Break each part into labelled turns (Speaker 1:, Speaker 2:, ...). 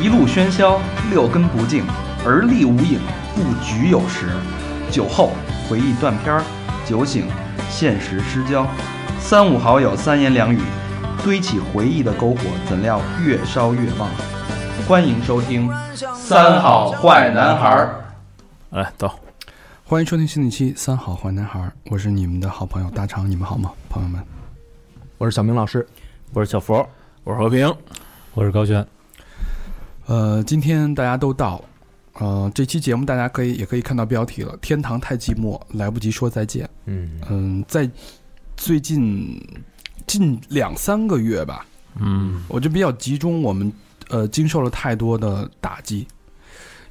Speaker 1: 一路喧嚣，六根不净，而立无影，不局有时。酒后回忆断片儿，酒醒现实失焦。三五好友三言两语，堆起回忆的篝火，怎料越烧越旺。欢迎收听《三好坏男孩儿》。
Speaker 2: 哎，到
Speaker 3: 欢迎收听新的一期《三好坏男孩》，我是你们的好朋友大长，你们好吗，朋友们？
Speaker 4: 我是小明老师。
Speaker 2: 我是小佛，我是和平，我是高轩。
Speaker 3: 呃，今天大家都到，呃，这期节目大家可以也可以看到标题了，《天堂太寂寞，来不及说再见》。
Speaker 4: 嗯，
Speaker 3: 嗯，在最近近两三个月吧，
Speaker 2: 嗯，
Speaker 3: 我就比较集中，我们呃经受了太多的打击，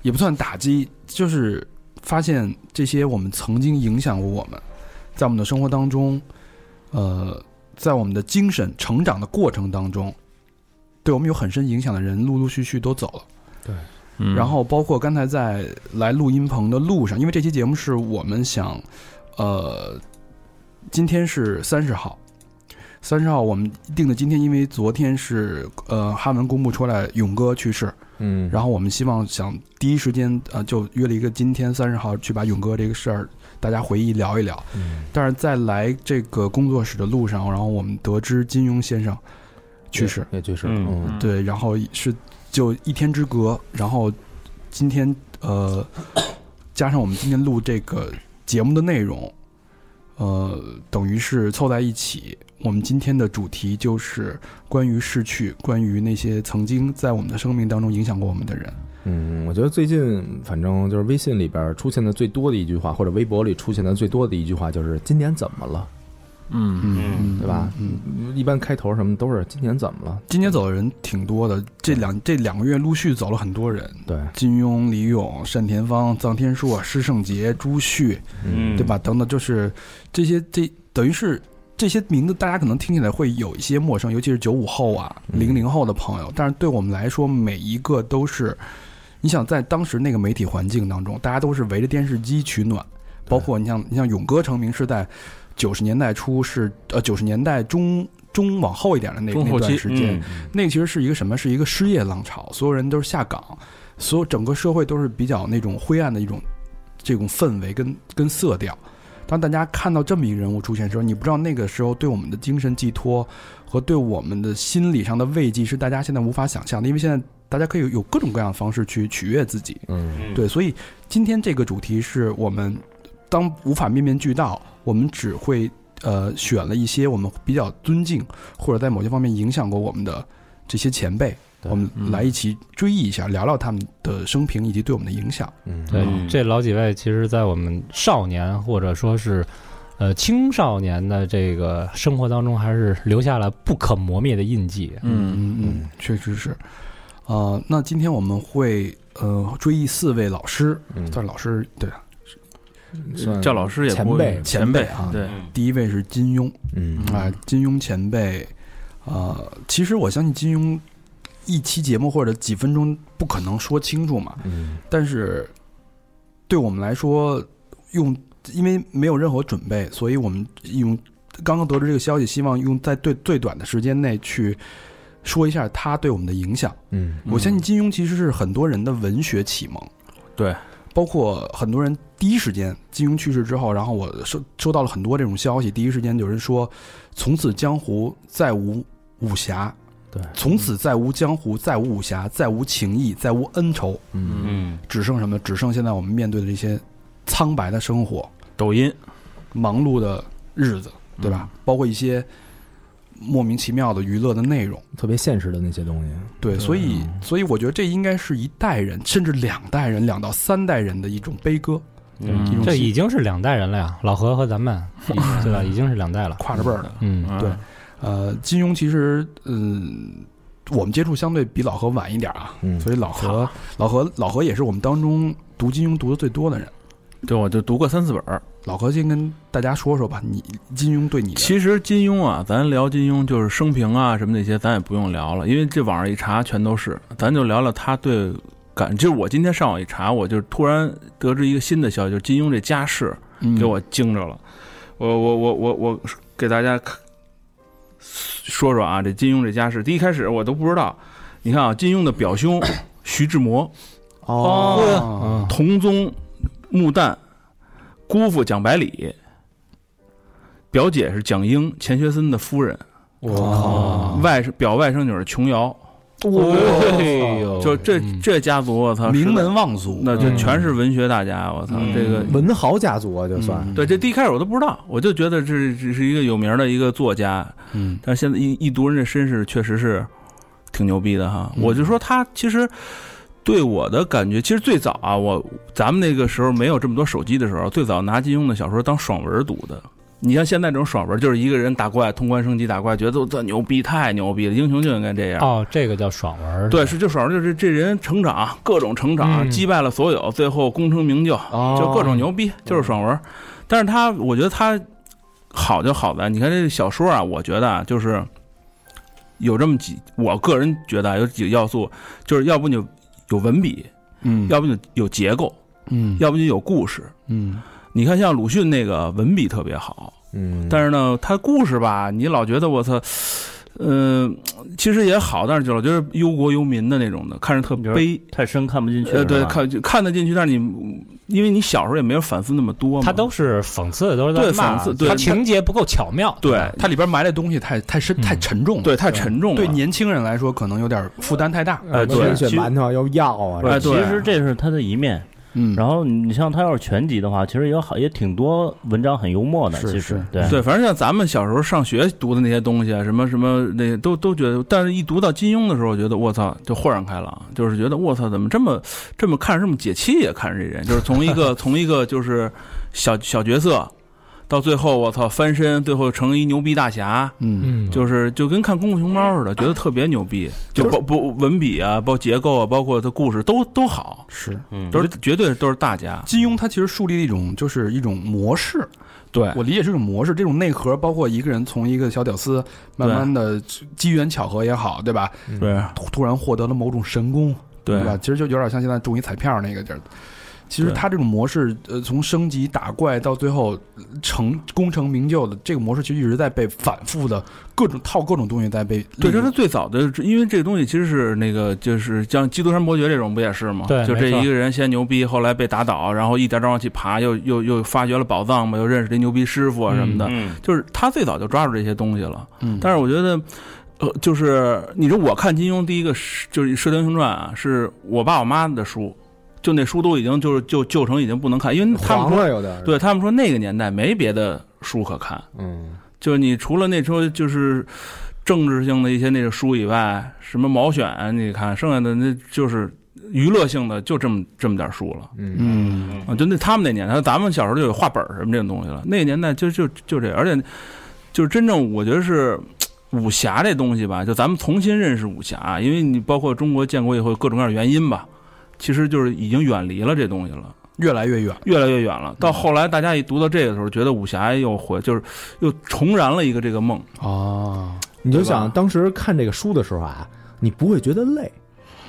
Speaker 3: 也不算打击，就是发现这些我们曾经影响过我们，在我们的生活当中，呃，在我们的精神成长的过程当中，对我们有很深影响的人，陆陆续续都走了。
Speaker 2: 嗯
Speaker 3: 然后包括刚才在来录音棚的路上，因为这期节目是我们想，呃，今天是三十号，三十号我们定的今天，因为昨天是呃哈文公布出来勇哥去世，
Speaker 4: 嗯，
Speaker 3: 然后我们希望想第一时间呃就约了一个今天三十号去把勇哥这个事儿大家回忆聊一聊。
Speaker 4: 嗯
Speaker 3: 但是在来这个工作室的路上，然后我们得知金庸先生去世，
Speaker 4: 也去世了。
Speaker 2: 嗯
Speaker 4: 嗯，
Speaker 3: 对，然后是就一天之隔，然后今天呃，加上我们今天录这个节目的内容，呃，等于是凑在一起。我们今天的主题就是关于逝去，关于那些曾经在我们的生命当中影响过我们的人。
Speaker 4: 嗯，我觉得最近反正就是微信里边出现的最多的一句话，或者微博里出现的最多的一句话，就是“今年怎么了
Speaker 2: 嗯，
Speaker 3: 嗯
Speaker 4: 对吧
Speaker 3: 嗯，”。
Speaker 4: 一般开头什么都是“今年怎么了
Speaker 3: 今年走的人挺多的，这两这两个月陆续走了很多人，”。
Speaker 4: 对，
Speaker 3: 金庸、李咏、单田芳、臧天朔、施圣杰、朱旭，
Speaker 4: 嗯
Speaker 3: 对吧？等等，就是这些这等于是这些名字，大家可能听起来会有一些陌生，尤其是九五后啊、
Speaker 4: 嗯
Speaker 3: 零零后的朋友。但是对我们来说，每一个都是，你想在当时那个媒体环境当中，大家都是围着电视机取暖，包括你像你像勇哥成名是在九十年代初是，呃九十年代中中往后一点的那
Speaker 2: 中
Speaker 3: 那
Speaker 2: 后
Speaker 3: 段
Speaker 2: 期嗯
Speaker 3: 时间，那个其实是一个什么？是一个失业浪潮，所有人都是下岗，所有整个社会都是比较那种灰暗的一种这种氛围跟跟色调。当大家看到这么一个人物出现的时候，你不知道那个时候对我们的精神寄托和对我们的心理上的慰藉是大家现在无法想象的，因为现在大家可以有各种各样的方式去取悦自己。
Speaker 4: 嗯
Speaker 3: 对，所以今天这个主题是我们当无法面面俱到，我们只会呃选了一些我们比较尊敬或者在某些方面影响过我们的这些前辈，
Speaker 4: 对
Speaker 3: 我们来一起追忆一下，聊聊他们的生平以及对我们的影响。
Speaker 4: 嗯，
Speaker 5: 对
Speaker 2: 嗯，
Speaker 5: 这老几位其实，在我们少年或者说是，呃，青少年的这个生活当中，还是留下了不可磨灭的印记。
Speaker 2: 嗯
Speaker 3: 嗯嗯，确实是。呃，那今天我们会呃追忆四位老师，
Speaker 4: 嗯
Speaker 3: 但是老师对，
Speaker 4: 算
Speaker 2: 叫老师也
Speaker 4: 前
Speaker 2: 不
Speaker 4: 辈
Speaker 2: 前
Speaker 3: 前辈啊
Speaker 2: 对，哎
Speaker 3: 第一位是金庸。
Speaker 4: 嗯
Speaker 3: 啊、金庸前辈，呃，其实我相信金庸一期节目或者几分钟不可能说清楚嘛，
Speaker 4: 嗯
Speaker 3: 但是对我们来说，用因为没有任何准备，所以我们用刚刚得知这个消息，希望用在最最短的时间内去说一下他对我们的影响。
Speaker 4: 嗯
Speaker 3: 我相信金庸其实是很多人的文学启蒙，
Speaker 2: 嗯对，
Speaker 3: 包括很多人第一时间金庸去世之后，然后我收收到了很多这种消息，第一时间有人说，从此江湖再无武侠，
Speaker 4: 对，
Speaker 3: 从此再无江湖，再无武侠，再无情义，再无恩仇，
Speaker 4: 嗯
Speaker 2: 嗯，
Speaker 3: 只剩什么？只剩现在我们面对的这些苍白的生活，
Speaker 2: 抖音嗯
Speaker 3: 忙碌的日子，对吧？包括一些莫名其妙的娱乐的内容。
Speaker 4: 特别现实的那些东西。
Speaker 3: 对，所以所以我觉得这应该是一代人，甚至两代人、两到三代人的一种悲歌，
Speaker 2: 嗯
Speaker 3: 一种
Speaker 5: 这
Speaker 3: 喜
Speaker 5: 已经是两代人了呀，老何和咱们，已对吧？已经是两代了。
Speaker 3: 跨着辈儿的。
Speaker 5: 嗯，
Speaker 2: 嗯
Speaker 3: 对呃，金庸其实，嗯，我们接触相对比老何晚一点啊，
Speaker 4: 嗯
Speaker 3: 所以老何老何老何也是我们当中读金庸读的最多的人。
Speaker 2: 对，我就读过三四本儿。
Speaker 3: 老何先跟大家说说吧，你金庸对你的
Speaker 2: 其实金庸啊，咱聊金庸就是生平啊什么那些，咱也不用聊了，因为这网上一查全都是。咱就聊聊他对感，就是我今天上网一查，我就突然得知一个新的消息，就是金庸这家世
Speaker 3: 嗯
Speaker 2: 给我惊着了。我我我我我给大家看说说啊，这金庸这家世，第一开始我都不知道。你看啊，金庸的表兄徐志摩、
Speaker 5: 嗯
Speaker 3: 哦，
Speaker 2: 同宗、穆旦、姑父蒋百里，表姐是蒋英、钱学森的夫人，
Speaker 5: 哇
Speaker 2: 外甥表外甥女是琼瑶，
Speaker 5: 哎呦
Speaker 2: 就这
Speaker 5: 嗯
Speaker 2: 这家族，我操，
Speaker 3: 嗯名
Speaker 2: 是
Speaker 3: 门望族，
Speaker 2: 那呃就全是文学大家，我操，
Speaker 1: 嗯
Speaker 2: 这个
Speaker 4: 文豪家族啊，就算
Speaker 3: 嗯
Speaker 2: 对，这第一开始我都不知道，我就觉得这只是一个有名的一个作家，
Speaker 3: 嗯
Speaker 2: 但是现在一一读人这身世，确实是挺牛逼的哈。
Speaker 3: 嗯
Speaker 2: 我就说他其实对我的感觉，其实最早啊，我咱们那个时候没有这么多手机的时候，最早拿金庸的小说当爽文读的。你像现在这种爽文，就是一个人打怪通关升级打怪，觉得我这牛逼太牛逼了，英雄就应该这样。
Speaker 5: 哦，这个叫爽文儿，
Speaker 2: 对，是就爽文，就是这人成长，各种成长，
Speaker 5: 嗯
Speaker 2: 击败了所有，最后功成名就，
Speaker 6: 哦
Speaker 2: 就各种牛逼，就是爽文。但是他，我觉得他好就好在，你看这小说啊，我觉得啊，就是有这么几，我个人觉得啊有几个要素，就是要不你有文笔，
Speaker 3: 嗯
Speaker 2: 要不你有结构，
Speaker 3: 嗯
Speaker 2: 要不你有故事。
Speaker 3: 嗯
Speaker 2: 你看，像鲁迅那个文笔特别好，
Speaker 4: 嗯，
Speaker 2: 但是呢，他故事吧，你老觉得我操，嗯、其实也好，但是就老觉得忧国忧民的那种的，看着特
Speaker 6: 你觉得
Speaker 2: 悲。
Speaker 6: 太深看不进去。
Speaker 2: 呃，对
Speaker 6: 是，吧
Speaker 2: 看看得进去，但是你因为你小时候也没有反思那么多嘛，
Speaker 5: 他都是讽刺，都是在
Speaker 2: 对
Speaker 5: 骂
Speaker 2: 讽刺对
Speaker 5: 他情节不够巧妙，
Speaker 2: 对
Speaker 5: 吧
Speaker 3: 它里边埋的东西太太深
Speaker 5: 嗯
Speaker 3: 太沉重了，
Speaker 2: 嗯对太沉重了，
Speaker 3: 对年轻人来说可能有点负担太大。
Speaker 2: 哎对
Speaker 4: 天呃选馒头要药啊，
Speaker 2: 哎对
Speaker 6: 其实这呃是他的一面。
Speaker 3: 嗯
Speaker 6: 然后你像他要是全集的话，其实也好，也挺多文章很幽默的。
Speaker 3: 是
Speaker 6: 其
Speaker 3: 是
Speaker 6: 实对
Speaker 2: 对，反正像咱们小时候上学读的那些东西啊，什么什么那些都都觉得，但是一读到金庸的时候，我觉得我操就豁然开朗，就是觉得我操怎么这么这么看着这么解气呀、看着这人，就是从一个从一个就是小小角色，到最后我操翻身，最后成一牛逼大侠。
Speaker 3: 嗯
Speaker 5: 嗯，
Speaker 2: 就是就跟看《功夫熊猫》似的，觉得特别牛逼，就包不文笔啊，包括结构啊，包括它故事都都好，
Speaker 3: 是。
Speaker 6: 嗯
Speaker 2: 都是绝对都是大家。
Speaker 3: 金庸他其实树立了一种就是一种模式，
Speaker 2: 对
Speaker 3: 我理解是一种模式，这种内核包括一个人从一个小屌丝，慢慢的机缘巧合也好，对吧？
Speaker 2: 对
Speaker 3: 突突然获得了某种神功，
Speaker 2: 对
Speaker 3: 吧？其实就有点像现在中一彩票那个劲儿。其实
Speaker 2: 对
Speaker 3: 他这种模式，呃，从升级打怪到最后呃成功成名就的这个模式，其实一直在被反复的各种套各种东西在被
Speaker 2: 对，
Speaker 3: 利
Speaker 2: 这
Speaker 3: 用
Speaker 2: 是最早的，因为这个东西其实是那个，就是像《基督山伯爵》这种不也是吗？
Speaker 5: 对
Speaker 2: 就这
Speaker 5: 没错
Speaker 2: 一个人先牛逼，后来被打倒，然后一点点往起爬，又又又发掘了宝藏嘛，又认识这牛逼师傅啊什么的，
Speaker 6: 嗯，
Speaker 2: 就是他最早就抓住这些东西了。
Speaker 3: 嗯，
Speaker 2: 但是我觉得，呃，就是你说我看金庸第一个是就是《射雕英雄传》啊，是我爸我妈的书，就那书都已经就是就旧成已经不能看，因为他
Speaker 4: 嗯
Speaker 2: 们
Speaker 4: 黄
Speaker 2: 说
Speaker 4: 了有点儿，
Speaker 2: 对他们说那个年代没别的书可看。
Speaker 4: 嗯，
Speaker 2: 就是你除了那时候就是政治性的一些那个书以外，什么毛选，啊你看剩下的那就是娱乐性的，就这么这么点书了
Speaker 4: 嗯
Speaker 3: 嗯，
Speaker 2: 啊。就那他们那年代，咱们小时候就有画本什么这种东西了，那个年代就就就这，而且就是真正我觉得是。武侠这东西吧，就咱们重新认识武侠，因为你包括中国建国以后各种各样的原因吧，其实就是已经远离了这东西了。
Speaker 3: 越来越远。
Speaker 2: 越来越远了。到后来，大家一读到这个的时候，觉得武侠又回，就是又重燃了一个这个梦。
Speaker 3: 哦，
Speaker 4: 你就
Speaker 2: 对吧
Speaker 4: 想当时看这个书的时候啊，你不会觉得累，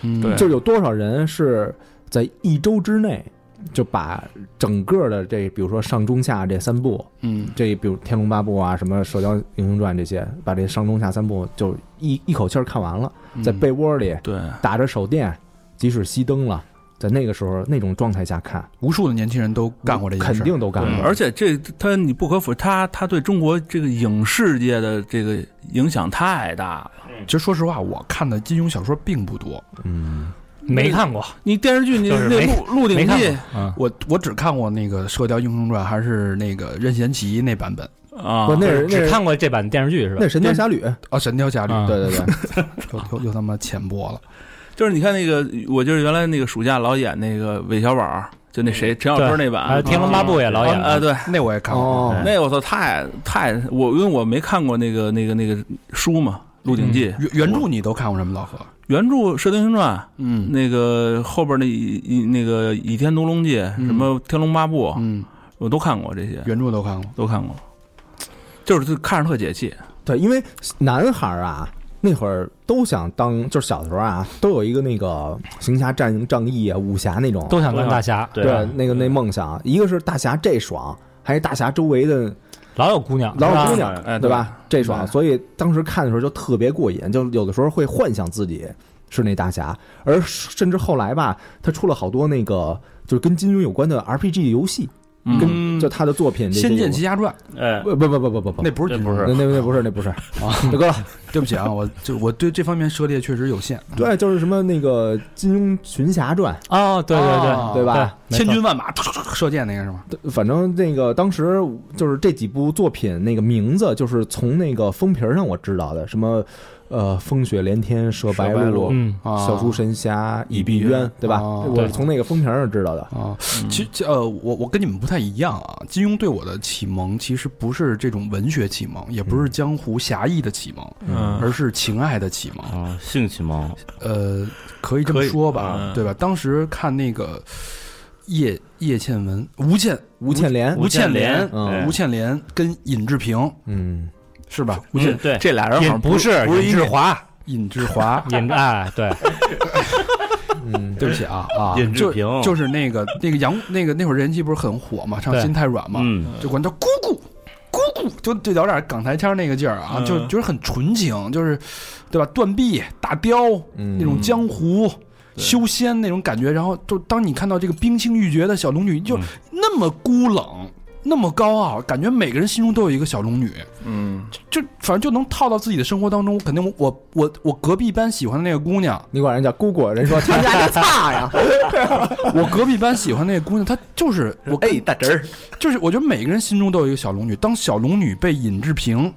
Speaker 3: 嗯
Speaker 2: 对
Speaker 4: 就有多少人是在一周之内就把整个的这，比如说上中下这三部，
Speaker 3: 嗯
Speaker 4: 这比如《天龙八部》啊，什么《射雕英雄传》这些，把这上中下三部就一一口气儿看完了，
Speaker 3: 嗯
Speaker 4: 在被窝里
Speaker 2: 对，
Speaker 4: 打着手电，即使熄灯了，在那个时候那种状态下看，
Speaker 3: 无数的年轻人都干过这件事，
Speaker 4: 肯定都干
Speaker 2: 对
Speaker 5: 嗯
Speaker 4: 过。
Speaker 2: 嗯而且这他你不可否认，他他对中国这个影视界的这个影响太大了。
Speaker 3: 其实说实话，我看的金庸小说并不多，
Speaker 4: 嗯，
Speaker 5: 没看过，
Speaker 2: 你电视剧，你
Speaker 5: 就是
Speaker 2: 那
Speaker 5: 没
Speaker 2: 《鹿鹿鼎
Speaker 5: 没
Speaker 2: 记
Speaker 5: 看》嗯，
Speaker 3: 我我只看过那个《射雕英雄传》，还是那个任贤齐那版本
Speaker 2: 啊
Speaker 4: 不，，那是那
Speaker 5: 只
Speaker 4: 是
Speaker 5: 看过这版电视剧是
Speaker 4: 那
Speaker 5: 吧？
Speaker 4: 是神雕侠侣，
Speaker 3: 啊，《神雕侠侣》
Speaker 5: 啊
Speaker 4: 对对对，
Speaker 3: 又又又他妈浅薄了。
Speaker 2: 就是你看那个，我就是原来那个暑假老演那个韦小宝儿，就那谁陈小春那
Speaker 5: 啊，《
Speaker 2: 版
Speaker 5: 天龙八部》也老演
Speaker 2: 啊，
Speaker 5: 了，
Speaker 2: 对。
Speaker 3: 那我也看过，
Speaker 4: 哦，
Speaker 2: 那我操，太太我因为我没看过那个那个那个书嘛，《鹿鼎
Speaker 5: 嗯
Speaker 2: 记》
Speaker 3: 原原著你都看过什么？老何，
Speaker 2: 原著《射雕英雄传》，
Speaker 3: 嗯
Speaker 2: 那个后边那一一那个《倚天屠龙记》
Speaker 3: 嗯
Speaker 2: 什么《天龙八部》
Speaker 3: 嗯，
Speaker 2: 我都看过，这些
Speaker 3: 原著都看过。
Speaker 2: 都看过，就是就看着特解气。
Speaker 4: 对，因为男孩儿啊，那会儿都想当，就是小时候啊，都有一个那个行侠仗仗义啊、武侠那种，
Speaker 2: 嗯
Speaker 5: 都想当大侠，
Speaker 6: 对
Speaker 4: 那个那梦想，啊一个是大侠这爽，还是大侠周围的
Speaker 5: 老有姑娘，
Speaker 4: 老有姑
Speaker 5: 是吧
Speaker 4: 娘，
Speaker 2: 哎
Speaker 4: 对吧？这爽，
Speaker 2: 对
Speaker 4: 所以当时看的时候就特别过瘾，就有的时候会幻想自己是那大侠，而甚至后来吧，他出了好多那个就是跟金庸有关的 RPG 游戏，
Speaker 2: 嗯，
Speaker 3: 嗯
Speaker 4: 就他的作品
Speaker 3: 《
Speaker 4: 这些
Speaker 3: 仙剑
Speaker 4: 有
Speaker 3: 奇侠传》
Speaker 6: 哎，
Speaker 4: 不不不不不不不，
Speaker 3: 那不是
Speaker 2: 这
Speaker 3: 金
Speaker 2: 不
Speaker 3: 庸
Speaker 2: 是
Speaker 4: 那那那不是那不是啊，大哥了，
Speaker 3: 对不起啊，我就我对这方面涉猎确实有限。
Speaker 4: 对，就是什么那个《金庸群侠传
Speaker 5: 哦，对对
Speaker 3: 哦
Speaker 5: 对，
Speaker 4: 对吧
Speaker 5: 没
Speaker 3: 千
Speaker 5: 错
Speaker 3: 军万马突突突射箭那个是吗？》，
Speaker 4: 反正那个当时就是这几部作品那个名字，就是从那个封皮儿上我知道的，什么呃风雪连天射白
Speaker 3: 射白鹿
Speaker 4: 鹿，
Speaker 5: 嗯，
Speaker 3: 啊，
Speaker 4: 笑出神侠倚碧
Speaker 2: 鸳
Speaker 4: 鸳，对吧？
Speaker 3: 哦
Speaker 4: 我是从那个封皮儿上知道的。
Speaker 3: 啊，其实呃，我我跟你们不太一样啊。金庸对我的启蒙其实不是这种文学启蒙，也不是江湖侠义的启蒙，
Speaker 2: 嗯
Speaker 3: 而是情爱的启蒙。
Speaker 6: 啊，性启蒙，
Speaker 3: 呃，可以这么
Speaker 2: 可以
Speaker 3: 说吧，
Speaker 2: 嗯
Speaker 3: 对吧？当时看那个叶叶倩文、吴倩、
Speaker 4: 吴倩莲，
Speaker 3: 吴倩莲、
Speaker 4: 嗯
Speaker 6: 哎
Speaker 3: 吴倩莲跟尹志平
Speaker 4: 嗯，
Speaker 3: 是吧？
Speaker 6: 嗯对，
Speaker 2: 这俩人好
Speaker 5: 也
Speaker 2: 像
Speaker 5: 不是
Speaker 2: 不是
Speaker 5: 尹
Speaker 2: 一
Speaker 5: 志
Speaker 2: 个
Speaker 5: 华，，
Speaker 3: 尹志华
Speaker 5: 尹哎，对，
Speaker 6: 啊
Speaker 4: 嗯，
Speaker 3: 对不起啊啊，
Speaker 6: 尹志
Speaker 3: 就
Speaker 6: 平
Speaker 3: 就是那个那个杨那个那会儿人气不是很火嘛，唱《
Speaker 5: 对
Speaker 3: 心太软》嘛，
Speaker 6: 嗯，
Speaker 3: 就管他姑姑。姑姑就就有点港台腔那个劲儿啊，
Speaker 2: 嗯
Speaker 3: 就就是很纯情，就是，对吧？断臂、大雕
Speaker 4: 嗯
Speaker 3: 那种江湖
Speaker 2: 对
Speaker 3: 修仙那种感觉，然后就当你看到这个冰清玉洁的小龙女，就那么孤冷，那么高傲，感觉每个人心中都有一个小龙女，
Speaker 2: 嗯，
Speaker 3: 就反正就能套到自己的生活当中。肯定我我我隔壁班喜欢的那个姑娘，
Speaker 4: 你管人叫姑姑，人说他家这差呀，
Speaker 3: 我隔壁班喜欢那个姑娘，她就是我
Speaker 1: 哎，大侄儿，
Speaker 3: 就是我觉得每个人心中都有一个小龙女。当小龙女被尹志平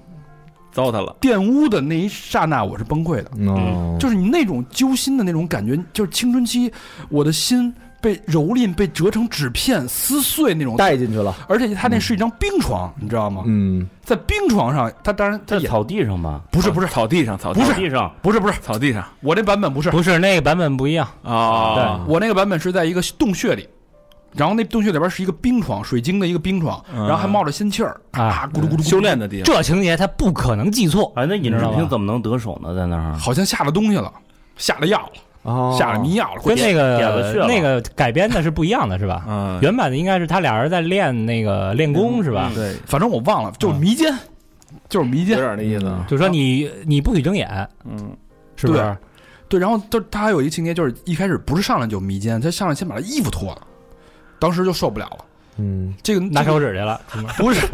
Speaker 2: 糟蹋了，
Speaker 3: 玷污的那一刹那，我是崩溃的，
Speaker 4: 嗯
Speaker 3: 就是你那种揪心的那种感觉，就是青春期我的心被蹂躏、被折成纸片、撕碎那种。
Speaker 4: 带进去了，
Speaker 3: 而且他那是一张冰床，你知道吗？
Speaker 4: 嗯，
Speaker 3: 在冰床上，他当然他
Speaker 6: 在
Speaker 3: 也
Speaker 6: 草地上吧，
Speaker 3: 不是不是
Speaker 2: 草地上，草
Speaker 3: 不是
Speaker 6: 草地上，
Speaker 3: 不是不是，
Speaker 2: 草地上
Speaker 3: 我这版本不是，
Speaker 5: 不是那个版本不一样，
Speaker 2: 啊，
Speaker 3: 我那个版本是在一个洞穴里，然后那洞穴里边是一个冰床，水晶的一个冰床，
Speaker 2: 嗯
Speaker 3: 然后还冒着仙气儿
Speaker 5: 啊，
Speaker 3: 咕噜咕噜咕噜
Speaker 2: 修炼的
Speaker 6: 嗯
Speaker 2: 地方，
Speaker 5: 这情节他不可能记错，
Speaker 6: 哎，那尹
Speaker 5: 你知
Speaker 6: 志
Speaker 5: 道
Speaker 6: 平
Speaker 5: 吧
Speaker 6: 怎么能得手呢？在那儿，
Speaker 3: 好像下了东西了，下了药了，
Speaker 4: 哦
Speaker 3: 下了迷药了，
Speaker 5: 跟那
Speaker 6: 点了穴
Speaker 5: 个
Speaker 6: 了
Speaker 5: 那个改编的是不一样的，是吧？
Speaker 2: 嗯，
Speaker 5: 原版的应该是他俩人在练那个练功，是
Speaker 6: 嗯
Speaker 5: 吧？
Speaker 2: 对，
Speaker 3: 反正我忘了，就是迷奸，就是迷
Speaker 2: 有
Speaker 3: 奸。
Speaker 2: 点那意思啊，
Speaker 5: 就说你你不许睁眼，
Speaker 2: 嗯，
Speaker 5: 是不
Speaker 3: 对
Speaker 5: 是？
Speaker 3: 对，然后就他还有一个情节，就是一开始不是上来就迷奸，他上来先把他衣服脱了，当时就受不了了。
Speaker 4: 嗯，
Speaker 3: 这个
Speaker 5: 拿
Speaker 3: 这
Speaker 5: 手
Speaker 3: 个
Speaker 5: 指去了，
Speaker 3: 不是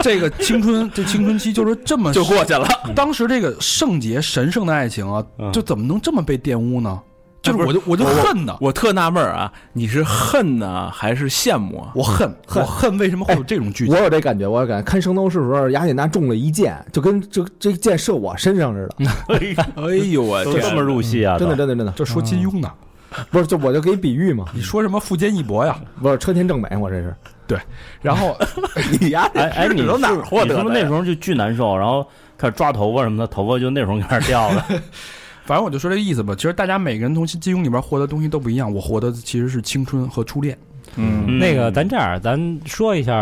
Speaker 3: 这个青春，这青春期就是这么
Speaker 2: 就过去了，
Speaker 3: 当时这个圣洁神圣的爱情啊，
Speaker 6: 嗯
Speaker 3: 就怎么能这么被玷污呢？就
Speaker 2: 哎
Speaker 3: 是
Speaker 2: 不
Speaker 3: 我就我就恨呢，
Speaker 2: 我特纳闷儿啊，你是恨呢还是羡慕啊？
Speaker 3: 我恨我恨，为什么会有这种剧情
Speaker 4: 我？有这感觉，我有感觉看《圣斗士》的时候，雅典娜中了一箭，就跟这这箭射我身上似的，
Speaker 2: 哎呦我
Speaker 6: 都这么入戏啊，
Speaker 4: 真的
Speaker 6: 都
Speaker 4: 真的真嗯的，
Speaker 3: 这说金庸呢？
Speaker 4: 不是就我就给比喻嘛，
Speaker 3: 你说什么富坚义博呀？
Speaker 4: 不是车田正美，我这是
Speaker 3: 然后
Speaker 2: 你呀，
Speaker 6: 哎哎，你
Speaker 2: 都哪儿获
Speaker 6: 你
Speaker 2: 得
Speaker 6: 是不是那时候就巨难受，然后开始抓头发什么的，头发就那时候开始掉了。
Speaker 3: 反正我就说这意思吧。其实大家每个人从金庸里边获得的东西都不一样，我获得的其实是青春和初恋。
Speaker 2: 嗯，
Speaker 5: 那个，咱这样，咱说一下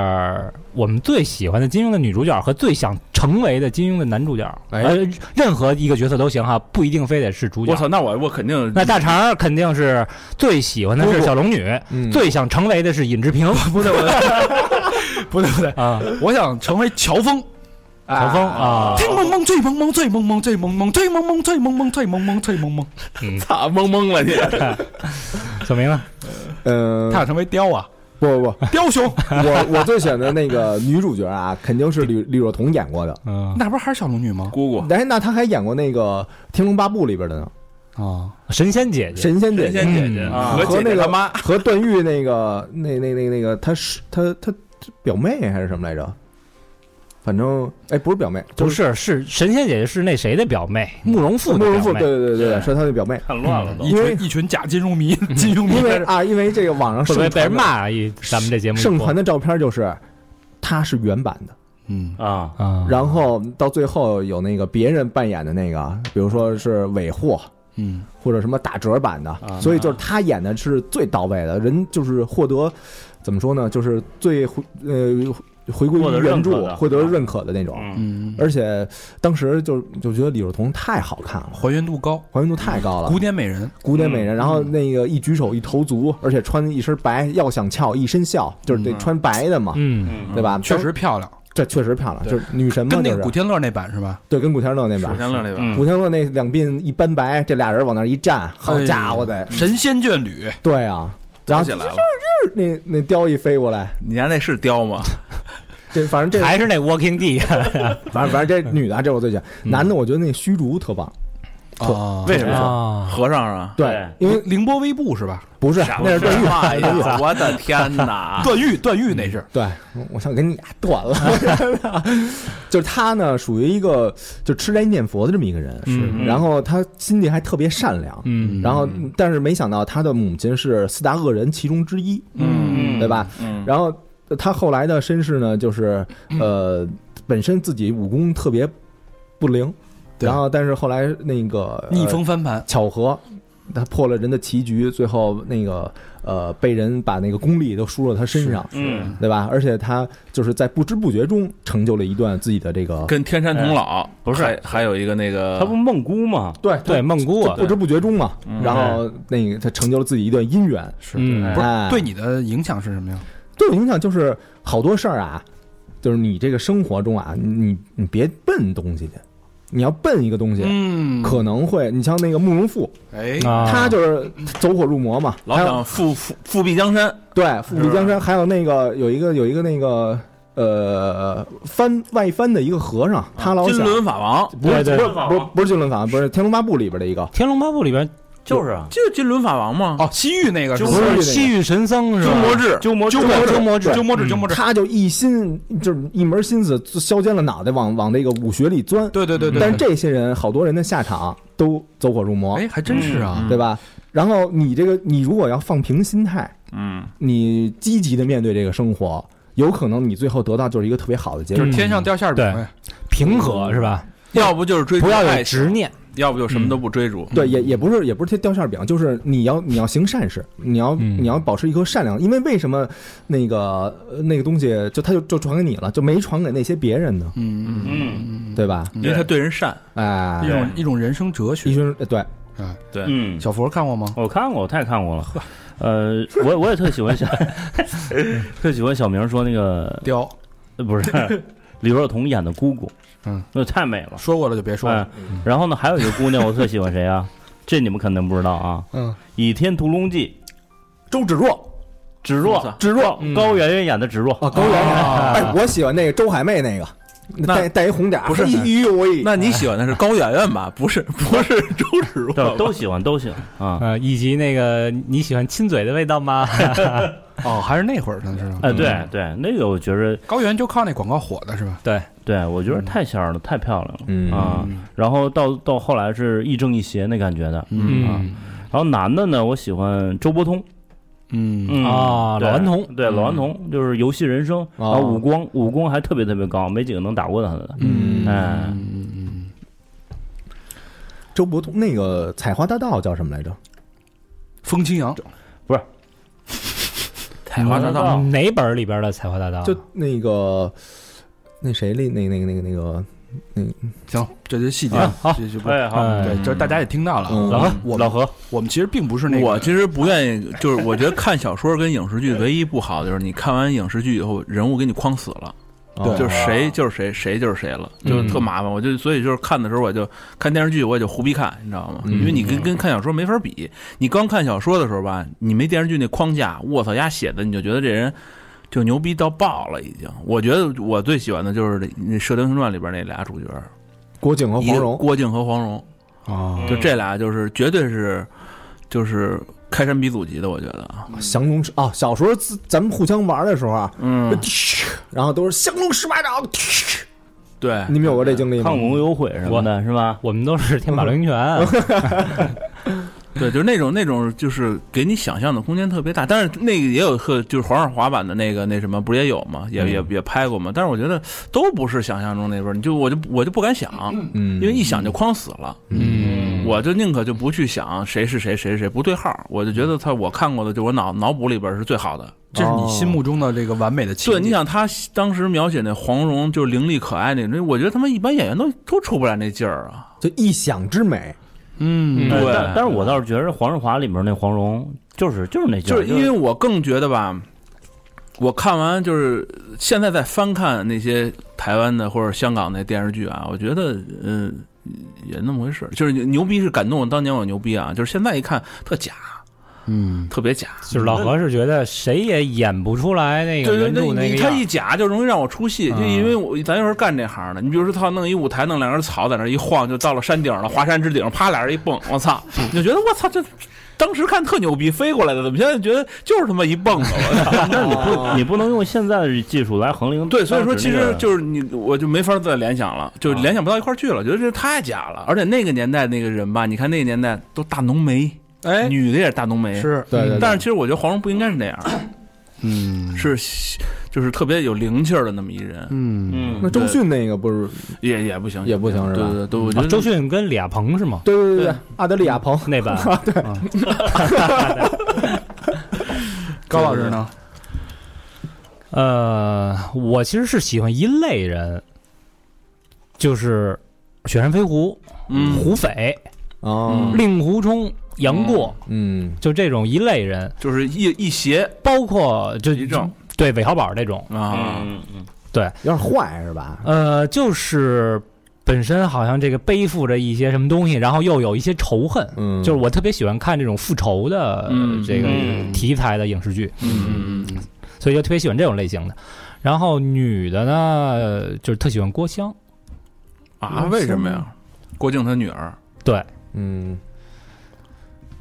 Speaker 5: 我们最喜欢的金庸的女主角和最想成为的金庸的男主角，
Speaker 4: 哎
Speaker 5: 呃，任何一个角色都行哈，不一定非得是主
Speaker 2: 我
Speaker 6: 嗯
Speaker 5: 角。
Speaker 2: 操，那我我肯 定
Speaker 5: 那大肠肯定是最喜欢的是小龙女，
Speaker 4: 嗯
Speaker 5: 最想成为的是尹志平
Speaker 3: 不对不对， 不对不对，
Speaker 5: 啊，
Speaker 3: 我想成为乔峰。
Speaker 5: 乔峰啊，
Speaker 3: 天蒙蒙，醉蒙蒙，醉蒙蒙，醉蒙蒙，醉蒙蒙，醉蒙蒙，醉蒙蒙，醉蒙蒙。
Speaker 2: 操懵懵了你，
Speaker 5: 小明呢？
Speaker 4: 呃
Speaker 3: 他，想成为雕 啊，
Speaker 4: 不不不，
Speaker 3: 雕兄，
Speaker 4: 我我最选的那个女主角啊，肯定是李李若彤演过的。
Speaker 5: 嗯，
Speaker 3: 那不是还是小龙女吗？
Speaker 2: 姑姑
Speaker 4: 哎，那她还演过那个《天龙八部》里边的呢，
Speaker 3: 啊，
Speaker 5: 神仙姐姐，
Speaker 4: 神仙姐
Speaker 2: 神
Speaker 4: 姐
Speaker 2: 仙姐姐
Speaker 5: 嗯
Speaker 2: 啊
Speaker 4: 和
Speaker 2: 姐
Speaker 4: 那
Speaker 2: 姐
Speaker 4: 个
Speaker 2: 他妈，
Speaker 4: 和段誉那个那那那那个她是她她她表妹还是什么来着？反正哎，不是表妹，
Speaker 5: 不
Speaker 4: 就是
Speaker 5: 是神仙姐姐是那谁的表妹，慕容复的
Speaker 4: 慕容复，
Speaker 5: 表
Speaker 4: 对
Speaker 5: 妹。
Speaker 4: 对对对，
Speaker 2: 对
Speaker 4: 是她的表妹。
Speaker 6: 看乱了都
Speaker 3: 一
Speaker 4: 因为
Speaker 3: 群一群假金融 迷，金融迷
Speaker 4: 因为啊，因为这个网上
Speaker 5: 会
Speaker 4: 盛
Speaker 5: 不会
Speaker 4: 传
Speaker 5: 被人
Speaker 4: 的
Speaker 5: 骂啊？一咱们这节目一
Speaker 4: 盛
Speaker 5: 播
Speaker 4: 传的照片就是，她是原版的，
Speaker 3: 嗯，
Speaker 6: 啊，
Speaker 5: 啊，
Speaker 4: 然后到最后有那个别人扮演的那个，比如说是尾货
Speaker 3: 嗯，
Speaker 4: 或者什么打折版的，所以就是她演的是最到位的，人就是获得怎么说呢，就是最回呃回归
Speaker 6: 获得
Speaker 4: 于原
Speaker 6: 认可
Speaker 4: 著，
Speaker 6: 的
Speaker 4: 获得认可的那种。
Speaker 6: 嗯
Speaker 3: 嗯，
Speaker 4: 而且当时就就觉得李若彤太好看了，
Speaker 3: 还原度高，
Speaker 4: 还原度太高了
Speaker 3: 古，典美人，
Speaker 4: 古典美人，然后那个一举手一投足，而且穿一身白，要想翘一身笑，就是得
Speaker 3: 嗯
Speaker 4: 穿白的嘛，
Speaker 5: 嗯，
Speaker 6: 嗯
Speaker 4: 对吧？
Speaker 3: 确实漂亮。
Speaker 4: 这确实漂亮，
Speaker 3: 对
Speaker 4: 就是女神嘛，
Speaker 3: 嗯跟那
Speaker 4: 就
Speaker 3: 个古
Speaker 4: 是
Speaker 3: 天乐那版是吧？
Speaker 4: 对，跟古天乐那
Speaker 2: 首
Speaker 4: 版，
Speaker 2: 先乐那边，
Speaker 6: 嗯
Speaker 4: 古天乐那两鬓一斑白，这俩人往那儿一站，好家伙
Speaker 3: 哎
Speaker 4: 的
Speaker 3: 呦，神仙眷侣，
Speaker 4: 对啊，然后
Speaker 2: 起来了。
Speaker 4: 那那雕一飞过来，
Speaker 2: 你家那是雕吗？
Speaker 4: 这反
Speaker 6: 嗯
Speaker 4: 正这
Speaker 5: 还是那 Walking 啊 D，
Speaker 4: 反正反正这女的啊这我最喜欢，男的我觉得那虚竹特棒，
Speaker 3: 啊，
Speaker 6: 嗯
Speaker 2: 为什么
Speaker 5: 啊，
Speaker 2: 和尚啊？
Speaker 4: 对，
Speaker 6: 对
Speaker 4: 因为
Speaker 3: 凌波微步是吧？
Speaker 4: 不是
Speaker 2: 啥
Speaker 4: 那是段誉，
Speaker 2: 哎呀，我的天哪！
Speaker 3: 段誉，段誉那是
Speaker 4: 对，我想给你俩断了。 就是他呢，属于一个就吃斋念佛的这么一个人，
Speaker 2: 嗯
Speaker 4: 然后他心地还特别善良，
Speaker 5: 嗯，
Speaker 4: 然后但是没想到他的母亲是四大恶人其中之一，
Speaker 2: 嗯
Speaker 4: 对吧？
Speaker 2: 嗯，
Speaker 4: 然后呃他后来的身世呢，就是呃，本身自己武功特别不灵，
Speaker 3: 对
Speaker 4: 然后但是后来那个呃
Speaker 3: 逆风翻盘，
Speaker 4: 巧合，他破了人的棋局，最后那个呃被人把那个功力都输到他身上，
Speaker 6: 嗯
Speaker 4: 对吧？而且他就是在不知不觉中成就了一段自己的这个，
Speaker 2: 跟天山童姥
Speaker 6: 不是
Speaker 2: 还还有一个那个
Speaker 6: 他不梦姑吗？
Speaker 4: 对
Speaker 5: 对梦姑啊
Speaker 4: 不知不觉中嘛。然后那个他成就了自己一段姻缘，
Speaker 3: 是
Speaker 5: 嗯
Speaker 3: 不
Speaker 4: 哎
Speaker 3: 是对你的影响是什么呀？
Speaker 4: 对我影响就是好多事儿啊，就是你这个生活中啊，你你别奔东西去，你要奔一个东西。
Speaker 3: 嗯
Speaker 4: 可能会，你像那个慕容复，
Speaker 3: 哎，
Speaker 5: 啊
Speaker 4: 他就是走火入魔嘛，
Speaker 2: 老
Speaker 4: 还有
Speaker 2: 想复复复辟江山，
Speaker 4: 对，富比江山，还有那个有一个有一个那个呃翻外翻的一个和尚，他老
Speaker 2: 金
Speaker 4: 想
Speaker 2: 轮法王
Speaker 4: 不是
Speaker 5: 对
Speaker 4: 不
Speaker 5: 对
Speaker 4: 是不是不是金轮法，不是《天龙八部》里边的一个，
Speaker 5: 《天龙八部》里边
Speaker 6: 就是啊，
Speaker 2: 就金轮法王吗？
Speaker 3: 哦，西域那个是
Speaker 4: 不
Speaker 3: 吧
Speaker 4: 是那个
Speaker 5: 西域神僧是
Speaker 2: 鸠摩
Speaker 5: 吧？
Speaker 2: 智，
Speaker 6: 鸠摩
Speaker 4: 鸠摩智
Speaker 3: 鸠摩智，
Speaker 4: 对
Speaker 3: 鸠摩智，鸠摩智，
Speaker 4: 他就一心就是一门心思削尖了脑袋往往这个武学里钻，
Speaker 3: 对对 对对。
Speaker 4: 但是这些人好多人的下场都走火入魔，
Speaker 3: 哎，还真是啊，
Speaker 4: 对吧？然后你这个你如果要放平心态，
Speaker 2: 嗯，
Speaker 4: 你积极的面对这个生活，有可能你最后得到就是一个特别好的结
Speaker 3: 就
Speaker 4: 果
Speaker 3: 是。天上掉馅儿饼
Speaker 5: 嗯
Speaker 3: 呗。
Speaker 5: 平和是吧？
Speaker 2: 要不就是追逐
Speaker 5: 不要
Speaker 2: 嗯爱
Speaker 5: 有
Speaker 2: 情
Speaker 5: 执，念，嗯
Speaker 2: 要不就什么都不追逐。
Speaker 4: 对，也也不是也不是掉馅儿饼，就是你要你要行善事，你要、
Speaker 5: 嗯
Speaker 4: 你要保持一颗善良，因为为什么那个呃那个东西就它就就传给你了，就没传给那些别人呢，
Speaker 3: 嗯
Speaker 6: 嗯
Speaker 4: 对吧？
Speaker 2: 因为他对人善，
Speaker 4: 哎
Speaker 3: 一，种一种人生哲
Speaker 4: 一
Speaker 3: 学。
Speaker 4: 群对
Speaker 3: 哎，
Speaker 2: 对，
Speaker 6: 嗯，
Speaker 3: 小佛看过吗？
Speaker 6: 我看过，我太看过了。呃，我我也特喜 欢小，特喜欢小明说那个
Speaker 3: 雕
Speaker 6: 呃不是 李若彤演的姑姑，
Speaker 3: 嗯，
Speaker 6: 那太美了。
Speaker 3: 说过了就别说
Speaker 6: 嗯
Speaker 3: 了。，
Speaker 6: 然后呢，还有一个姑娘，我特喜欢谁啊？ 这你们肯定不知道啊，
Speaker 3: 嗯
Speaker 6: 《倚天屠龙记》
Speaker 4: 周芷若嗯
Speaker 6: 芷若，
Speaker 4: 芷若
Speaker 6: 高圆圆演的芷若，
Speaker 4: 啊，高圆圆，哎，我喜欢那个周海媚那个，
Speaker 2: 那
Speaker 4: 带带一红点儿，
Speaker 2: 不是
Speaker 4: 哎呦喂，
Speaker 2: 那你喜欢的是高圆圆吧？不是，不是周芷若吧
Speaker 4: 哦
Speaker 6: 对，都喜欢，都喜欢
Speaker 2: 嗯
Speaker 6: 啊。
Speaker 5: 呃，以及那个你喜欢亲嘴的味道吗？
Speaker 3: 哦，还是那会儿呢，是吧？
Speaker 6: 哎，对对，那个我觉着，
Speaker 3: 高原就靠那广告火的是吧？
Speaker 6: 对我觉得太仙儿了，太漂亮了。
Speaker 4: 嗯
Speaker 6: 啊，然后到到后来是亦正亦邪那感觉的，
Speaker 5: 嗯
Speaker 6: 然后男的呢，我喜欢周伯通，
Speaker 3: 嗯
Speaker 6: 嗯
Speaker 5: 啊
Speaker 6: 对
Speaker 5: 老顽童
Speaker 6: 对老顽童就是游戏人生，然后武功武功还特别特别高，没几个能打过他的，
Speaker 4: 嗯
Speaker 6: 哎，
Speaker 3: 嗯
Speaker 4: 周伯通那个采花大盗叫什么来着？
Speaker 3: 风清扬
Speaker 2: 采花大盗，
Speaker 5: 嗯哪本儿里边的采花大盗？
Speaker 4: 就那个那谁里那那个那个那个
Speaker 3: 行，这些细节
Speaker 5: 啊好
Speaker 3: 这就不
Speaker 6: 哎好，
Speaker 5: 嗯
Speaker 3: 对，这大家也听到了。啊
Speaker 4: 嗯
Speaker 6: 老何
Speaker 3: 我
Speaker 6: 老何，
Speaker 3: 我们其实并不是那
Speaker 2: 我
Speaker 3: 个，
Speaker 2: 其实不愿意，就是我觉得看小说跟影视剧唯一不好的就是你看完影视剧以后，人物给你框死了，
Speaker 4: 哦
Speaker 2: 啊就是谁就是谁，谁就是谁了，
Speaker 5: 嗯
Speaker 2: 就特麻烦。我就所以就是看的时候，我就看电视剧，我也就胡逼看，你知道
Speaker 4: 嗯
Speaker 2: 吗？因为你跟跟看小说没法比。你刚看小说的时候吧，你没电视剧那框架，我操，丫写的你就觉得这人就牛逼到爆了，已经。我觉得我最喜欢的就是那那《射雕英雄传》里边那俩主角，
Speaker 4: 郭靖和
Speaker 2: 一
Speaker 4: 黄
Speaker 2: 个
Speaker 4: 蓉嗯
Speaker 2: 郭靖和黄蓉，
Speaker 3: 啊
Speaker 2: 就这俩就是绝对是就是开山鼻祖级的，我觉得啊。
Speaker 4: 降龙十啊，小时候自咱们互相玩的时候啊，
Speaker 2: 嗯，
Speaker 4: 然后都是降龙十八掌，
Speaker 2: 对，
Speaker 4: 你们有过这经历吗
Speaker 6: 抗？龙有悔什么的，是吧？
Speaker 5: 我们都是天马流星拳，
Speaker 2: 对，就是那种那种，就是给你想象的空间特别大。但是那个也有特，就是皇上滑板的那个那什么，不是也有吗？也也也拍过吗？但是我觉得都不是想象中那边，你就我就我就不敢想，
Speaker 4: 嗯
Speaker 2: 因为一想就框死了。
Speaker 5: 嗯，
Speaker 2: 我就宁可就不去想谁是谁谁是谁不对号，我就觉得他我看过的就我脑脑补里边是最好的。
Speaker 3: 这是你心目中的这个完美的情
Speaker 2: 对，
Speaker 3: 景。
Speaker 2: 你想他当时描写那黄蓉就是伶俐可爱那种，我觉得他们一般演员都都出不来那劲儿啊。
Speaker 4: 就一想之美，
Speaker 3: 嗯，
Speaker 6: 哎
Speaker 2: 对
Speaker 6: 但但是我倒是觉得黄日华里面那黄蓉就是就是那劲
Speaker 2: 就
Speaker 6: 儿，
Speaker 2: 是因为我更觉得吧，我看完就是现在在翻看那些台湾的或者香港的电视剧啊，我觉得嗯、也那么回事儿，就是牛逼是感动我当年我牛逼啊，就是现在一看特假，
Speaker 3: 嗯，
Speaker 2: 特别假。
Speaker 5: 就是老何是觉得谁也演不出来那个
Speaker 2: 对对
Speaker 5: 原著
Speaker 2: 对，
Speaker 5: 那个
Speaker 2: 你他
Speaker 5: 样
Speaker 2: 一
Speaker 5: 儿。
Speaker 2: 假就容易让我出戏，就
Speaker 5: 嗯
Speaker 2: 因为我咱又是干这行的。你比如说，他弄一舞台，弄两根草在那儿一晃，就到了山顶了，华山之顶，啪，俩人一蹦，我操！你就觉得我操，这当时看特牛逼，飞过来的，怎么现在觉得就是他妈一蹦啊子？我操！
Speaker 6: 但你不你不能用现在的技术来衡量当
Speaker 2: 对，
Speaker 6: 时
Speaker 2: 所
Speaker 6: 那
Speaker 2: 以
Speaker 6: 个。
Speaker 2: 说其实就是你，我就没法再联想了，就联想不到一块儿去了，觉得这太假了。而且那个年代那个人吧，你看那个年代都大浓眉，
Speaker 3: 哎，
Speaker 2: 女的也是大浓眉，
Speaker 3: 是，
Speaker 4: 对对对
Speaker 2: 但是其实我觉得黄蓉不应该是那样，
Speaker 3: 嗯
Speaker 2: 是就是特别有灵气儿的那么一人，
Speaker 3: 嗯，
Speaker 6: 嗯
Speaker 4: 那周迅那个不是
Speaker 2: 也也不行，
Speaker 4: 也不行
Speaker 2: 对
Speaker 4: 是吧？
Speaker 2: 对对，我觉
Speaker 5: 啊
Speaker 2: 得
Speaker 5: 周迅跟李亚鹏是吗？
Speaker 4: 对对对对
Speaker 2: 对，
Speaker 4: 阿德利亚鹏，
Speaker 5: 那 版
Speaker 3: 高老师呢？
Speaker 5: 呃，我其实是喜欢一类人，就是雪山飞狐、
Speaker 2: 嗯，
Speaker 5: 胡斐、
Speaker 4: 啊，
Speaker 5: 令狐冲、杨过，
Speaker 4: 嗯，
Speaker 5: 就这种一类人，
Speaker 2: 就是一一邪
Speaker 5: 包括就
Speaker 2: 一正
Speaker 5: 对韦小宝这种，
Speaker 2: 啊，
Speaker 6: 嗯嗯
Speaker 4: 有点坏是吧？
Speaker 5: 呃，就是本身好像这个背负着一些什么东西，然后又有一些仇恨，
Speaker 4: 嗯，
Speaker 5: 就是我特别喜欢看这种复仇的、
Speaker 2: 嗯
Speaker 5: 这个
Speaker 6: 嗯
Speaker 5: 题材的影视剧，
Speaker 2: 嗯嗯
Speaker 5: 所以就特别喜欢这种类型的。然后女的呢，就是特喜欢郭襄，
Speaker 2: 啊，为什么呀？郭靖他女儿，
Speaker 5: 对，
Speaker 4: 嗯，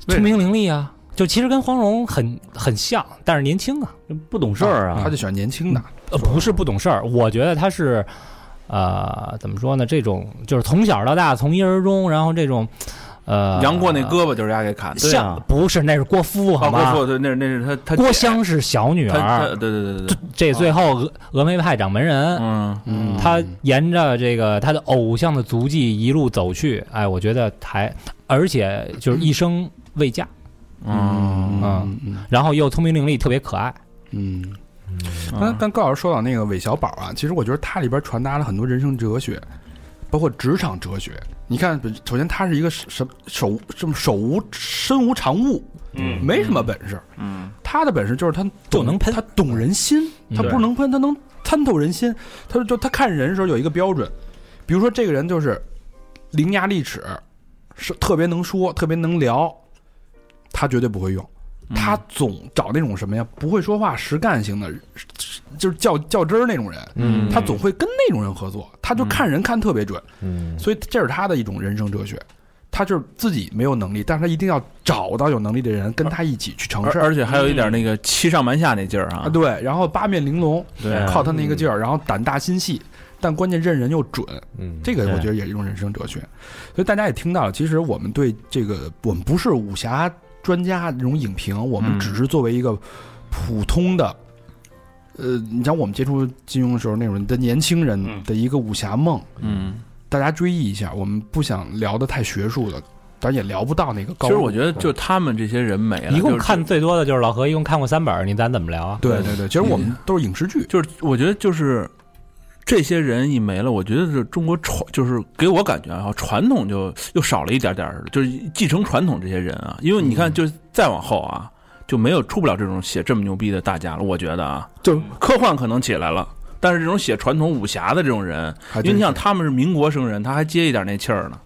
Speaker 2: 为
Speaker 5: 聪明伶俐啊，就其实跟黄蓉很很像，但是年轻啊，
Speaker 6: 嗯，不懂事儿啊
Speaker 3: 他，就喜欢年轻的，
Speaker 5: 呃，不是不懂事儿，我觉得她是，呃，怎么说呢？这种就是从小到大，从一而终，然后这种，呃，
Speaker 2: 杨过那胳膊就是丫给砍的，
Speaker 6: 对
Speaker 5: 像、
Speaker 6: 啊
Speaker 5: 不是那是郭芙
Speaker 2: 啊，
Speaker 5: 好
Speaker 2: 郭
Speaker 5: 吗？
Speaker 2: 错对，那那是他他姐
Speaker 5: 郭襄是小女
Speaker 2: 他他
Speaker 5: 儿，
Speaker 2: 对对对对对，
Speaker 5: 这最后峨峨眉派掌门人，
Speaker 2: 嗯
Speaker 3: 嗯
Speaker 5: 他沿着这个他的偶像的足迹一路走去，哎，我觉得还而且就是一生未嫁，
Speaker 2: 嗯
Speaker 6: 啊
Speaker 3: 嗯嗯
Speaker 5: 然后又聪明伶俐，特别可爱。
Speaker 3: 嗯。但但高老师说到那个韦小宝啊，其实我觉得他里边传达了很多人生哲学，包括职场哲学。你看，本首先他是一个什什手这么手无身无长物，
Speaker 6: 嗯
Speaker 3: 没什么本事。
Speaker 2: 嗯
Speaker 3: 他的本事就是他懂
Speaker 5: 就能喷
Speaker 3: 他懂人心，
Speaker 5: 嗯
Speaker 3: 他不是能喷，他能参透人心。他就他看人的时候有一个标准，比如说这个人就是伶牙俐齿，是特别能说，特别能聊，他绝对不会用。他总找那种什么呀，不会说话、实干型的，就是较较真儿那种人。
Speaker 4: 嗯
Speaker 3: 他总会跟那种人合作，他就看人看特别准，
Speaker 4: 嗯
Speaker 3: 所以这是他的一种人生哲学。他就是自己没有能力，但是他一定要找到有能力的人跟他一起去成
Speaker 2: 而
Speaker 3: 事儿。
Speaker 2: 而且还有一点那个欺上瞒下那劲儿
Speaker 3: 嗯啊，
Speaker 2: 啊，
Speaker 3: 对，然后八面玲珑，
Speaker 2: 对
Speaker 3: 靠他那个劲儿，然后胆大心细，但关键认人又准，
Speaker 4: 嗯，
Speaker 3: 这个
Speaker 6: 对
Speaker 3: 我觉得也是一种人生哲学。所以大家也听到了，其实我们对这个，我们不是武侠专家这种影评，我们
Speaker 2: 嗯
Speaker 3: 只是作为一个普通的，呃，你像我们接触金庸的时候那种的年轻人
Speaker 6: 嗯
Speaker 3: 的一个武侠梦，
Speaker 2: 嗯，
Speaker 3: 大家追忆一下，我们不想聊的太学术了，咱也聊不到那个高嗯
Speaker 2: 其
Speaker 3: 度。
Speaker 2: 实我觉得就他们这些人没了，
Speaker 5: 一
Speaker 2: 哎就
Speaker 5: 共
Speaker 2: 是
Speaker 5: 看最多的就是老何，一共看过三本儿，你咱怎么聊啊？
Speaker 3: 对对对，其实
Speaker 2: 嗯
Speaker 3: 我们都是影视剧，
Speaker 2: 就是我觉得就是这些人一没了，我觉得是中国传，就是给我感觉啊，传统就又少了一点点儿，就是继承传统这些人啊，因为你
Speaker 3: 嗯
Speaker 2: 看，就是再往后啊，就没有出不了这种写这么牛逼的大家了。我觉得啊，
Speaker 4: 就
Speaker 2: 科幻可能起来了，但是这种写传统武侠的这种人，
Speaker 3: 还
Speaker 2: 因为
Speaker 3: 真
Speaker 2: 你
Speaker 3: 是哎
Speaker 2: 想他们是民国生人，他还接一点那气儿呢，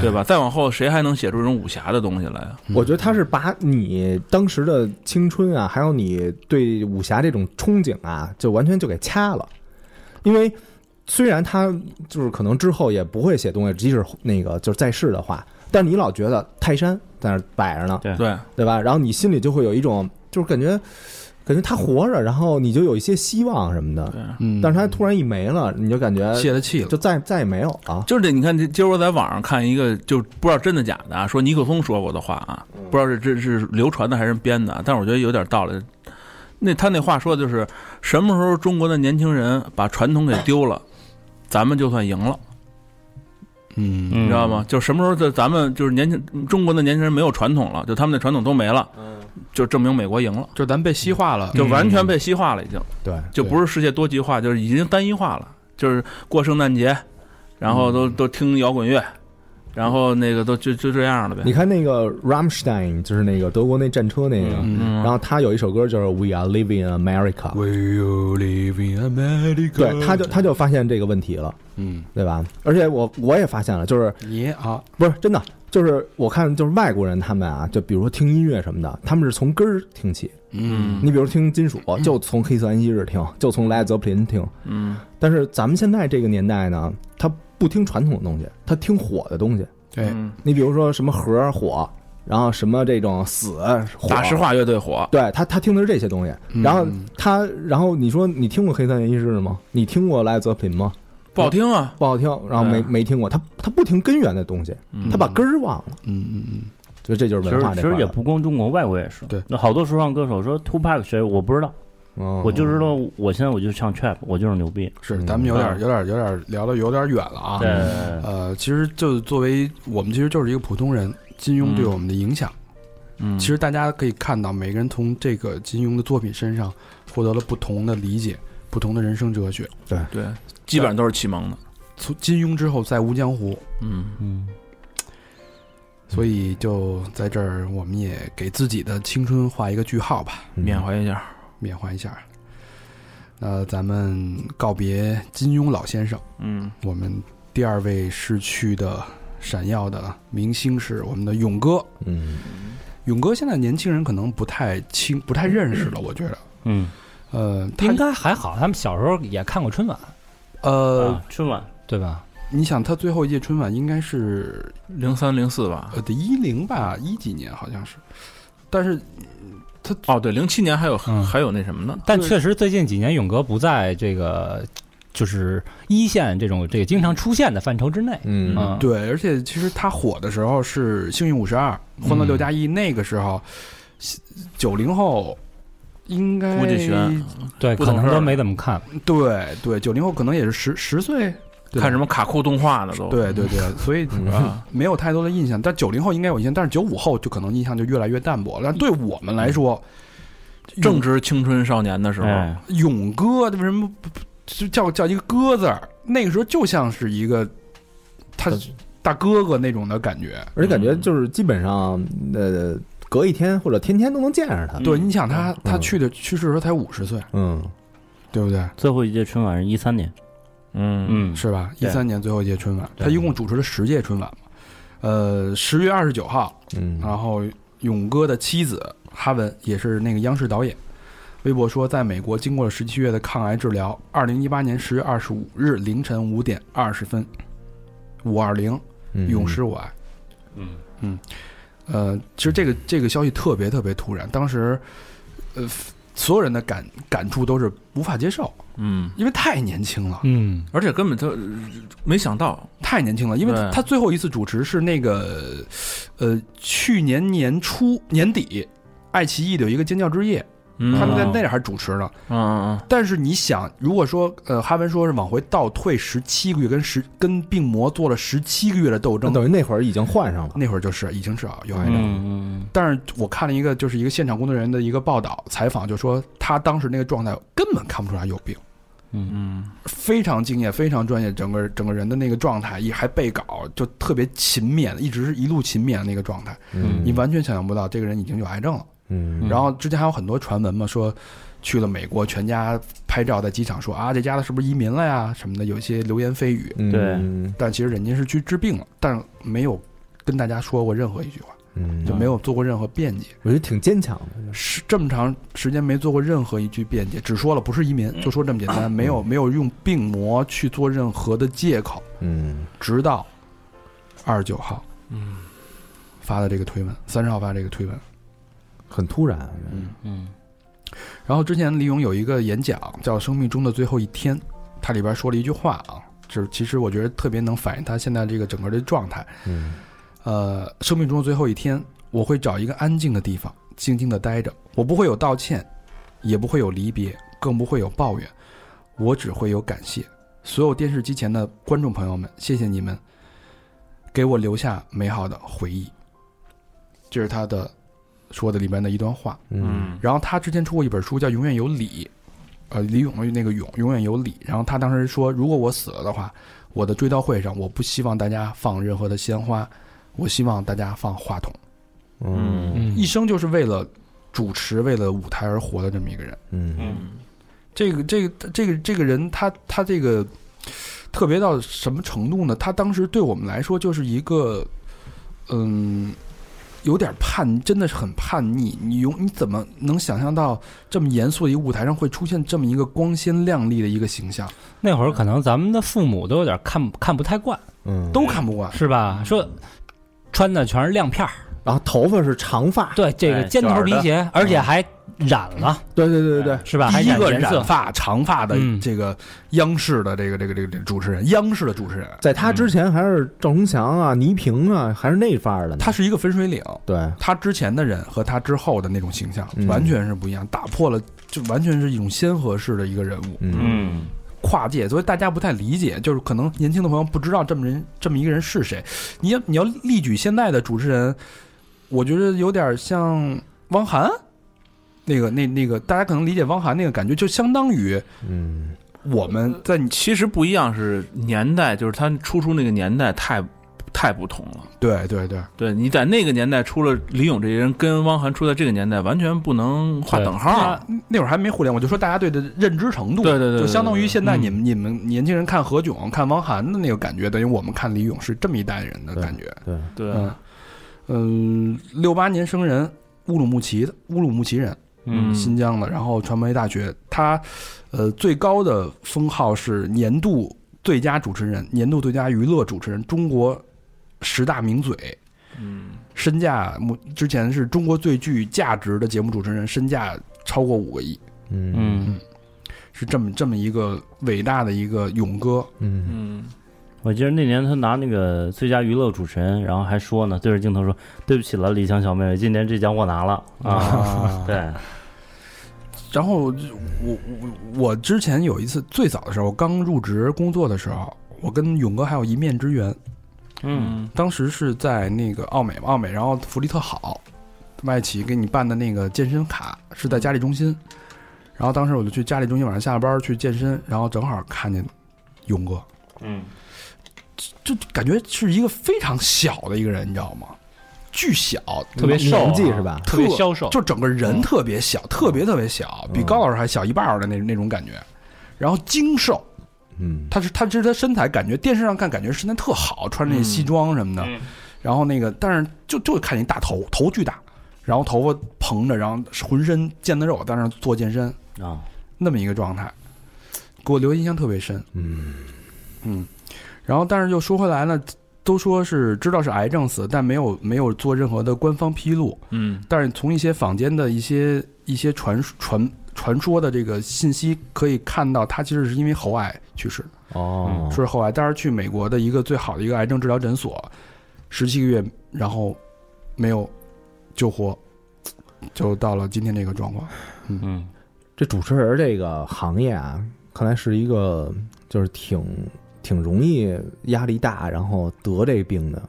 Speaker 2: 对？吧？再往后谁还能写出这种武侠的东西来啊？
Speaker 3: 嗯
Speaker 4: 我觉得他是把你当时的青春啊，还有你对武侠这种憧憬啊，就完全就给掐了。因为虽然他就是可能之后也不会写东西，即使那个就是在世的话，但是你老觉得泰山在那儿摆着呢，
Speaker 3: 哎
Speaker 6: 对
Speaker 2: 对，
Speaker 4: 对吧？然后你心里就会有一种就是感觉，感觉他活着，然后你就有一些希望什么的。
Speaker 2: 对。
Speaker 3: 嗯，
Speaker 4: 但是他突然一没了，你就感觉
Speaker 3: 泄了气了。
Speaker 4: 就再再也没有了。
Speaker 2: 就是这，你看，这今儿我在网上看一个，就不知道真的假的啊，说尼克松说过的话啊，不知道是这是流传的还是编的啊，但是我觉得有点道理。那他那话说的就是，什么时候中国的年轻人把传统给丢了，咱们就算赢了，
Speaker 3: 嗯
Speaker 2: 你知道吗？？就什么时候就咱们就是年轻中国的年轻人没有传统了，就他们的传统都没了，就证明美国赢了，
Speaker 3: 就咱被西化了，
Speaker 2: 就完全被西化了，已经
Speaker 4: 对，
Speaker 2: 就不是世界多极化，就是已经单一化了，就是过圣诞节，然后都都听摇滚乐，然后那个都就就这样了呗
Speaker 4: 你。看那个 Ramstein，就是那个德国那战车那个，
Speaker 3: 嗯
Speaker 2: 嗯，
Speaker 4: 然后他有一首歌就是 We Are Living in America，
Speaker 3: Will you live in America？
Speaker 4: 对，他就他就发现这个问题了，
Speaker 3: 嗯，
Speaker 4: 对吧？而且我我也发现了，就是
Speaker 3: 你啊，
Speaker 4: 不是真的，就是我看就是外国人他们啊，就比如说听音乐什么的，他们是从根儿听起。
Speaker 2: 嗯
Speaker 4: 你比如听金属，就从黑色安息日听，就从莱泽普林听。
Speaker 2: 嗯，
Speaker 4: 但是咱们现在这个年代呢，他不听传统的东西，他听火的东西。
Speaker 3: 对，
Speaker 2: 嗯
Speaker 4: 你比如说什么核儿火，然后什么这种死火，
Speaker 2: 大实话乐队火，
Speaker 4: 对他，他听的是这些东西。
Speaker 3: 嗯
Speaker 4: 然后他，然后你说你听过黑色演义日吗？你听过莱泽普林吗？
Speaker 2: 不好听啊。
Speaker 4: 不好听，然后没、
Speaker 3: 哎
Speaker 2: 对
Speaker 4: 没听过。他他不听根源的东西，他把根儿忘了，
Speaker 3: 嗯嗯嗯，
Speaker 4: 就这就是
Speaker 6: 其
Speaker 4: 文
Speaker 6: 实
Speaker 4: 化
Speaker 6: 其
Speaker 4: 这块
Speaker 6: 实
Speaker 4: 儿
Speaker 6: 也
Speaker 4: 了。
Speaker 6: 不光中国，外国也是。
Speaker 3: 对，
Speaker 6: 那好多说唱歌手说 Tupac 谁，我不知道，
Speaker 4: 嗯
Speaker 6: 我就知道我现在我就唱 trap，我就是牛逼。
Speaker 3: 是，
Speaker 4: 嗯
Speaker 3: 咱们有点
Speaker 6: 嗯
Speaker 3: 有点有点聊的有点远了啊。
Speaker 6: 对，
Speaker 3: 呃，其实就作为我们其实就是一个普通人，金庸对我们的影响，
Speaker 2: 嗯，
Speaker 3: 其实大家可以看到，每个人从这个金庸的作品身上获得了不同的理解，不同的人生哲学。
Speaker 2: 对，基本上都是启蒙的。
Speaker 3: 从金庸之后，再无江湖，
Speaker 2: 嗯，
Speaker 5: 嗯，
Speaker 3: 所以就在这儿，我们也给自己的青春画一个句号吧，
Speaker 2: 缅怀一下。
Speaker 3: 缅怀一下。那咱们告别金庸老先生，
Speaker 2: 嗯，
Speaker 3: 我们第二位逝去的闪耀的明星是我们的勇哥。
Speaker 4: 嗯，
Speaker 3: 勇哥现在年轻人可能不太清、不太认 识了，我觉得。
Speaker 6: 嗯，
Speaker 3: 呃，他
Speaker 5: 应该还好，他们小时候也看过春晚，
Speaker 3: 呃，
Speaker 6: 啊春晚
Speaker 5: 对吧？
Speaker 3: 你想他最后一届春晚应该是
Speaker 2: 零三零四吧
Speaker 3: 呃。得一零吧，一几年好像是，但是
Speaker 2: 哦，对，零七年还有
Speaker 5: 嗯
Speaker 2: 还有那什么呢？
Speaker 5: 但确实最近几年，勇哥不在这个就是一线这种这个经常出现的范畴之内。啊
Speaker 4: 嗯
Speaker 2: 嗯
Speaker 3: 对，而且其实他火的时候是《幸运五十二》《
Speaker 2: 嗯
Speaker 3: 欢乐六加一》那个时候，九零后应该
Speaker 2: 胡锦轩
Speaker 5: 对，
Speaker 2: 不
Speaker 5: 可
Speaker 2: 懂
Speaker 5: 能
Speaker 2: 事儿
Speaker 5: 都没怎么看。
Speaker 3: 对对，九零后可能也是十十岁，对
Speaker 2: 看什么卡酷动画呢都。
Speaker 3: 对对对，所以
Speaker 2: 啊，
Speaker 3: 没有太多的印象。但九零后应该有印象，但是九五后就可能印象就越来越淡薄了。但对我们来说，
Speaker 2: 正值青春少年的时候，
Speaker 6: 哎，
Speaker 3: 勇哥为什么不不就叫叫一个哥字儿？那个时候就像是一个他大哥哥那种的感觉。
Speaker 4: 而且感觉就是基本上呃，隔一天或者天天都能见着他。
Speaker 3: 对，
Speaker 6: 嗯
Speaker 3: 你想他他
Speaker 4: 嗯
Speaker 3: 去的去世的时候才五十岁，
Speaker 4: 嗯，
Speaker 3: 对不对？
Speaker 6: 最后一届春晚是一三年，
Speaker 2: 嗯
Speaker 6: 嗯，
Speaker 3: 是吧？一
Speaker 6: 对
Speaker 3: 三年最后一届春晚，
Speaker 4: 对
Speaker 3: 他一共主持了十届春晚嘛。呃，十月二十九号，
Speaker 4: 嗯
Speaker 3: 然后勇哥的妻子哈文也是那个央视导演，微博说，在美国经过了十七月的抗癌治疗，二零一八年十月二十五日凌晨五点二十分，五二零
Speaker 4: 嗯
Speaker 3: 永失我爱。
Speaker 6: 嗯
Speaker 3: 呃，其实这个这个消息特别特别突然，当时呃所有人的感感触都是无法接受，
Speaker 2: 嗯，
Speaker 3: 因为太年轻了。
Speaker 5: 嗯，
Speaker 2: 而且根本就呃没想到，
Speaker 3: 太年轻了，因为他
Speaker 2: 对
Speaker 3: 他最后一次主持是那个，呃，去年年初年底，爱奇艺的有一个尖叫之夜，
Speaker 2: 嗯
Speaker 3: 他们在那里还主持呢。
Speaker 2: 嗯
Speaker 3: 但是你想，如果说呃，哈文说是往回倒退十七个月，跟十跟病魔做了十七个月的斗
Speaker 4: 那
Speaker 3: 争，
Speaker 4: 等于那会儿已经换上了。
Speaker 3: 那会儿就是已经是啊有癌症。
Speaker 6: 嗯
Speaker 3: 但是我看了一个就是一个现场工作人员的一个报道采访，就说他当时那个状态根本看不出来有病，
Speaker 6: 嗯
Speaker 2: 嗯
Speaker 3: 非常敬业，非常专业，整个整个人的那个状态也还背稿，就特别勤勉，一直是一路勤勉的那个状态，
Speaker 4: 嗯，
Speaker 3: 你完全想象不到这个人已经有癌症了。
Speaker 4: 嗯，
Speaker 3: 然后之前还有很多传闻嘛，说去了美国，全家拍照在机场说啊，这家子是不是移民了呀什么的，有一些流言蜚语。
Speaker 4: 嗯
Speaker 6: 对
Speaker 3: 但其实人家是去治病了，但没有跟大家说过任何一句话，
Speaker 4: 嗯，
Speaker 3: 就没有做过任何辩解。
Speaker 4: 我觉得挺坚强的。
Speaker 3: 是这么长时间没做过任何一句辩解，只说了不是移民，
Speaker 4: 嗯
Speaker 3: 就说这么简单，没有没有用病魔去做任何的借口。
Speaker 4: 嗯
Speaker 3: 直到二十九号
Speaker 2: 嗯，
Speaker 3: 发的这个推文，三十号发这个推文，，
Speaker 4: 很突然。
Speaker 6: 嗯
Speaker 3: 然后之前李勇有一个演讲叫《生命中的最后一天》，他里边说了一句话啊，就是其实我觉得特别能反映他现在这个整个的状态。
Speaker 4: 嗯
Speaker 3: 呃，生命中的最后一天，我会找一个安静的地方，静静的待着。我不会有道歉，也不会有离别，更不会有抱怨，我只会有感谢。所有电视机前的观众朋友们，谢谢你们，给我留下美好的回忆。这是他的说的里面的一段话。
Speaker 4: 嗯
Speaker 3: 然后他之前出过一本书叫《永远有理》，呃，李勇的那个勇，永远有理。然后他当时说，如果我死了的话，我的追悼会上，我不希望大家放任何的鲜花，我希望大家放话筒。
Speaker 4: 嗯
Speaker 5: 嗯
Speaker 3: 一生就是为了主持、为了舞台而活的这么一个人。
Speaker 4: 嗯
Speaker 3: 这个这个这个这个人，他他这个特别到什么程度呢？他当时对我们来说就是一个，嗯，有点叛，真的是很叛逆。你用你怎么能想象到这么严肃的一个舞台上会出现这么一个光鲜亮丽的一个形象？
Speaker 5: 那会儿可能咱们的父母都有点看看不太惯，
Speaker 4: 嗯，
Speaker 3: 都看不惯。
Speaker 5: 是吧？说穿的全是亮片儿，
Speaker 4: 然后头发是长发，
Speaker 5: 对，这个
Speaker 6: 哎
Speaker 5: 尖
Speaker 6: 卷
Speaker 5: 头
Speaker 6: 儿
Speaker 5: 皮
Speaker 6: 的
Speaker 5: 鞋，而且还染了，
Speaker 4: 对对对对对，
Speaker 5: 是吧？还
Speaker 3: 第一
Speaker 5: 染
Speaker 3: 个
Speaker 5: 颜色
Speaker 3: 染，发长发的
Speaker 5: 嗯
Speaker 3: 这个央视的这个这个这个这个主持人，央视的主持
Speaker 5: 嗯
Speaker 3: 人，
Speaker 4: 在他之前还是赵忠祥啊、倪萍啊，还是那范儿的呢。
Speaker 3: 他是一个分水岭。
Speaker 4: 对，
Speaker 3: 他之前的人和他之后的那种形象
Speaker 4: 嗯
Speaker 3: 完全是不一样，打破了，就完全是一种先河式的一个人物，
Speaker 4: 嗯
Speaker 6: 嗯
Speaker 3: 跨界，所以大家不太理解，就是可能年轻的朋友不知道这么人这么一个人是谁。你要你要例举现在的主持人，我觉得有点像汪涵，那个那那个大家可能理解汪涵那个感觉，就相当于
Speaker 4: 嗯
Speaker 3: 我们在你
Speaker 2: 其实不一样是年代，就是他出出那个年代太太不同了。
Speaker 3: 对对对，
Speaker 2: 对你在那个年代出了李咏这些人，跟汪涵出在这个年代完全不能画等号。
Speaker 3: 那会儿还没互联网，就说大家对的认知程度，
Speaker 2: 对对对对
Speaker 3: 就相当于现在
Speaker 5: 嗯
Speaker 3: 你们、你们年轻人看何炅、看王涵的那个感觉，等于我们看李咏是这么一代人的感觉。
Speaker 4: 对，
Speaker 2: 对，
Speaker 3: 嗯，嗯，六八年生人，乌鲁木齐的乌鲁木齐人，
Speaker 2: 嗯
Speaker 3: 新疆的，然后传媒大学，他呃最高的封号是年度最佳主持人、年度最佳娱乐主持人、中国十大名嘴。
Speaker 2: 嗯
Speaker 3: 身价目之前是中国最具价值的节目主持人，身价超过五个亿。
Speaker 4: 嗯
Speaker 6: 嗯，
Speaker 3: 是这么这么一个伟大的一个勇哥，
Speaker 4: 嗯
Speaker 2: 嗯，
Speaker 6: 我记得那年他拿那个最佳娱乐主持人，然后还说呢，对着镜头说：“对不起了，李强小妹妹，今年这奖我拿了
Speaker 3: 哦
Speaker 6: 啊。” 对，
Speaker 3: 然后我我我之前有一次最早的时候，我刚入职工作的时候，我跟勇哥还有一面之缘，
Speaker 6: 嗯
Speaker 3: 当时是在那个奥美嘛，奥美，然后福利特好，外企给你办的那个健身卡是在嘉里中心，然后当时我就去嘉里中心，晚上下班去健身，然后正好看见勇哥，
Speaker 6: 嗯
Speaker 3: 就就感觉是一个非常小的一个人，你知道吗？巨小，
Speaker 5: 特别瘦啊，
Speaker 4: 年纪是吧
Speaker 5: 特别消瘦，嗯
Speaker 3: 就整个人特别小，特别特别小，比高老师还小一半儿的那那种感觉。然后精瘦，
Speaker 4: 嗯
Speaker 3: 他是他其实他身材感觉电视上看感觉身材特好，穿
Speaker 5: 嗯
Speaker 3: 着那西装什么的，然后那个但是就就看你大头头巨大，然后头发蓬着，然后浑身腱子肉，在那儿做健身
Speaker 6: 啊，
Speaker 3: 那么一个状态，给我留印象特别深。
Speaker 4: 嗯
Speaker 3: 嗯，然后但是又说回来呢，都说是知道是癌症死，但没有没有做任何的官方披露。
Speaker 2: 嗯
Speaker 3: 但是从一些坊间的一些一些传传传说的这个信息可以看到，他其实是因为喉癌去世的，
Speaker 4: 哦，
Speaker 3: 说是喉癌。当时去美国的一个最好的一个癌症治疗诊所，十七个月，然后没有救活，就到了今天这个状况。
Speaker 6: 嗯
Speaker 4: 这主持人这个行业啊，看来是一个就是挺挺容易压力大，然后得这病的。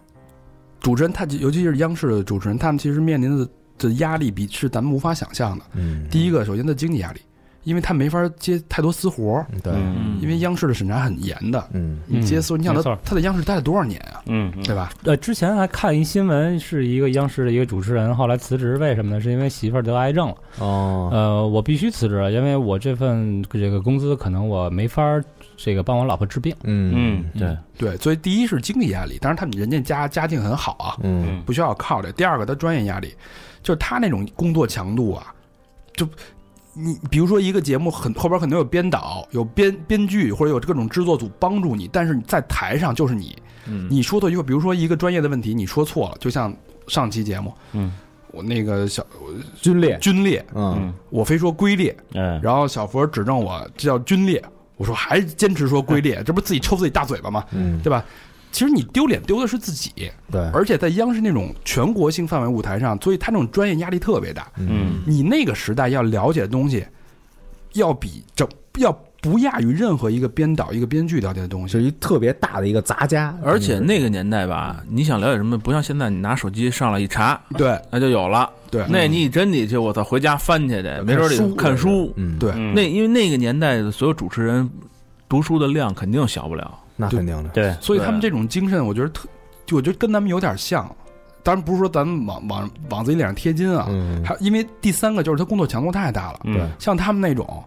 Speaker 3: 主持人他尤其是央视的主持人，他们其实面临的的压力比是咱们无法想象的。
Speaker 4: 嗯，
Speaker 3: 第一个，首先他经济压力，因为他没法接太多私活儿，
Speaker 4: 对，
Speaker 6: 嗯
Speaker 3: 因为央视的审查很严的。
Speaker 4: 嗯
Speaker 3: 你接私活，你想
Speaker 5: 没
Speaker 3: 他
Speaker 5: 错
Speaker 3: 他在央视待了多少年啊？
Speaker 6: 嗯
Speaker 3: 对吧？
Speaker 5: 呃，之前还看一新闻，是一个央视的一个主持人，后来辞职，为什么呢？是因为媳妇儿得癌症了。
Speaker 4: 哦，
Speaker 5: 呃，我必须辞职，因为我这份这个工资可能我没法儿这个帮我老婆治病。
Speaker 4: 嗯
Speaker 6: 嗯，对，
Speaker 3: 对，所以第一是经济压力，当然他们人家家家境很好啊，
Speaker 4: 嗯
Speaker 6: 嗯
Speaker 3: 不需要靠这。第二个，他专业压力，就是他那种工作强度啊，就你比如说一个节目很后边可能有编导、有编编剧或者有各种制作组帮助你，但是你在台上就是你，
Speaker 2: 嗯
Speaker 3: 你说错一个，比如说一个专业的问题你说错了，就像上期节目，
Speaker 6: 嗯，
Speaker 3: 我那个小
Speaker 4: 军裂，
Speaker 3: 皲裂，
Speaker 4: 嗯
Speaker 6: 嗯
Speaker 3: 我非说龟裂，
Speaker 6: 哎
Speaker 3: 然后小佛指正我这叫皲裂，我说还坚持说龟裂，这不是自己抽自己大嘴巴吗？
Speaker 4: 嗯，
Speaker 3: 对吧？其实你丢脸丢的是自己，
Speaker 6: 哎
Speaker 4: 对，
Speaker 3: 而且在央视那种全国性范围舞台上，所以他那种专业压力特别大。
Speaker 6: 嗯
Speaker 3: 你那个时代要了解的东西，要比整要不亚于任何一个编导、一个编剧了解的东
Speaker 4: 是
Speaker 3: 西。
Speaker 4: 一特别大的一个杂家，
Speaker 2: 而且那个年代吧，你想了解什么，不像现在你拿手机上来一查，
Speaker 3: 对
Speaker 2: 那就有了。
Speaker 3: 对
Speaker 2: 那你真得去，我操，回家翻去去，没准得看书。
Speaker 4: 嗯，
Speaker 3: 对，
Speaker 6: 嗯
Speaker 2: 那因为那个年代的所有主持人读书的量肯定小不了，
Speaker 4: 那肯定的。
Speaker 6: 对，
Speaker 3: 所以他们
Speaker 1: 对
Speaker 3: 这种精神，我觉得特，就我觉得跟咱们有点像。当然不是说咱们往往往自己脸上贴金啊，
Speaker 4: 嗯，
Speaker 3: 还因为第三个就是他工作强度太大了，
Speaker 6: 嗯，
Speaker 3: 像他们那种，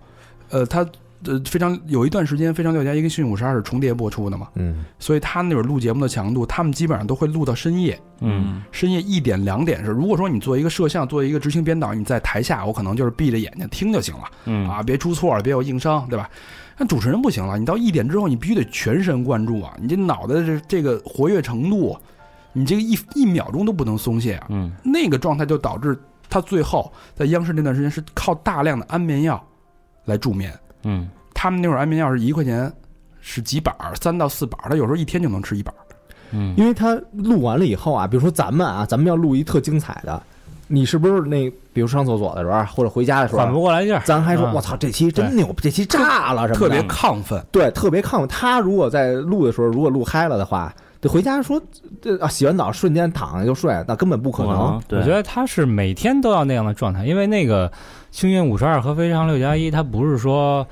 Speaker 3: 呃，他呃非常有一段时间《非常六加一》跟《训五十二》是重叠播出的嘛，
Speaker 4: 嗯，
Speaker 3: 所以他那会儿录节目的强度，他们基本上都会录到深夜，
Speaker 6: 嗯，
Speaker 3: 深夜一点两点是。如果说你做一个摄像，做一个执行编导，你在台下，我可能就是闭着眼睛听就行了。
Speaker 6: 嗯，
Speaker 3: 啊，别出错了，别有硬伤，对吧？那主持人不行了，你到一点之后，你必须得全神贯注啊！你这脑袋这这个活跃程度，你这个一一秒钟都不能松懈啊！
Speaker 6: 嗯，
Speaker 3: 那个状态就导致他最后在央视那段时间是靠大量的安眠药来助眠。
Speaker 6: 嗯，
Speaker 3: 他们那会儿安眠药是一块钱，是几板儿，三到四板儿，他有时候一天就能吃一板儿。
Speaker 6: 嗯，
Speaker 4: 因为他录完了以后啊，比如说咱们啊，咱们要录一特精彩的，你是不是那，比如上厕所的时候啊或者回家的时候
Speaker 5: 缓
Speaker 4: 啊，
Speaker 5: 不过来劲儿，
Speaker 4: 咱还说
Speaker 5: 嗯
Speaker 4: 我操，这期真牛，这期炸了什么的，
Speaker 3: 特别亢奋，
Speaker 4: 对，特别亢奋。他如果在录的时候，如果录嗨了的话，得回家说，这啊，洗完澡瞬间躺下就睡，那根本不可能。，
Speaker 6: 对，
Speaker 5: 我觉得他是每天都要那样的状态，因为那个《幸运五十二》和《非常六加一》，它不是说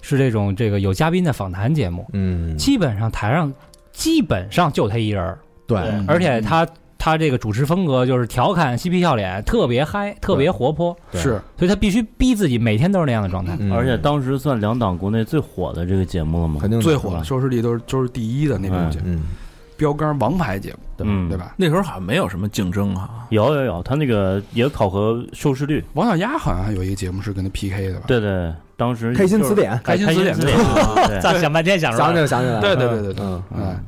Speaker 5: 是这种这个有嘉宾的访谈节目，
Speaker 4: 嗯，
Speaker 5: 基本上台上基本上就他一人儿，
Speaker 4: 对，
Speaker 5: 而且他他这个主持风格就是调侃、嬉皮笑脸，特别嗨，特别活泼，
Speaker 4: 对
Speaker 3: 是
Speaker 5: 所以他必须逼自己每天都是那样的状态。
Speaker 4: 嗯
Speaker 6: 而且当时算两档国内最火的这个节目了嘛
Speaker 4: 肯，定
Speaker 3: 最啊火的
Speaker 4: 了。
Speaker 3: 收视率都是都是第一的那种节目，
Speaker 4: 嗯，
Speaker 3: 标杆王牌节目，
Speaker 6: 嗯，
Speaker 3: 对？吧？
Speaker 2: 那时候好像没有什么竞争啊，
Speaker 6: 有有有，他那个也考核收视率，
Speaker 3: 王小丫好像还有一个节目是跟他 PK 的吧？
Speaker 6: 对对，当时
Speaker 4: 开心词典，
Speaker 6: 开
Speaker 3: 开心
Speaker 6: 心
Speaker 3: 词典
Speaker 6: 词典，对，
Speaker 5: 咱想半天想出来
Speaker 4: 想起
Speaker 5: 了
Speaker 4: 来想起来了，
Speaker 3: 对对对对对，
Speaker 4: 嗯，
Speaker 3: 哎，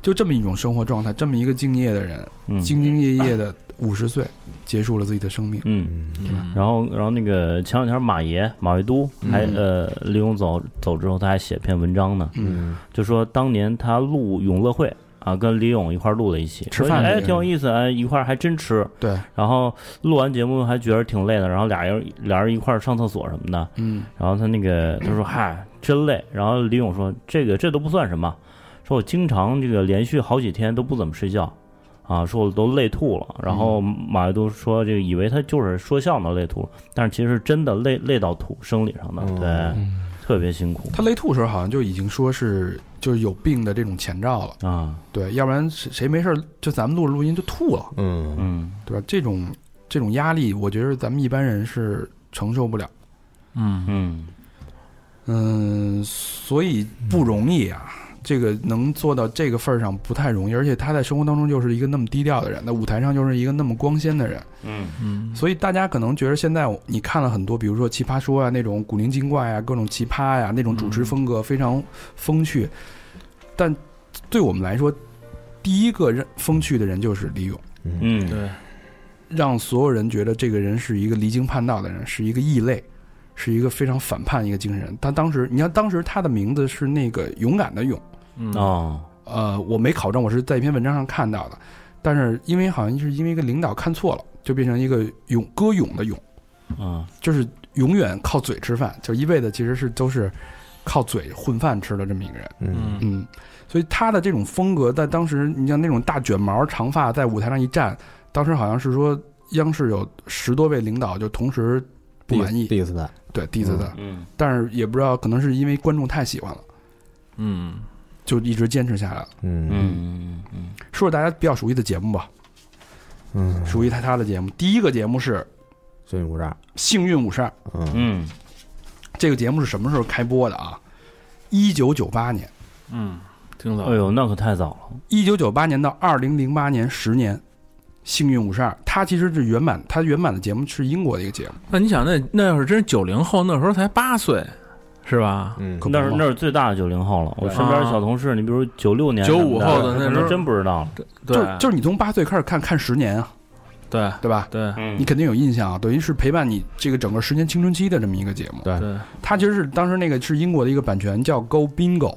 Speaker 3: 就这么一种生活状态，这么一个敬业的人，
Speaker 6: 嗯
Speaker 3: 兢兢业业的五十岁，结束了自己的生命。
Speaker 6: 嗯。
Speaker 4: 嗯，
Speaker 6: 然后，然后那个前两天马爷马未都
Speaker 3: 嗯
Speaker 6: 还、呃，李勇走走之后，他还写篇文章呢，
Speaker 4: 嗯，
Speaker 6: 就说当年他录永乐会啊，跟李勇一块儿录了一期，
Speaker 3: 吃饭
Speaker 6: 说
Speaker 3: 那
Speaker 6: 哎
Speaker 3: 个
Speaker 6: 挺有意思，哎一块儿还真吃。
Speaker 3: 对，
Speaker 6: 然后录完节目还觉得挺累的，然后俩人俩人一块儿上厕所什么的，
Speaker 3: 嗯，
Speaker 6: 然后他那个他说嗨真累，然后李勇说这个这都不算什么，说我经常这个连续好几天都不怎么睡觉。啊，说我都累吐了，然后
Speaker 2: 嗯
Speaker 6: 马未都说这个以为他就是说笑呢累吐了，但是其实是真的累累到吐，生理上的，
Speaker 2: 哦
Speaker 4: 嗯
Speaker 6: 对，特别辛苦
Speaker 3: 他累吐的时候好像就已经说是就是有病的这种前兆了，
Speaker 6: 啊，
Speaker 3: 对，要不然谁谁没事儿就咱们录着录音就吐了，
Speaker 4: 嗯，
Speaker 6: 嗯
Speaker 3: 对吧？这种这种压力，我觉得咱们一般人是承受不了。
Speaker 2: 嗯，
Speaker 6: 嗯
Speaker 3: 嗯，所以不容易啊。这个能做到这个份儿上不太容易，而且他在生活当中就是一个那么低调的人，在舞台上就是一个那么光鲜的人，
Speaker 6: 嗯
Speaker 2: 嗯，
Speaker 3: 所以大家可能觉得现在我你看了很多，比如说《奇葩说》啊，那种古灵精怪啊，各种奇葩呀、那种主持风格非常风趣，但对我们来说，第一个让风趣的人就是李咏，
Speaker 6: 嗯，
Speaker 2: 对，
Speaker 3: 让所有人觉得这个人是一个离经叛道的人，是一个异类，是一个非常反叛一个精神人。他当时，你看当时他的名字是那个勇敢的勇，
Speaker 2: 嗯
Speaker 6: 哦，
Speaker 3: 呃，我没考证，我是在一篇文章上看到的，但是因为好像是因为一个领导看错了，就变成一个勇歌咏的咏。
Speaker 6: 嗯
Speaker 3: 就是永远靠嘴吃饭，就一辈子其实是都是靠嘴混饭吃的这么一个人。
Speaker 4: 嗯，
Speaker 2: 嗯
Speaker 3: 嗯，所以他的这种风格，在当时你像那种大卷毛长发在舞台上一站，当时好像是说央视有十多位领导就同时不满意，
Speaker 4: 第一次的，
Speaker 3: 对 diss 他，
Speaker 6: 嗯
Speaker 3: 但是也不知道可能是因为观众太喜欢了，
Speaker 2: 嗯，
Speaker 3: 就一直坚持下来了。
Speaker 4: 嗯
Speaker 6: 嗯嗯
Speaker 3: 说说大家比较熟悉的节目吧，
Speaker 4: 嗯，
Speaker 3: 熟悉他他的节目，第一个节目是《
Speaker 4: 所以五十二，
Speaker 3: 幸运五十二》，
Speaker 4: 嗯
Speaker 6: 嗯
Speaker 3: 这个节目是什么时候开播的啊？一九九八年。
Speaker 2: 嗯，挺早
Speaker 6: 哎，呦，那可太早了，
Speaker 3: 一九九八年到二零零八年十年，《幸运五十二》，它其实是原版，它原版的节目是英国的一个节目，
Speaker 2: 那你想，那那要是真是九零后，那时候才八岁，是吧？
Speaker 4: 嗯，
Speaker 3: 可不
Speaker 6: 那是
Speaker 3: 嘛
Speaker 6: 那是最大的九零后了。我
Speaker 2: 对
Speaker 6: 身边
Speaker 2: 啊
Speaker 6: 小同事，你比如九六年、
Speaker 2: 95后的那
Speaker 6: 那
Speaker 2: 时候
Speaker 6: 真不知道了。
Speaker 3: 就
Speaker 2: 对
Speaker 3: 是，就是你从八岁开始看看十年啊，
Speaker 2: 对
Speaker 3: 对吧？
Speaker 2: 对
Speaker 6: 嗯
Speaker 3: 你肯定有印象啊，等于是陪伴你这个整个十年青春期的这么一个节目。
Speaker 4: 对
Speaker 2: 对，
Speaker 3: 它其实是当时那个是英国的一个版权叫 Go Bingo，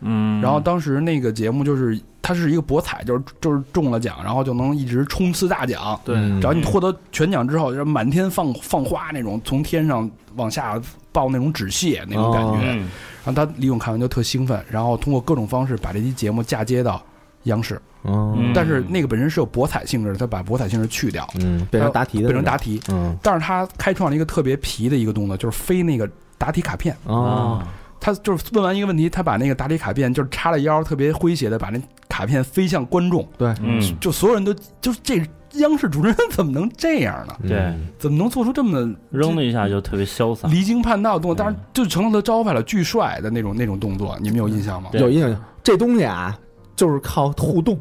Speaker 2: 嗯，
Speaker 3: 然后当时那个节目就是它是一个博彩，就是就是中了奖，然后就能一直冲刺大奖。
Speaker 2: 对，
Speaker 4: 嗯
Speaker 3: 只要你获得全奖之后，就是满天放放花那种，从天上往下爆那种纸屑那种感觉。
Speaker 4: 哦
Speaker 6: 嗯
Speaker 3: 然后他李勇看完就特兴奋，然后通过各种方式把这期节目嫁接到央视，
Speaker 4: 嗯
Speaker 6: 嗯
Speaker 3: 但是那个本身是有博彩性质的，他把博彩性质去掉，
Speaker 4: 嗯，变成答题的，
Speaker 3: 变成答，题。
Speaker 4: 嗯
Speaker 3: 但是他开创了一个特别皮的一个动作，就是飞那个答题卡片。
Speaker 4: 哦，
Speaker 6: 啊，
Speaker 3: 他他就是问完一个问题，他把那个打理卡片就是叉着腰，特别诙谐的把那卡片飞向观众，
Speaker 4: 对，
Speaker 6: 嗯，
Speaker 3: 就所有人都就是这央视主持人怎么能这样呢？
Speaker 6: 对
Speaker 4: 嗯
Speaker 3: 怎么能做出这么
Speaker 6: 扔了一下就特别潇洒。
Speaker 3: 离经叛道的动作？
Speaker 6: 嗯
Speaker 3: 当然就成了他招牌了，巨帅的那种那种动作，你们有印象吗？
Speaker 6: 对
Speaker 4: 有印象。这东西啊，就是靠互动。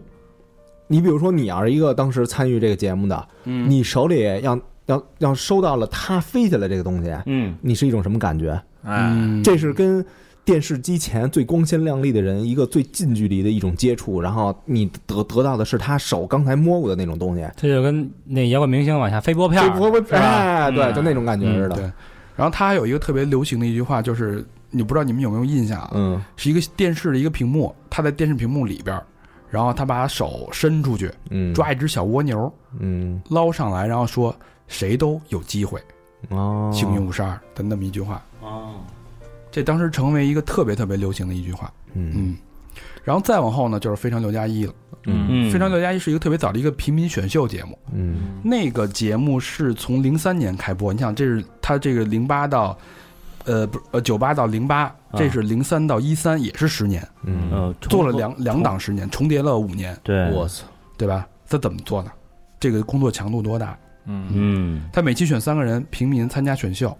Speaker 4: 你比如说，你要是一个当时参与这个节目的，
Speaker 1: 嗯，
Speaker 4: 你手里要要要收到了它飞起来这个东西，
Speaker 6: 嗯，
Speaker 4: 你是一种什么感觉？
Speaker 2: 哎，
Speaker 3: 嗯
Speaker 4: 这是跟电视机前最光鲜亮丽的人一个最近距离的一种接触，然后你得得到的是他手刚才摸过的那种东西，
Speaker 5: 这就跟那摇滚明星往下飞拨片
Speaker 4: 这
Speaker 5: 儿，
Speaker 4: 不会
Speaker 5: 是吧？
Speaker 4: 哎，对，
Speaker 6: 嗯
Speaker 4: 就那种感觉似
Speaker 3: 对
Speaker 4: 的。。
Speaker 3: 然后他还有一个特别流行的一句话，就是你不知道你们有没有印象啊？
Speaker 4: 嗯，
Speaker 3: 是一个电视的一个屏幕，他在电视屏幕里边儿，然后他把手伸出去
Speaker 4: 嗯，
Speaker 3: 抓一只小蜗牛
Speaker 4: 嗯，
Speaker 3: 捞上来，然后说谁都有机会，
Speaker 4: 哦，
Speaker 3: 幸运五十二的那么一句话，
Speaker 6: 哦，
Speaker 3: 这当时成为一个特别特别流行的一句话。
Speaker 4: 嗯
Speaker 3: 嗯，然后再往后呢，就是《非常六加一》了。
Speaker 4: 嗯
Speaker 3: 《非常六加一》是一个特别早的一个平民选秀节目，
Speaker 4: 嗯
Speaker 3: 那个节目是从零三年开播，你想这是它这个零八到，呃不呃九八到零八，
Speaker 4: 啊
Speaker 3: 这是零三到一三，也是十年，
Speaker 4: 嗯，
Speaker 6: 呃，重
Speaker 3: 做了
Speaker 6: 复
Speaker 3: 两两档十年，重叠了五年，
Speaker 6: 对，
Speaker 4: 我操，
Speaker 3: 对吧？他怎么做的？这个工作强度多大？
Speaker 2: 嗯
Speaker 6: 嗯
Speaker 3: 他每期选三个人平民参加选秀，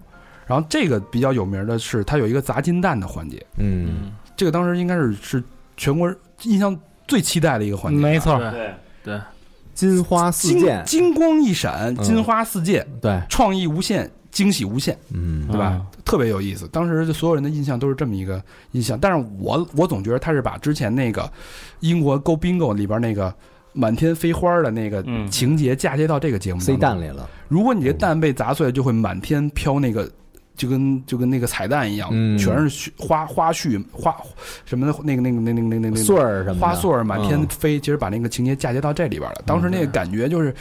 Speaker 3: 然后这个比较有名的是他有一个砸金蛋的环节，
Speaker 4: 嗯
Speaker 2: 嗯，
Speaker 3: 这个当时应该是是全国印象最期待的一个环节，啊
Speaker 2: 啊
Speaker 5: 没错，
Speaker 2: 对
Speaker 6: 对，
Speaker 4: 金花四
Speaker 3: 金
Speaker 4: 溅，
Speaker 3: 金光一闪，
Speaker 4: 嗯
Speaker 3: 金花四溅，
Speaker 4: 对，
Speaker 3: 创意无限，惊喜无限。
Speaker 4: 嗯
Speaker 3: 对吧？特别有意思。当时就所有人的印象都是这么一个印象，但是我我总觉得他是把之前那个英国 Go Bingo 里边那个满天飞花的那个
Speaker 6: 嗯
Speaker 3: 情节嫁接到这个节目
Speaker 4: 塞
Speaker 3: 当
Speaker 4: 蛋
Speaker 3: 中。
Speaker 4: 里了，
Speaker 3: 如果你这蛋被砸碎了，就会满天飘那个。就跟就跟那个彩蛋一样，
Speaker 4: 嗯
Speaker 3: 全是絮花花絮花什么的，那个那个那个那个那个那
Speaker 4: 穗
Speaker 3: 个
Speaker 4: 儿什么的，
Speaker 3: 花穗儿满天
Speaker 4: 嗯
Speaker 3: 飞，其实把那个情节嫁接到这里边了。当时那个感觉就是，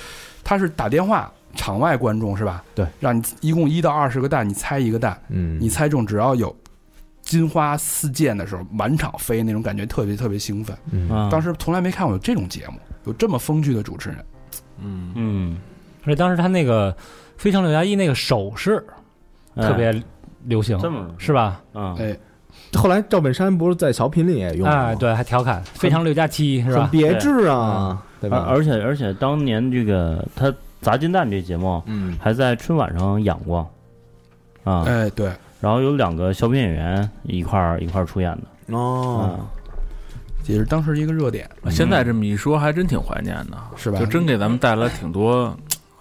Speaker 3: 他是打电话场外观众是吧？
Speaker 4: 对，
Speaker 3: 让你一共一到二十个蛋，你猜一个蛋，
Speaker 4: 嗯，
Speaker 3: 你猜中，只要有金花四溅的时候，满场飞那种感觉，特别特别兴奋。
Speaker 4: 嗯
Speaker 6: 啊，
Speaker 3: 当时从来没看过有这种节目，有这么风趣的主持人。
Speaker 2: 嗯，
Speaker 6: 嗯，
Speaker 5: 而且当时他那个《非常六加一》那个手势
Speaker 6: 哎
Speaker 5: 特别流行，
Speaker 6: 这么
Speaker 5: 是吧？
Speaker 6: 啊，
Speaker 3: 哎
Speaker 4: 后来赵本山不是在小品里也用了
Speaker 5: 哎，
Speaker 4: 吗，
Speaker 5: 对，还调侃“非常六加七”
Speaker 2: 嗯
Speaker 5: 是
Speaker 4: 很
Speaker 5: 吧？
Speaker 4: 别致啊，对
Speaker 6: 而
Speaker 4: 吧？
Speaker 6: 而且而且当年这个他砸金蛋这节目
Speaker 4: 嗯
Speaker 6: 还在春晚上演过啊，
Speaker 3: 哎，对，
Speaker 6: 然后有两个小品演员一块儿一块儿出演的
Speaker 4: 哦，
Speaker 6: 啊，
Speaker 3: 也是当时一个热点，
Speaker 2: 现在这么一说，还真挺怀念的，
Speaker 3: 是吧？
Speaker 2: 就真给咱们带来挺多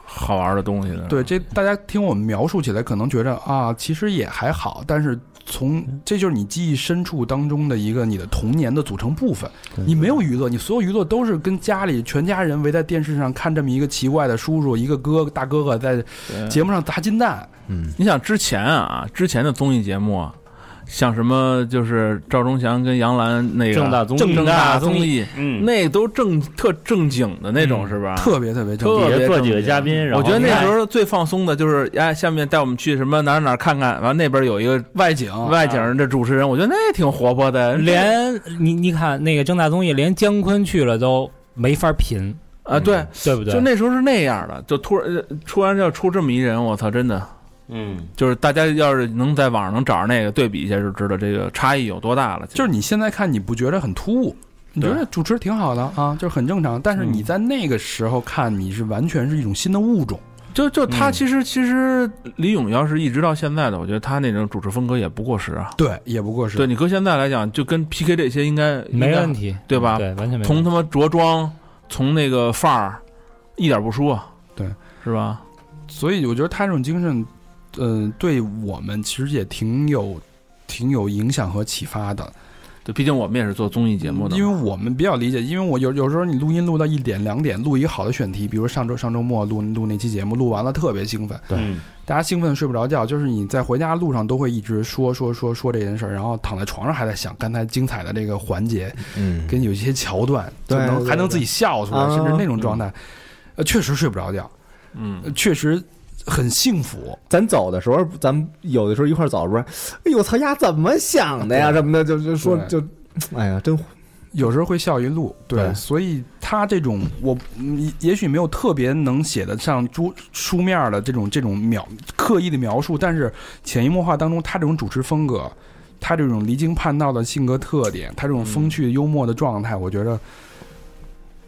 Speaker 2: 好玩的东西的。
Speaker 3: 对这，大家听我们描述起来，可能觉着啊，其实也还好，但是从这就是你记忆深处当中的一个你的童年的组成部分。
Speaker 6: 对
Speaker 3: 你没有娱乐，你所有娱乐都是跟家里全家人围在电视上看这么一个奇怪的叔叔、一个哥哥、大哥哥在
Speaker 2: 对
Speaker 3: 节目上砸金蛋，
Speaker 4: 嗯
Speaker 2: 你想之前啊，之前的综艺节目啊，像什么就是赵忠祥跟杨澜那个
Speaker 6: 正大综艺
Speaker 2: 正大
Speaker 5: 综
Speaker 2: 艺，
Speaker 6: 嗯，
Speaker 2: 那都正特正经的那种
Speaker 5: 嗯
Speaker 2: 是吧？
Speaker 3: 特啊别特别正
Speaker 2: 特别
Speaker 6: 底下坐
Speaker 2: 正
Speaker 6: 几个
Speaker 2: 经
Speaker 6: 嘉宾，然
Speaker 2: 我
Speaker 6: 后
Speaker 2: 觉得那
Speaker 6: 看
Speaker 2: 时候最放松的就是，哎，下面带我们去什么哪儿哪儿看看，完那边有一个
Speaker 3: 外景，
Speaker 2: 外景的主持人，我觉得那也挺活泼 的，嗯
Speaker 5: 连你你看那个正大综艺，连姜昆去了都没法评，
Speaker 2: 啊，对，
Speaker 5: 对不对？
Speaker 2: 就那时候是那样的，就突然呃突然要出这么一人，我操，真的
Speaker 6: 嗯
Speaker 2: 就是大家要是能在网上能找着那个对比一下，就知道这个差异有多大了。
Speaker 3: 就是你现在看，你不觉得很突兀？你觉得主持挺好的啊，就是很正常。但是
Speaker 2: 嗯
Speaker 3: 你在那个时候看，你是完全是一种新的物种。
Speaker 2: 就就他
Speaker 6: 嗯
Speaker 2: 其实、其实李咏要是一直到现在的，我觉得他那种主持风格也不过时啊。
Speaker 3: 对，也不过是。
Speaker 2: 对你搁现在来讲，就跟 PK 这些应该
Speaker 5: 没问，
Speaker 2: 应
Speaker 5: 题，
Speaker 2: 该对吧？
Speaker 5: 对，完全没问
Speaker 2: 从
Speaker 5: 题。
Speaker 2: 他妈着装，从那个范儿，一点不输啊。
Speaker 3: 对，
Speaker 2: 是吧？
Speaker 3: 所以我觉得他这种精神，呃，对我们其实也挺有、挺有影响和启发的。
Speaker 2: 对，毕竟我们也是做综艺节目的
Speaker 3: 因
Speaker 2: 嘛。
Speaker 3: 为我们比较理解，因为我有有时候你录音录到一点两点，录一个好的选题，比如上周上周末录录那期节目，录完了特别兴奋，
Speaker 4: 对
Speaker 6: 嗯
Speaker 3: 大家兴奋得睡不着觉，就是你在回家路上都会一直说说说说这件事儿，然后躺在床上还在想刚才精彩的这个环节，
Speaker 4: 嗯
Speaker 3: 跟有一些桥段，就
Speaker 4: 对
Speaker 3: 能
Speaker 4: 对啊
Speaker 3: 还能自己笑出来，
Speaker 4: 对
Speaker 3: 甚至那种状态，呃，确实睡不着觉，
Speaker 2: 嗯，
Speaker 3: 呃确实很幸福。
Speaker 4: 咱走的时候，咱们有的时候一块儿走的时候，哎呦，我操，丫怎么想的呀？
Speaker 3: 对
Speaker 4: 什么的，就就说
Speaker 3: 对
Speaker 4: 就，哎呀，真
Speaker 3: 有时候会笑一路，对，
Speaker 4: 对
Speaker 3: 所以他这种我嗯也许没有特别能写得上书书面儿的这种这种描刻意的描述，但是潜移默化当中，他这种主持风格他这种离经叛道的性格特点，他这种风趣幽默的状态，我觉得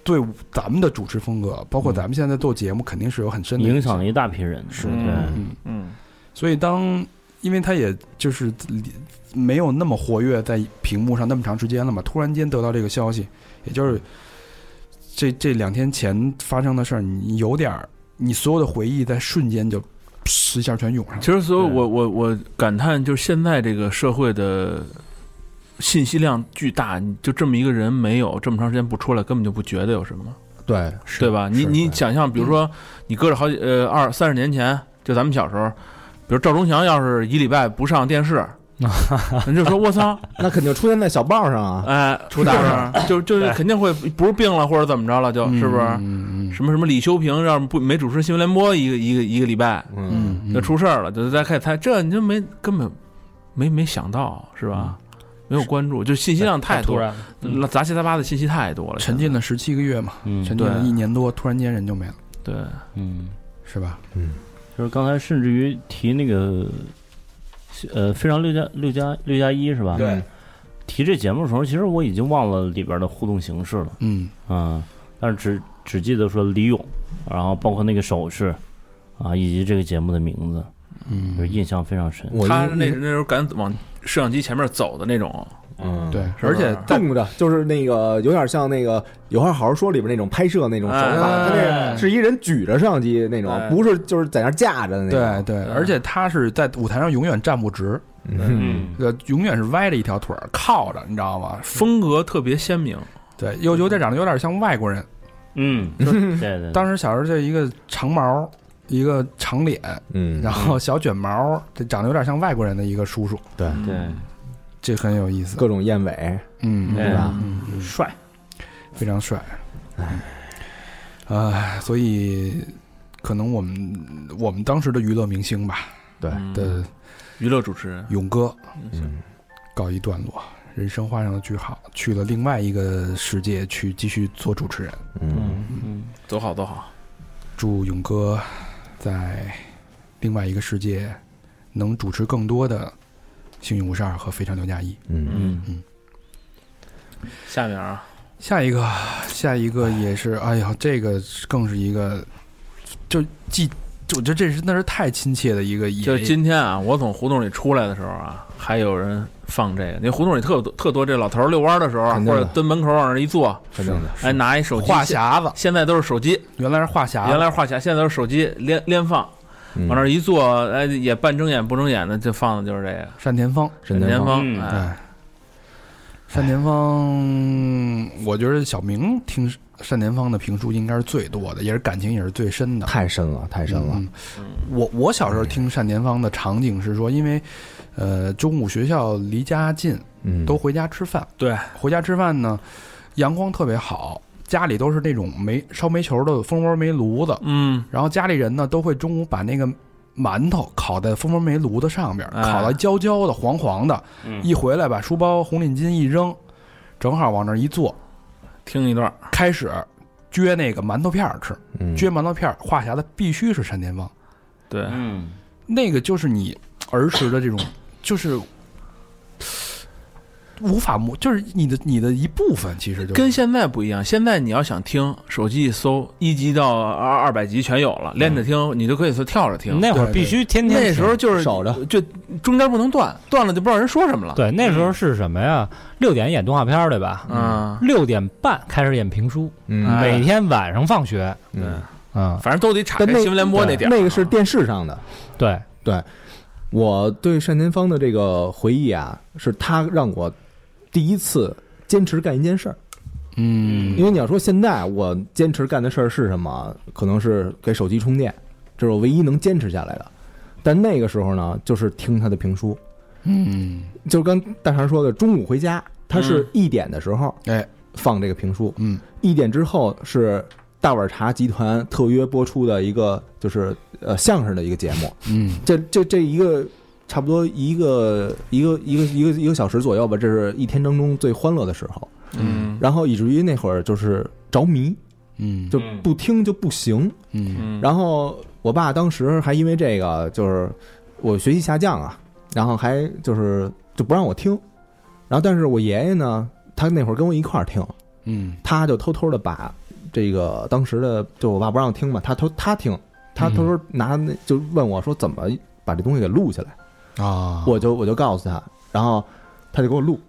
Speaker 3: 对咱们的主持风格，包括咱们现在做节目，肯定是有很深的
Speaker 6: 影响了
Speaker 3: 力。
Speaker 6: 一大批人。
Speaker 3: 是
Speaker 6: 对，
Speaker 3: 嗯，
Speaker 1: 嗯
Speaker 3: 所以当因为他也就是没有那么活跃在屏幕上那么长时间了嘛，突然间得到这个消息，也就是这这两天前发生的事儿，你有点儿，你所有的回忆在瞬间就噗一下全涌上了。
Speaker 2: 其实，所以我我我感叹，就是现在这个社会的信息量巨大，你就这么一个人没有这么长时间不出来，根本就不觉得有什么，
Speaker 4: 对，
Speaker 2: 对吧？你
Speaker 4: 是
Speaker 2: 你
Speaker 4: 对
Speaker 2: 想象，比如说你搁着好几呃二三十年前，就咱们小时候，比如赵忠祥要是一礼拜不上电视，你就说我操，
Speaker 4: 那肯定出现在小报上啊。
Speaker 2: 哎，出大事，就就是肯定会不是病了或者怎么着了，就是不是？
Speaker 3: 嗯嗯
Speaker 2: 什么什么李修平要是不没主持新闻联播一个一个一个礼拜，
Speaker 4: 嗯，
Speaker 3: 嗯，
Speaker 2: 那出事儿了，就大家开始猜，这你就没根本没没想到是吧？没有关注，就信息量太
Speaker 5: 突
Speaker 2: 多，
Speaker 5: 然，嗯
Speaker 2: 杂七杂八的信息太多了，
Speaker 3: 沉浸了十七个月嘛，
Speaker 6: 嗯，
Speaker 3: 沉浸了
Speaker 2: 对
Speaker 3: 一年多，突然间人就没了，
Speaker 2: 对，
Speaker 6: 嗯，
Speaker 3: 是吧？
Speaker 6: 就是刚才甚至于提那个，呃，非常六加六加六加一是吧？
Speaker 4: 对，
Speaker 6: 提这节目的时候，其实我已经忘了里边的互动形式了，
Speaker 3: 嗯，
Speaker 6: 嗯，但是只只记得说李咏，然后包括那个手势啊，以及这个节目的名字，
Speaker 3: 嗯
Speaker 6: 就是印象非常深。
Speaker 4: 我
Speaker 2: 他
Speaker 4: 一
Speaker 2: 那那时候敢往摄像机前面走的那种，
Speaker 4: 嗯，
Speaker 3: 对，
Speaker 2: 是吧
Speaker 4: 而且动着就是那个有点像那个《有话好好说》里边那种拍摄那种手法，
Speaker 2: 哎
Speaker 4: 他那是一人举着摄像机那种
Speaker 2: 哎，
Speaker 4: 不是就是在那儿架着的那
Speaker 3: 对
Speaker 4: 种。
Speaker 3: 对，而且他是在舞台上永远站不直，
Speaker 4: 嗯，
Speaker 3: 呃，永远是歪着一条腿儿靠着，你知道吗？
Speaker 2: 风格特别鲜明，
Speaker 3: 对，又有点长得有点像外国人。
Speaker 6: 嗯，对对，
Speaker 3: 当时小时候就一个长毛，一个长脸，
Speaker 4: 嗯，
Speaker 3: 然后小卷毛，这长得有点像外国人的一个叔叔，
Speaker 6: 对
Speaker 3: 这很有意思。
Speaker 4: 各种燕尾，
Speaker 3: 嗯，
Speaker 6: 对
Speaker 4: 吧
Speaker 3: 嗯嗯
Speaker 6: 帅，
Speaker 3: 非常帅。哎，所以可能我们我们当时的娱乐明星吧
Speaker 4: 对
Speaker 2: 嗯
Speaker 3: 的
Speaker 2: 娱乐主持人，
Speaker 3: 勇哥
Speaker 4: 嗯
Speaker 3: 告一段落，人生画上了句号，去了另外一个世界去继续做主持人。
Speaker 4: 嗯，
Speaker 6: 嗯
Speaker 2: 走好走好，
Speaker 3: 祝勇哥在另外一个世界能主持更多的《幸运五十二》和《非常六加一》。
Speaker 4: 嗯，
Speaker 6: 嗯
Speaker 2: 下面啊，
Speaker 3: 下一个，下一个也是，哎呀，这个更是一个，就既我觉得这是那是太亲切的一个爷爷，
Speaker 2: 就是今天啊，我从胡同里出来的时候啊，还有人放这个，那胡同里特多特多，这老头儿遛弯的时候啊，
Speaker 4: 肯
Speaker 2: 或
Speaker 4: 定的
Speaker 2: 者蹲门口往那儿一坐，
Speaker 4: 肯定的，
Speaker 2: 哎，拿一手机
Speaker 3: 话，匣子，
Speaker 2: 现在都是手机，
Speaker 3: 原来是话
Speaker 4: 啊
Speaker 3: 匣子，
Speaker 2: 原来是话匣，现在都是手机连连放，往那
Speaker 4: 儿
Speaker 2: 儿一坐，哎，也半睁眼不睁眼的，就放的就是这个
Speaker 3: 单田芳，
Speaker 4: 沈
Speaker 2: 田
Speaker 4: 田芳，
Speaker 2: 芳，
Speaker 6: 嗯
Speaker 2: 哎
Speaker 3: 对，单田芳，我觉得小明听单田芳的评书应该是最多的，也是感情也是最深的，
Speaker 4: 太深了，太深了。
Speaker 3: 嗯我我小时候听单田芳的场景是说，因为，呃，中午学校离家近，
Speaker 4: 嗯，
Speaker 3: 都回家吃饭。
Speaker 2: 对，
Speaker 3: 回家吃饭呢，阳光特别好，家里都是那种煤烧煤球的蜂窝煤炉子，
Speaker 2: 嗯，
Speaker 3: 然后家里人呢都会中午把那个馒头烤在蜂窝煤炉子上边，
Speaker 2: 哎
Speaker 3: 烤到焦焦的、黄黄的。
Speaker 6: 嗯
Speaker 3: 一回来把书包、红领巾一扔，正好往那儿一坐，
Speaker 2: 听一段，
Speaker 3: 开始撅那个馒头片儿吃。
Speaker 4: 嗯
Speaker 3: 撅馒头片儿，话匣子必须是单田芳。
Speaker 2: 对，
Speaker 6: 嗯
Speaker 3: 那个就是你儿时的这种，就是无法磨，就是你的你的一部分，其实就是
Speaker 2: 跟现在不一样，现在你要想听，手机一搜，一集到二二百集全有了，
Speaker 4: 嗯
Speaker 2: 连着听，你就可以是跳着听。
Speaker 5: 那会儿
Speaker 3: 对
Speaker 5: 必须天天
Speaker 2: 那时候就是
Speaker 4: 守着，
Speaker 2: 就中间不能断，断了就不知道人说什么了。，
Speaker 5: 对，那时候是什么呀？六点演动画片儿，对吧？
Speaker 2: 嗯，
Speaker 5: 六点半开始演评书，
Speaker 4: 嗯
Speaker 2: 哎
Speaker 5: 每天晚上放学，
Speaker 2: 对，
Speaker 4: 嗯，
Speaker 5: 嗯，
Speaker 2: 反正都得插
Speaker 4: 但
Speaker 2: 开
Speaker 4: 那
Speaker 2: 新闻联播
Speaker 4: 对
Speaker 2: 那点儿啊，
Speaker 4: 那个是电视上的。
Speaker 5: 对，
Speaker 4: 我对单田芳的这个回忆啊，是他让我第一次坚持干一件事儿。
Speaker 3: 嗯
Speaker 4: 因为你要说现在我坚持干的事儿是什么，可能是给手机充电，这是我唯一能坚持下来的。但那个时候呢，就是听他的评书，
Speaker 3: 嗯
Speaker 4: 就是跟大肠说的，中午回家，他是
Speaker 2: 嗯
Speaker 4: 一点的时候，
Speaker 3: 哎，
Speaker 4: 放这个评书，
Speaker 3: 嗯
Speaker 4: 一点之后是大碗茶集团特约播出的一个就是呃相声的一个节目，
Speaker 3: 嗯
Speaker 4: 这这这一个差不多一个一个一个一个一个小时左右吧，这是一天当中最欢乐的时候。
Speaker 2: 嗯
Speaker 4: 然后以至于那会儿就是着迷，
Speaker 3: 嗯
Speaker 4: 就不听就不行。
Speaker 3: 嗯
Speaker 2: 嗯，
Speaker 4: 然后我爸当时还因为这个就是我学习下降啊，然后还就是就不让我听。然后，但是我爷爷呢，他那会儿跟我一块儿听，
Speaker 3: 嗯
Speaker 4: 他就偷偷的把这个当时的，就我爸不让听嘛，他偷他听，他
Speaker 5: 嗯
Speaker 4: 偷偷拿那就问我说怎么把这东西给录下来，
Speaker 3: 啊，
Speaker 4: 我就我就告诉他，然后他就给我录，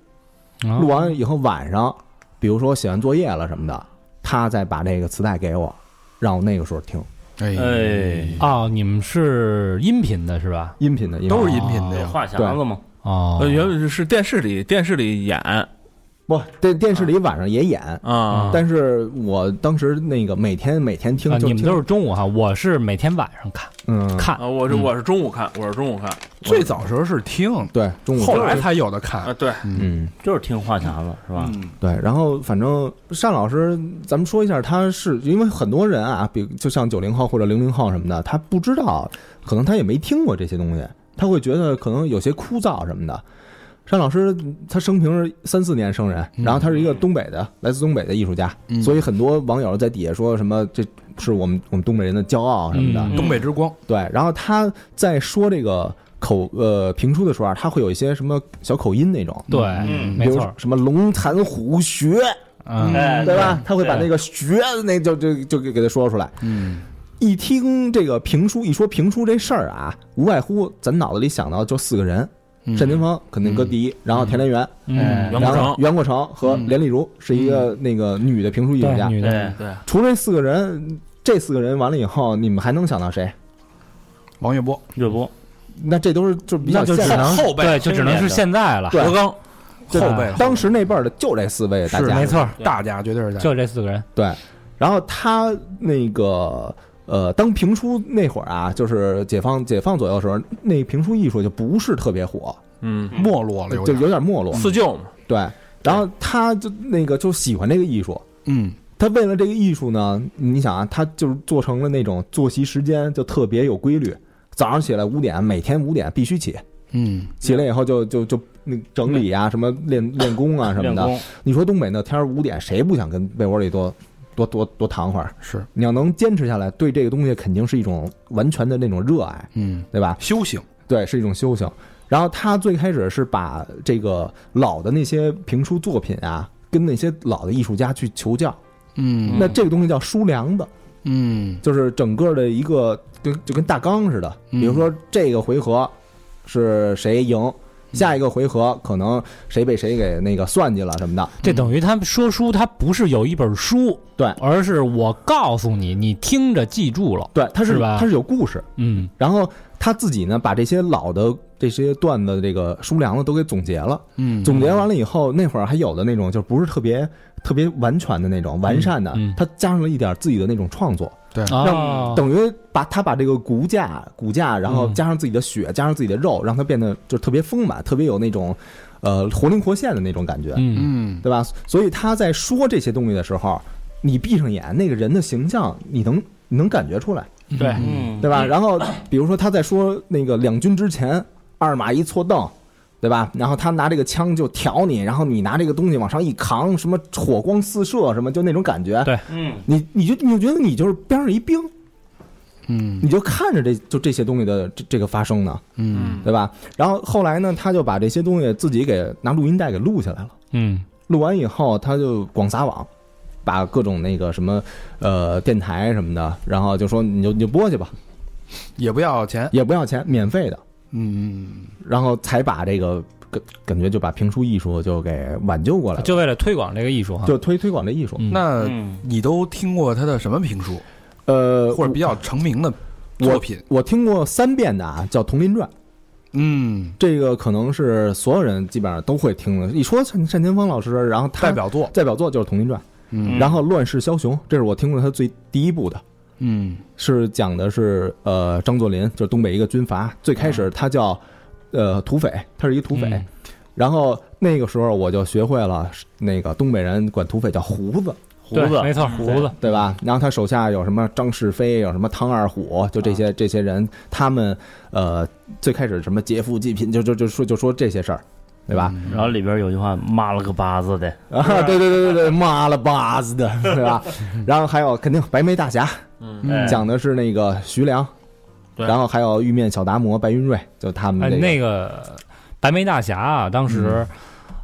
Speaker 3: 啊
Speaker 4: 录完了以后晚上，比如说写完作业了什么的，他再把这个磁带给我，让我那个时候听
Speaker 3: 哎
Speaker 6: 哎
Speaker 5: 哦，你们是音频的是吧？
Speaker 4: 音频的，因为
Speaker 3: 都是音频的呀，
Speaker 6: 话匣子嘛，
Speaker 5: 哦
Speaker 2: 呃，，原本是电视里电视里演
Speaker 4: 不电
Speaker 5: 啊
Speaker 4: 电视里晚上也演，
Speaker 2: 啊，
Speaker 4: 但是我当时那个每天每天听
Speaker 5: 啊，
Speaker 4: 就
Speaker 5: 你们
Speaker 4: 听
Speaker 5: 都是中午哈，我是每天晚上看
Speaker 4: 嗯
Speaker 5: 看
Speaker 2: 啊，我是
Speaker 5: 嗯
Speaker 2: 我是中午看，我是中午看
Speaker 3: 最早时候是听，
Speaker 4: 嗯对中午
Speaker 3: 后来才有的
Speaker 2: 啊，
Speaker 3: 看，
Speaker 2: 对，
Speaker 4: 嗯。
Speaker 6: 就是听话匣子是吧？
Speaker 1: 嗯，
Speaker 4: 对，然后反正单老师，嗯咱们说一下，他是因为很多人啊，比就像九零后或者零零后什么的，他不知道，可能他也没听过这些东西，他会觉得可能有些枯燥什么的。单老师他生平是三四年生人，
Speaker 3: 嗯
Speaker 4: 然后他是一个东北的，来自东北的艺术家，
Speaker 3: 嗯
Speaker 4: 所以很多网友在底下说什么这是我们我们东北人的骄傲什么的。
Speaker 5: 嗯
Speaker 3: 东北之光，
Speaker 4: 对，然后他在说这个口呃评书的时候啊，他会有一些什么小口音那种。
Speaker 5: 对，
Speaker 6: 嗯
Speaker 5: 没
Speaker 4: 比如
Speaker 5: 错，
Speaker 4: 什么龙潭虎穴，
Speaker 5: 嗯
Speaker 6: 哎，
Speaker 4: 对吧？他会把
Speaker 6: 对
Speaker 4: 那个学那就就就给给他说出来。
Speaker 3: 嗯，
Speaker 4: 一听这个评书，一说评书这事儿啊，无外乎咱脑子里想到就四个人：
Speaker 3: 嗯
Speaker 4: 单田芳肯定搁第一，然后田连元，
Speaker 5: 嗯，
Speaker 2: 袁
Speaker 4: 然
Speaker 2: 国
Speaker 4: 后
Speaker 2: 成
Speaker 4: 袁国成和连丽如是一个那个女的评书艺术
Speaker 5: 对，
Speaker 4: 家。
Speaker 5: 嗯女的
Speaker 6: 对，
Speaker 2: 对，
Speaker 4: 除了这四个人，这四个人完了以后，你们还能想到谁？
Speaker 3: 王月波，
Speaker 6: 热播
Speaker 4: 那这都是就比较
Speaker 5: 那就
Speaker 4: 现
Speaker 5: 只
Speaker 4: 代
Speaker 5: 能
Speaker 3: 后辈
Speaker 5: 对，就只能是现在了。
Speaker 4: 对
Speaker 2: 郭刚
Speaker 4: 对
Speaker 3: 后辈，
Speaker 4: 当时那辈儿的就这四位大
Speaker 3: 是啊
Speaker 4: 家
Speaker 5: 没错，
Speaker 3: 大家绝对是在
Speaker 5: 就这四个人。
Speaker 4: 对，然后他那个呃，当评书那会儿啊，就是解放解放左右的时候，那评书艺术就不是特别火，
Speaker 2: 嗯，
Speaker 3: 没落了，有
Speaker 4: 就
Speaker 3: 点，
Speaker 4: 有点没落。
Speaker 2: 四舅嘛，
Speaker 4: 对，然后他就那个就喜欢这个艺术。
Speaker 3: 嗯，
Speaker 4: 他为了这个艺术呢，你想啊，他就是做成了那种作息时间就特别有规律，早上起来五点，每天五点必须起，
Speaker 3: 嗯，
Speaker 4: 起来以后就就就那整理啊，什么练练功啊什么
Speaker 6: 练
Speaker 4: 的。
Speaker 6: 功，
Speaker 4: 你说东北那天儿五点，谁不想跟被窝里多多多多躺会儿？
Speaker 3: 是，
Speaker 4: 你要能坚持下来，对这个东西肯定是一种完全的那种热爱，
Speaker 3: 嗯，
Speaker 4: 对吧？
Speaker 3: 修行，
Speaker 4: 对，是一种修行。然后他最开始是把这个老的那些评书作品啊，跟那些老的艺术家去求教。
Speaker 3: 嗯
Speaker 4: 那这个东西叫书梁子，
Speaker 3: 嗯
Speaker 4: 就是整个的一个跟就跟大纲似的。
Speaker 3: 嗯
Speaker 4: 比如说这个回合是谁赢，下一个回合可能谁被谁给那个算计了什么的。
Speaker 5: 这等于他们说书，他不是有一本书，
Speaker 4: 对
Speaker 5: 而是我告诉你，你听着记住了，
Speaker 4: 对，他是
Speaker 5: 是吧
Speaker 4: 他是有故事，
Speaker 5: 嗯，
Speaker 4: 然后他自己呢把这些老的这些段子的这个书梁子都给总结了。
Speaker 3: 嗯，
Speaker 4: 总结完了以后，那会儿还有的那种，就不是特别特别完全的那种完善的
Speaker 5: 嗯嗯，
Speaker 4: 他加上了一点自己的那种创作，
Speaker 5: 啊，
Speaker 4: 等于把他把这个骨架骨架，然后
Speaker 5: 嗯
Speaker 4: 加上自己的血，加上自己的肉，让它变得就特别丰满，特别有那种呃活灵活现的那种感觉，
Speaker 5: 嗯，
Speaker 3: 嗯，
Speaker 4: 对吧？所以他在说这些东西的时候，你闭上眼，那个人的形象你能你能感觉出来，
Speaker 5: 对
Speaker 6: 嗯，
Speaker 4: 对吧？然后比如说他在说那个两军之前，二马一错蹬，对吧？然后他拿这个枪就挑你，然后你拿这个东西往上一扛，什么火光四射，什么就那种感觉。
Speaker 5: 对
Speaker 6: 嗯，
Speaker 4: 你你就你就觉得你就是边上一兵，
Speaker 3: 嗯
Speaker 4: 你就看着这就这些东西的这这个发生呢，
Speaker 3: 嗯，
Speaker 4: 对吧？然后后来呢，他就把这些东西自己给拿录音带给录下来了。
Speaker 5: 嗯，
Speaker 4: 录完以后，他就广撒网，把各种那个什么呃电台什么的，然后就说你就你就播去吧，
Speaker 3: 也不要钱，
Speaker 4: 也不要钱，免费的。
Speaker 3: 嗯，
Speaker 4: 然后才把这个感感觉就把评书艺术就给挽救过来了，
Speaker 5: 就为了推广这个艺术哈，
Speaker 4: 就推推广这艺术。
Speaker 5: 嗯
Speaker 3: 那
Speaker 6: 嗯
Speaker 3: 你都听过他的什么评书，
Speaker 4: 呃，
Speaker 3: 或者比较成名的作品？
Speaker 4: 我听过三遍的啊，叫《佟林传》，
Speaker 3: 嗯，
Speaker 4: 这个可能是所有人基本上都会听的。一说单单田芳老师，然后他
Speaker 3: 代表作，
Speaker 4: 代表作就是《佟林传》，
Speaker 3: 嗯
Speaker 4: 然后《乱世枭雄》，这是我听过他最第一部的，
Speaker 3: 嗯
Speaker 4: 是讲的是呃张作霖，就是东北一个军阀，最开始他叫呃土匪，他是一土匪
Speaker 5: 嗯，
Speaker 4: 然后那个时候我就学会了那个东北人管土匪叫胡子。
Speaker 6: 胡
Speaker 5: 对，
Speaker 6: 子
Speaker 5: 没错，胡子，
Speaker 4: 对吧？然后他手下有什么张世飞，有什么汤二虎，就这些这些人，他们呃最开始什么劫富济贫，就就就说就说这些事儿，对吧？
Speaker 6: 然后里边有句话，妈了个巴子的，
Speaker 4: 啊， 对对对对对，妈了巴子的，对吧？然后还有肯定白眉大侠，
Speaker 5: 嗯
Speaker 6: 哎
Speaker 4: 讲的是那个徐良，
Speaker 2: 对
Speaker 4: 然后还有玉面小达摩、白云瑞，就他
Speaker 5: 哎，
Speaker 4: 嗯们这个
Speaker 5: 那个白眉大侠啊，当时，
Speaker 4: 嗯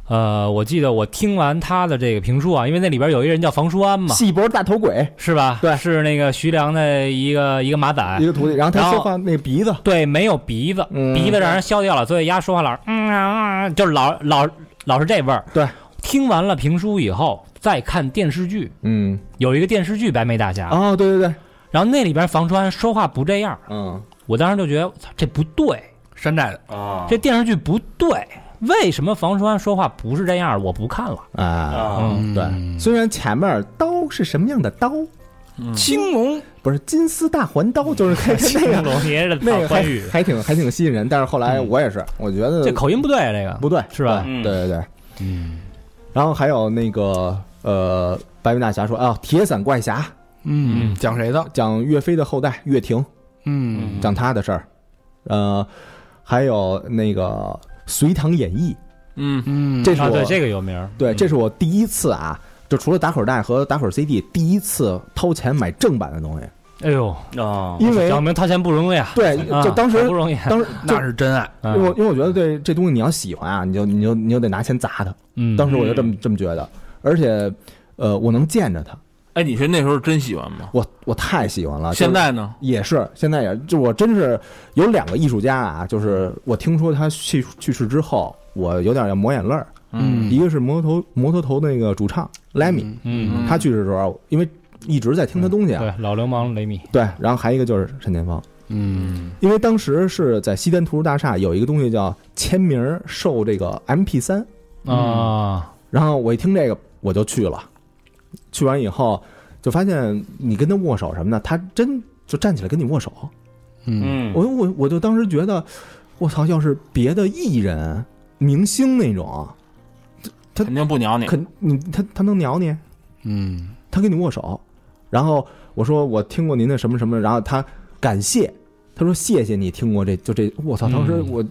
Speaker 5: 呃，我记得我听完他的这个评书啊，因为那里边有一人叫房书安嘛，哎
Speaker 4: 细脖大头鬼
Speaker 5: 是吧？
Speaker 4: 对
Speaker 5: 是那个徐良的一个一个马仔
Speaker 4: 一，个徒弟，然后
Speaker 5: 嗯然
Speaker 4: 他
Speaker 5: 后
Speaker 4: 说话那个鼻子，
Speaker 5: 对，没有鼻子，
Speaker 4: 嗯
Speaker 5: 鼻子让人削掉了，所以丫说话老是嗯啊啊，就是老老老是这味儿。
Speaker 4: 对，
Speaker 5: 听完了评书以后，再看电视剧，
Speaker 4: 嗯，
Speaker 5: 有一个电视剧《白眉大侠》，
Speaker 4: 哦，对对对，
Speaker 5: 然后那里边房川说话不这样，
Speaker 4: 嗯，
Speaker 5: 我当时就觉得操这不对，
Speaker 2: 山寨的，
Speaker 6: 啊
Speaker 5: 这电视剧不对，为什么房川说话不是这样？我不看了。
Speaker 4: 啊，
Speaker 6: 啊，
Speaker 3: 嗯
Speaker 4: 对，虽然前面刀是什么样的刀，
Speaker 5: 嗯
Speaker 3: 青龙
Speaker 4: 不是金丝大环刀，就是那 个那个
Speaker 5: 龙爷的
Speaker 4: 那个还
Speaker 5: 关羽，
Speaker 4: 还挺还挺吸引人，但是后来我也是，我觉得
Speaker 5: 嗯这口音不对，这个
Speaker 4: 不对，
Speaker 5: 是吧
Speaker 4: 对
Speaker 6: 嗯
Speaker 4: 对对，然后还有那个呃，白面大侠说啊，铁伞怪侠
Speaker 3: 嗯，讲谁的？
Speaker 4: 讲岳飞的后代岳霆，
Speaker 3: 嗯，
Speaker 4: 讲他的事儿，呃，还有那个《隋唐演义
Speaker 2: 嗯》，
Speaker 4: 这是
Speaker 5: 啊，
Speaker 4: 我
Speaker 5: 对这个有名儿。
Speaker 4: 对，这是我第一次啊，就除了打口袋和打口 CD，第一次掏钱买正版的东西，
Speaker 5: 哎呦，
Speaker 6: 啊，
Speaker 4: 因为
Speaker 5: 小明掏钱不容易啊，
Speaker 4: 对，
Speaker 5: 啊
Speaker 4: 就当时
Speaker 5: 好不容易。啊
Speaker 4: 当时就
Speaker 3: 那是真爱。
Speaker 4: 因为我因为我觉得对这东西你要喜欢啊，你就你就你就得拿钱砸它，
Speaker 5: 嗯，
Speaker 4: 当时我就这么这么觉得，而且呃，我能见着它，
Speaker 2: 哎，你是那时候真喜欢吗？
Speaker 4: 我我太喜欢了，啊就是
Speaker 2: 现在呢？
Speaker 4: 也是，现在也就我真是有两个艺术家啊，就是我听说他去去世之后，我有点要抹眼泪儿。
Speaker 3: 嗯
Speaker 4: 一个是摩头摩托头那个主唱莱米，
Speaker 5: 嗯，
Speaker 4: 他去世的时候，因为一直在听他东西啊，
Speaker 5: 对，老流氓雷米，
Speaker 4: 对然后还有一个就是单田芳，
Speaker 3: 嗯
Speaker 4: 因为当时是在西单图书大厦有一个东西叫签名儿售这个 MP 三，
Speaker 5: 啊，
Speaker 4: 然后我一听这个我就去了，去完以后就发现你跟他握手什么的，他真就站起来跟你握手，
Speaker 3: 嗯
Speaker 6: 嗯，
Speaker 4: 我我我就当时觉得，我操，要是别的艺人、明星那种，他
Speaker 2: 肯定不鸟你。
Speaker 4: 肯你他他能鸟你，
Speaker 3: 嗯
Speaker 4: 他跟你握手，然后我说我听过您的什么什么，然后他感谢，他说谢谢你听过这就这，我操，当时
Speaker 5: 嗯
Speaker 4: 我、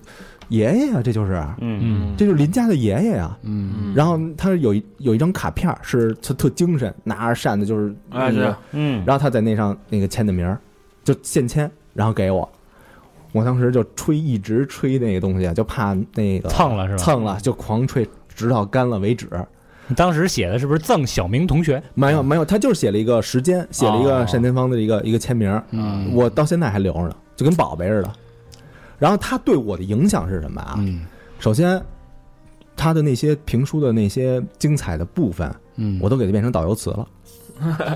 Speaker 4: 爷爷呀，这就是
Speaker 6: 嗯
Speaker 5: 嗯，
Speaker 4: 这就是邻家的爷爷呀、
Speaker 3: 嗯
Speaker 2: 嗯
Speaker 4: 然后他有一有一张卡片儿，是他特精神，拿着扇子就是，
Speaker 2: 哎是
Speaker 6: 嗯，
Speaker 4: 然后他在那上那个签的名儿，就现签，然后给我。我当时就吹，一直吹那个东西，就怕那个
Speaker 5: 蹭了是吧？
Speaker 4: 蹭了，就狂吹，直到干了为止。
Speaker 5: 你当时写的是不是赠小明同学？
Speaker 4: 没有没有，他就是写了一个时间，写了一个
Speaker 5: 嗯哦
Speaker 4: 单田芳的一个一个签名儿，
Speaker 3: 嗯
Speaker 4: 我到现在还留着呢，就跟宝贝似的。然后他对我的影响是什么啊？
Speaker 3: 嗯
Speaker 4: 首先，他的那些评书的那些精彩的部分，
Speaker 3: 嗯
Speaker 4: 我都给它变成导游词了，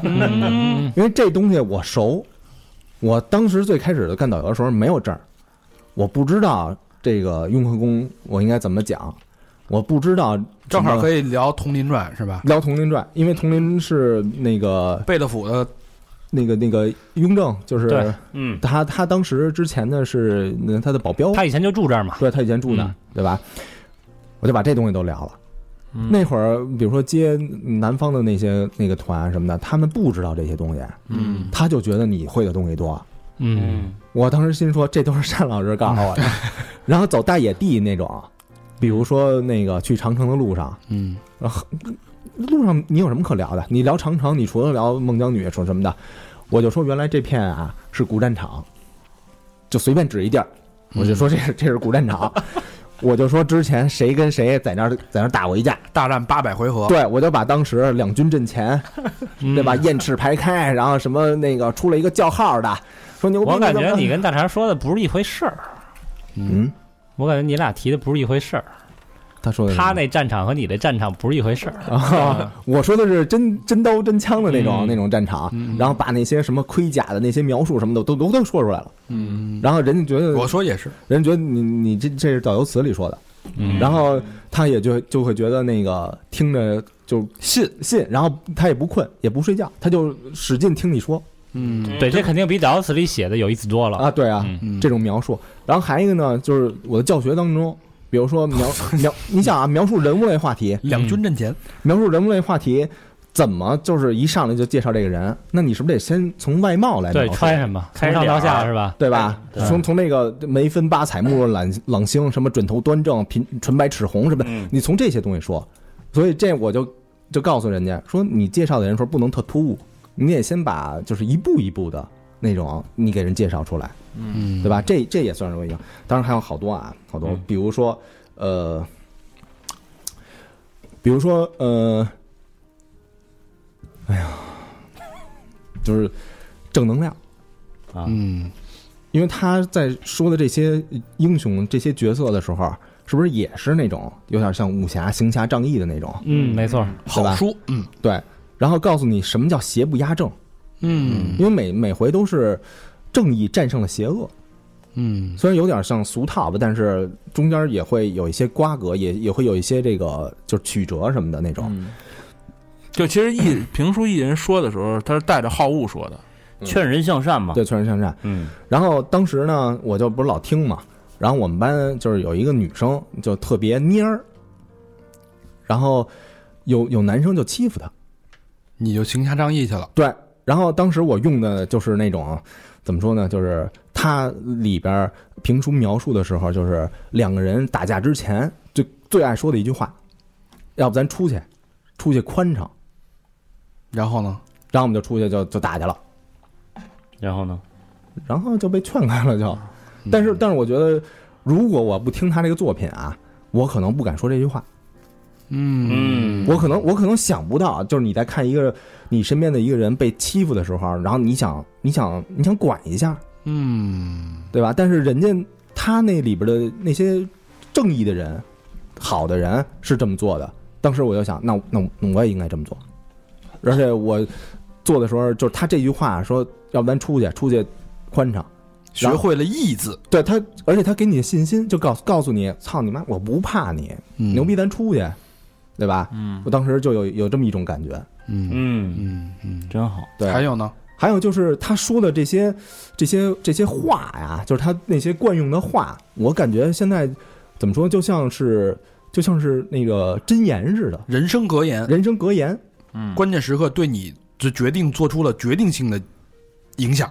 Speaker 5: 嗯，
Speaker 4: 因为这东西我熟。我当时最开始干导游的时候没有证儿，我不知道这个雍和宫我应该怎么讲，我不知道
Speaker 3: 正好可
Speaker 4: 以
Speaker 3: 以聊《佟林传》是吧？
Speaker 4: 聊《佟林传》，因为佟林是那个
Speaker 3: 贝勒府的
Speaker 4: 那个那个雍正，就是
Speaker 5: 对
Speaker 6: 嗯，
Speaker 4: 他他当时之前呢是那他的保镖，
Speaker 5: 他以前就住这儿嘛。
Speaker 4: 对他以前住那儿，对吧？我就把这东西都聊了。
Speaker 2: 嗯
Speaker 4: 那会儿，比如说接南方的那些那个团什么的，他们不知道这些东西，
Speaker 2: 嗯
Speaker 4: 他就觉得你会的东西多。
Speaker 5: 嗯，
Speaker 4: 我当时心说，这都是单老师告 诉我的。然后走大野地那种，比如说那个去长城的路上，
Speaker 3: 嗯
Speaker 4: 路上你有什么可聊的？你聊长城，你除了聊孟姜女说什么的，我就说原来这片啊是古战场，就随便指一地儿，我就说
Speaker 5: 嗯
Speaker 4: 这是这是古战 场，我就说之前谁跟谁在那儿在那儿打过一架，
Speaker 3: 大战八百回合，
Speaker 5: 哦
Speaker 4: 对我就把当时两军阵前，
Speaker 5: 嗯
Speaker 4: 对吧，燕翅排开，然后什么那个出了一个叫号的，说牛逼，
Speaker 5: 我感觉你
Speaker 4: 怎么
Speaker 5: 跟大肠说的不是一回事儿，
Speaker 4: 嗯，
Speaker 5: 我感觉你俩提的不是一回事儿。
Speaker 4: 他说的是
Speaker 5: 他那战场和你的战场不是一回事儿。
Speaker 4: 啊，我说的是真真刀真枪的那种、
Speaker 5: 嗯
Speaker 4: 那种战场，然后把那些什么盔甲的那些描述什么的都都都说出来了，嗯，然后人家觉得
Speaker 3: 我说也是，
Speaker 4: 人觉得你你这这是导游词里说的，然后他也就就会觉得那个听着就信信，然后他也不困也不睡觉，他就使劲听你说
Speaker 3: 嗯
Speaker 5: 对，这肯定比《导游词》里写的有意思多了。
Speaker 4: 啊，对啊，
Speaker 3: 嗯
Speaker 4: 这种描述。然后还一个呢，就是我的教学当中，比如说描描，你想啊，描述人物类话题，
Speaker 3: 两军阵前，
Speaker 4: 描述人物类话题。怎么就是一上来就介绍这个人？那你是不是得先从外貌来描
Speaker 5: 对，
Speaker 4: 述？
Speaker 5: 穿什么，从
Speaker 6: 开
Speaker 5: 上
Speaker 6: 脸
Speaker 5: 到
Speaker 6: 儿啊
Speaker 5: 下是吧？
Speaker 4: 对吧？
Speaker 6: 对
Speaker 4: 从从那个眉分八彩、目若朗朗星，什么准头端正、平唇白齿红什么的，
Speaker 6: 嗯
Speaker 4: 你从这些东西说。所以这我就就告诉人家说，你介绍的人时候不能特突兀，你得先把就是一步一步的那种你给人介绍出来，
Speaker 3: 嗯
Speaker 4: 对吧？这这也算是我一样。当然还有好多啊，好多
Speaker 6: 嗯，
Speaker 4: 比如说呃，比如说呃，哎呀，就是正能量。
Speaker 6: 啊，
Speaker 3: 嗯，
Speaker 4: 因为他在说的这些英雄、这些角色的时候，是不是也是那种有点像武侠、行侠仗义的那种？
Speaker 5: 嗯，没错，
Speaker 4: 对吧
Speaker 3: 好书，嗯
Speaker 4: 对，然后告诉你什么叫邪不压正，
Speaker 3: 嗯
Speaker 4: 因为每每回都是正义战胜了邪恶，
Speaker 3: 嗯
Speaker 4: 虽然有点像俗套吧，但是中间也会有一些瓜葛，也也会有一些这个就是曲折什么的那种。
Speaker 2: 嗯，就其实艺评书艺人 说的时候，他是带着好恶说的，
Speaker 6: 劝人向善嘛。
Speaker 4: 对，劝人向善。
Speaker 6: 嗯，
Speaker 4: 然后当时呢，我就不是老听嘛，然后我们班就是有一个女生就特别蔫儿，然后有有男生就欺负她。
Speaker 3: 你就行侠仗义去了，
Speaker 4: 对，然后当时我用的就是那种怎么说呢，就是它里边儿评书描述的时候，就是两个人打架之前最最爱说的一句话，要不咱出去，出去宽敞，
Speaker 3: 然后呢？
Speaker 4: 然后我们就出去就就打去了，
Speaker 6: 然后呢？
Speaker 4: 然后就被劝开了就，但是但是我觉得如果我不听他这个作品啊。我可能不敢说这句话，
Speaker 3: 嗯
Speaker 6: 嗯
Speaker 4: 我可能我可能想不到，就是你在看一个你身边的一个人被欺负的时候，然后你想你想你想管一下，
Speaker 3: 嗯
Speaker 4: 对吧？但是人家他那里边的那些正义的人、好的人是这么做的。当时我就想，那那那我也应该这么做。而且我做的时候，就是他这句话说，要不咱出去，出去宽敞。
Speaker 3: 学会了义字，
Speaker 4: 对他，而且他给你的信心，就告诉告诉你，操你妈，我不怕你，
Speaker 3: 嗯
Speaker 4: 牛，逼，咱出去，对吧？
Speaker 2: 嗯
Speaker 4: 我当时就有有这么一种感觉。
Speaker 3: 嗯
Speaker 6: 嗯，
Speaker 3: 嗯嗯，
Speaker 6: 真好。
Speaker 4: 对，
Speaker 3: 还有呢？
Speaker 4: 还有就是他说的这些、这些、这些话呀，就是他那些惯用的话，我感觉现在怎么说，就像是就像是那个箴言似的，
Speaker 3: 人生格言，
Speaker 4: 人生格言。
Speaker 2: 嗯，
Speaker 3: 关键时刻对你就决定做出了决定性的影响。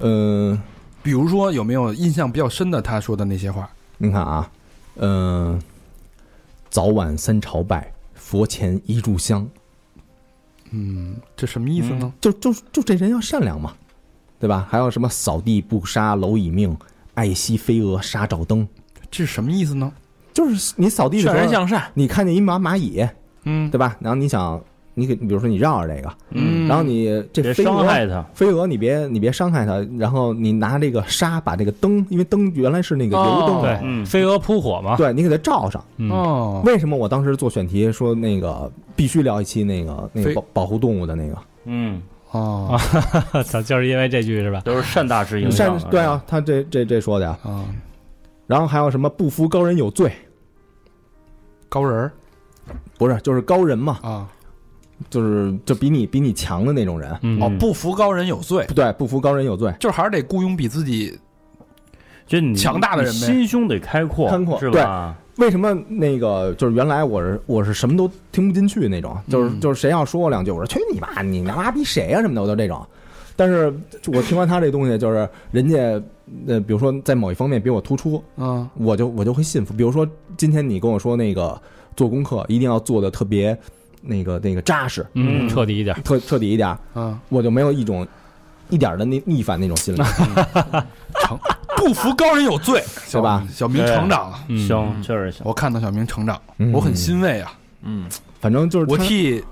Speaker 4: 嗯、
Speaker 3: 比如说，有没有印象比较深的他说的那些话？
Speaker 4: 你看啊，嗯、早晚三朝拜，佛前一炷香，
Speaker 3: 嗯，这什么意思呢？
Speaker 4: 就就就这人要善良嘛，对吧？还有什么扫地不杀蝼蚁命，爱惜飞蛾杀照灯，
Speaker 3: 这是什么意思呢？
Speaker 4: 就是啊你扫地的
Speaker 2: 劝
Speaker 4: 时
Speaker 2: 人
Speaker 4: 候，
Speaker 2: 向善，
Speaker 4: 你看见一蚂蚂蚁，
Speaker 3: 嗯嗯
Speaker 4: 对吧？然后你想，你给，比如说你绕着这个，嗯然后你这
Speaker 6: 嗯别
Speaker 4: 飞
Speaker 6: 伤害
Speaker 4: 蛾，
Speaker 6: 他。
Speaker 4: 飞蛾你别你别伤害它，然后你拿这个沙把这个灯，因为灯原来是那个油灯，
Speaker 3: 哦
Speaker 5: 对，
Speaker 6: 嗯
Speaker 5: 飞蛾扑火嘛，
Speaker 6: 啊
Speaker 4: 对你给它罩上。
Speaker 5: 嗯，
Speaker 3: 哦，
Speaker 4: 为什么我当时做选题说那个必须聊一期那个那个
Speaker 3: 飞
Speaker 4: 保保护动物的那个
Speaker 6: 嗯，
Speaker 3: 哦
Speaker 5: 咱就是因为这句是吧？
Speaker 6: 都是善大师影响
Speaker 4: 善
Speaker 6: 的。
Speaker 4: 对啊，他这这这说的呀。
Speaker 3: 啊，
Speaker 4: 然后还有什么不服高人有罪，
Speaker 3: 高人儿
Speaker 4: 不是就是高人嘛，
Speaker 3: 啊，
Speaker 4: 就是就比你比你强的那种人。
Speaker 5: 嗯，
Speaker 3: 哦，不服高人有罪，
Speaker 4: 不对，不服高人有罪。
Speaker 3: 就是还是得雇佣比自己
Speaker 6: 是吧，就你
Speaker 3: 强大的人呗
Speaker 6: 你心胸得开阔，
Speaker 4: 开阔
Speaker 6: 是吧？
Speaker 4: 为什么那个就是原来我是我是什么都听不进去那种，就是
Speaker 3: 嗯
Speaker 4: 就是谁要说我两句，我说去你妈，你他妈逼谁呀、什么的，我就这种。但是我听完他这东西，就是人家呃，比如说在某一方面比我突出，
Speaker 3: 啊，
Speaker 4: 我就我就会信服。比如说今天你跟我说那个做功课一定要做的特别那个那个扎实，
Speaker 5: 嗯，
Speaker 6: 嗯
Speaker 5: 彻底一点，
Speaker 4: 特彻底一点，
Speaker 3: 啊，
Speaker 4: 我就没有一种一点的那逆反那种心理，
Speaker 3: 不服高人有罪，
Speaker 4: 对吧？
Speaker 3: 小明成长了，
Speaker 5: 嗯，
Speaker 6: 行，确实行。
Speaker 3: 我看到小明成长，
Speaker 4: 嗯
Speaker 3: 我很欣慰啊，
Speaker 2: 嗯，
Speaker 4: 反正就是
Speaker 3: 我
Speaker 4: 他
Speaker 3: 替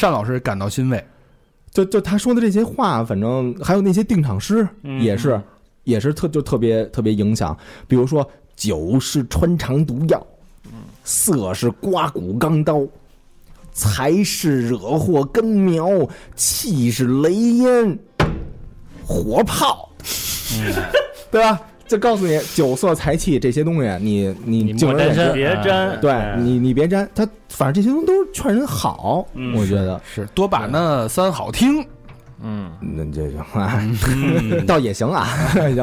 Speaker 3: 单老师感到欣慰。
Speaker 4: 就就他说的这些话，反正还有那些定场诗
Speaker 6: 嗯
Speaker 4: 也是，也是特就特别特别影响。比如说，酒是穿肠毒药，色是刮骨钢刀，财是惹祸根苗，气是雷烟，火炮， 对吧？就告诉你酒色财气这些东西，你
Speaker 5: 你
Speaker 4: 你敬
Speaker 5: 莫
Speaker 4: 而远
Speaker 5: 沾
Speaker 4: 之
Speaker 5: 身
Speaker 6: 别沾，
Speaker 4: 对
Speaker 6: 哎
Speaker 4: 你你别沾。他反正这些东西都是劝人好，
Speaker 6: 嗯
Speaker 4: 我觉得
Speaker 3: 是多把那三好听，
Speaker 4: 那这种啊，倒也行啊，行。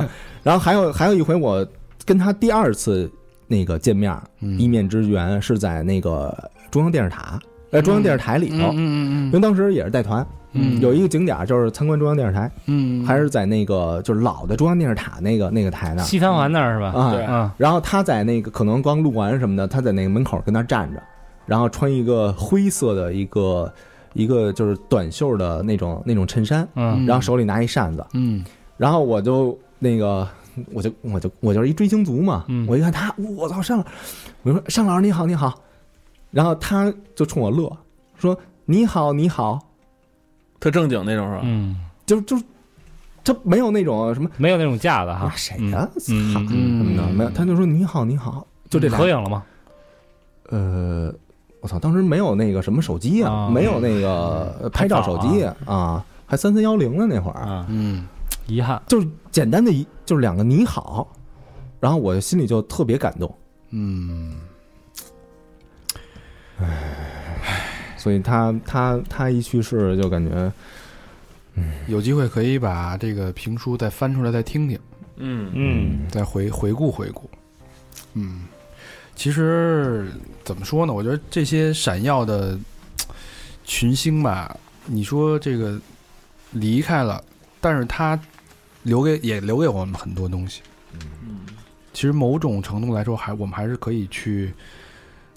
Speaker 4: 然后还有还有一回，我跟他第二次那个见面，
Speaker 3: 嗯
Speaker 4: 一面之缘是在那个中央电视塔，呃，中央电视台里头，因
Speaker 3: 嗯
Speaker 4: 为当时也是带团，
Speaker 3: 嗯
Speaker 4: 有一个景点就是参观中央电视台，
Speaker 3: 嗯
Speaker 4: 还是在那个就是老的中央电视塔那个那个台那儿
Speaker 5: 西餐环那儿是吧？
Speaker 4: 啊。
Speaker 5: 嗯，
Speaker 4: 然后他在那个可能刚录完什么的，他在那个门口跟那儿站着，然后穿一个灰色的一个一个就是短袖的那种那种衬衫，
Speaker 5: 嗯
Speaker 4: 然后手里拿一扇子。
Speaker 3: 嗯
Speaker 4: 然后我就那个我就我就我就是一追星族嘛，
Speaker 5: 嗯
Speaker 4: 我一看他，我操，尚老，我就说尚老师你好你好，然后他就冲我乐，说你好你好，
Speaker 2: 特正经那种是吧？
Speaker 5: 嗯，
Speaker 4: 就就他没有那种什么
Speaker 5: 没有那种架子
Speaker 4: 啊
Speaker 5: 哈，
Speaker 4: 谁
Speaker 5: 嗯
Speaker 4: 呀，操
Speaker 5: 嗯嗯
Speaker 4: 什
Speaker 5: 嗯
Speaker 4: 么的，
Speaker 5: 嗯
Speaker 4: 没有，他就说你好你好，就这俩
Speaker 5: 合影了吗？
Speaker 4: 呃，我操，当时没有那个什么手机啊，
Speaker 5: 啊嗯
Speaker 4: 没有那个呃拍照手机啊，啊还三三幺零呢那会儿，
Speaker 6: 啊，
Speaker 3: 嗯，
Speaker 5: 遗憾，
Speaker 4: 就是简单的一就是两个你好，然后我心里就特别感动，
Speaker 3: 嗯，
Speaker 4: 所以他他他一去世就感觉
Speaker 3: 有机会可以把这个评书再翻出来再听听，
Speaker 2: 嗯，
Speaker 6: 嗯，
Speaker 3: 再回回顾回顾。嗯，其实怎么说呢？我觉得这些闪耀的群星吧，你说这个离开了，但是他留给也留给我们很多东西。
Speaker 2: 嗯
Speaker 3: 其实某种程度来说，还我们还是可以去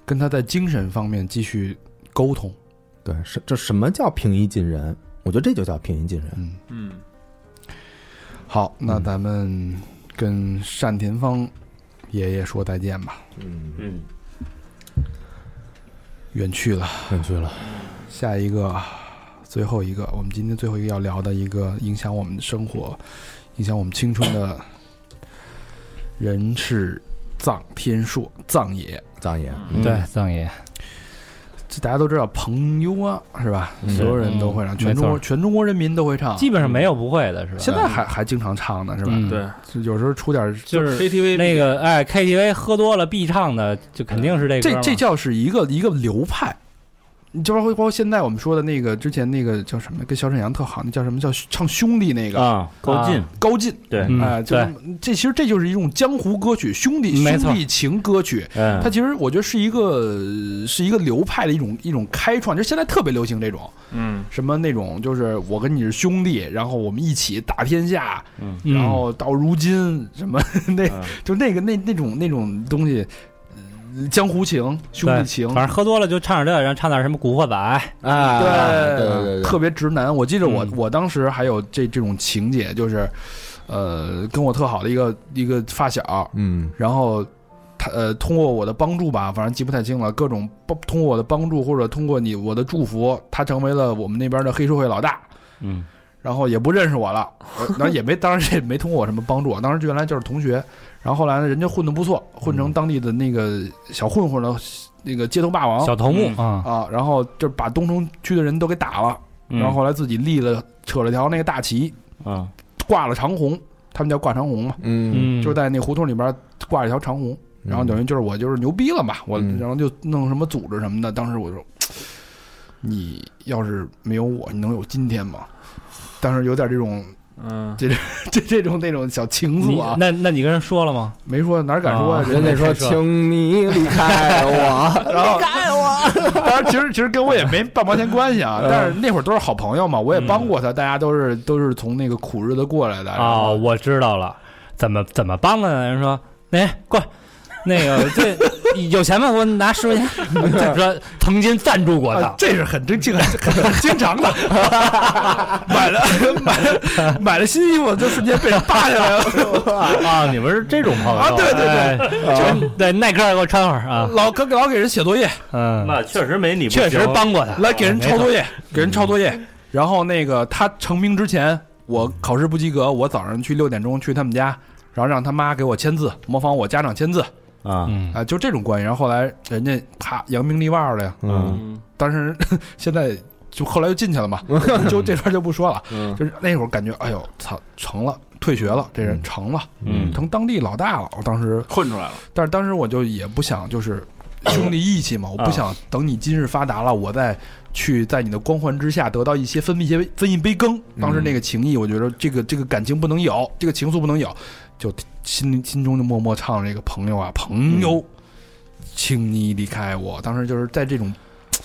Speaker 3: 跟他在精神方面继续沟通。嗯
Speaker 4: 对什这什么叫平易近人？我觉得这就叫平易近人。
Speaker 3: 嗯，
Speaker 2: 嗯，
Speaker 3: 好，那
Speaker 4: 嗯
Speaker 3: 咱们跟单田芳爷爷说再见吧，
Speaker 4: 嗯，
Speaker 6: 嗯，
Speaker 3: 远去了。
Speaker 4: 远嗯去了。
Speaker 3: 下一个，最后一个，我们今天最后一个要聊的一个影响我们的生活、影响我们青春的人是臧天朔，臧爷。
Speaker 4: 藏爷，
Speaker 2: 嗯
Speaker 5: 对，藏爷，
Speaker 3: 这大家都知道，朋友啊，是吧？
Speaker 4: 嗯
Speaker 3: 所有人都会唱，
Speaker 5: 嗯
Speaker 3: 全中
Speaker 5: 没
Speaker 3: 国
Speaker 5: 错
Speaker 3: 全中国人民都会唱。
Speaker 5: 基本上没有不会的是吧？
Speaker 3: 现在还还经常唱呢，是吧？
Speaker 5: 嗯
Speaker 2: 对，
Speaker 3: 就有时候出点儿
Speaker 5: 就是
Speaker 2: KTV
Speaker 5: 那个哎，KTV 喝多了必唱的，就肯定是这歌
Speaker 3: 这
Speaker 5: 嘛
Speaker 3: 这叫是一个一个流派，你就包括包括现在我们说的那个之前那个叫什么，跟小沈阳特好，那叫什么叫唱兄弟那个、
Speaker 6: 啊，高进，
Speaker 3: 高进，
Speaker 6: 对，
Speaker 5: 嗯
Speaker 3: 哎、就
Speaker 5: 对
Speaker 3: 是这其实这就是一种江湖歌曲，兄弟
Speaker 5: 没
Speaker 3: 兄
Speaker 5: 错
Speaker 3: 弟情歌曲。
Speaker 6: 嗯
Speaker 3: 它，其实我觉得是一个呃是一个流派的一种一种开创，就是现在特别流行这种
Speaker 2: 嗯，
Speaker 3: 什么那种，就是我跟你是兄弟，然后我们一起打天下，
Speaker 6: 嗯，
Speaker 5: 嗯
Speaker 3: 然后到如今什么那
Speaker 6: 嗯
Speaker 3: 就那个那那种那种东西，呃江湖情、兄弟
Speaker 5: 对
Speaker 3: 情，
Speaker 5: 反正喝多了就唱点这，然后唱点什么《古惑仔》
Speaker 4: 啊，对对对对，
Speaker 3: 特别直男。我记得我、
Speaker 5: 嗯
Speaker 3: 我当时还有这这种情节，就是，呃，跟我特好的一个一个发小，
Speaker 4: 嗯
Speaker 3: 然后他呃通过我的帮助吧，反正记不太清了，各种帮通过我的帮助或者通过你我的祝福，他成为了我们那边的黑社会老大，
Speaker 6: 嗯，
Speaker 3: 然后也不认识我 了，呃然后也没当然也没通过我什么帮助，啊当时原来就是同学，然后后来呢，人家混的不错，混成当地的那个小混混了，那个街头霸王
Speaker 5: 小头目啊，
Speaker 2: 嗯
Speaker 3: 啊，然后就是把东城区的人都给打了。
Speaker 6: 嗯
Speaker 3: 然后后来自己立了扯了条那个大旗，
Speaker 6: 啊，
Speaker 3: 挂了长虹，他们叫挂长虹嘛，
Speaker 4: 嗯，
Speaker 3: 就是在那胡同里边挂了一条长虹，然后等于就是我就是牛逼了嘛，我
Speaker 4: 嗯
Speaker 3: 然后就弄什么组织什么的，当时我就说，你要是没有我，你能有今天吗？当时有点这种
Speaker 2: 嗯，
Speaker 3: 这这种那种小情
Speaker 5: 你
Speaker 3: 愫啊，
Speaker 5: 那那你跟人说了吗？
Speaker 3: 没说哪敢说啊
Speaker 5: 啊
Speaker 3: 人
Speaker 4: 人
Speaker 3: 家
Speaker 4: 家说，请你离开我，
Speaker 3: 然后
Speaker 5: 啊
Speaker 3: 当然，其实其实跟我也没半毛钱关系啊，但是那会儿都是好朋友嘛，我也帮过他，大家都是都是从那个苦日子过来的然
Speaker 5: 哦，
Speaker 3: 后
Speaker 5: 我知道了，怎么怎么帮的呢？人说，哎，过来，那个这有钱吗？给我拿十块钱。 他说曾经赞助过
Speaker 3: 啊
Speaker 5: 的，，
Speaker 3: 这是很正经、很很经常的。买了买了买了新衣服，就瞬间被人扒下来了。
Speaker 5: 啊，你们是这种朋友
Speaker 3: 啊对对
Speaker 5: 对，就是对耐克给我穿会儿啊，
Speaker 3: 老给老给人写作业，
Speaker 5: 嗯，
Speaker 6: 那确实没你不
Speaker 5: 确实
Speaker 6: 行
Speaker 5: 帮过他，啊
Speaker 3: 来给人抄作
Speaker 5: 业，
Speaker 3: 业，给人抄作业。然后那个他成名之前，我考试不及格，我早上去六点钟去他们家，然后让他妈给我签字，模仿我家长签字啊、
Speaker 6: 啊，
Speaker 5: 嗯，
Speaker 3: 就这种关系。然后后来人家啪扬名立万了呀，
Speaker 4: 嗯
Speaker 2: 嗯
Speaker 3: 但是 现在就后来就进去了嘛， 就这段就不说了。
Speaker 4: 嗯
Speaker 3: 就是那会儿感觉，哎呦，操，成了，退学了，这人
Speaker 4: 嗯
Speaker 3: 成了。
Speaker 6: 嗯，
Speaker 3: 成当地老大了。我当时，
Speaker 2: 混出来了，
Speaker 3: 但是当时我就也不想， 就是兄弟义气嘛，我
Speaker 5: 啊
Speaker 3: 不想等你今日发达了，我再去在你的光环之下得到一些分一些分一杯羹。当时那个情谊，我觉得这个这个感情不能有，这个情愫不能有，就心里心中就默默唱这个朋友
Speaker 5: 嗯
Speaker 3: 啊，朋友，请你离开我。当时就是在这种嘖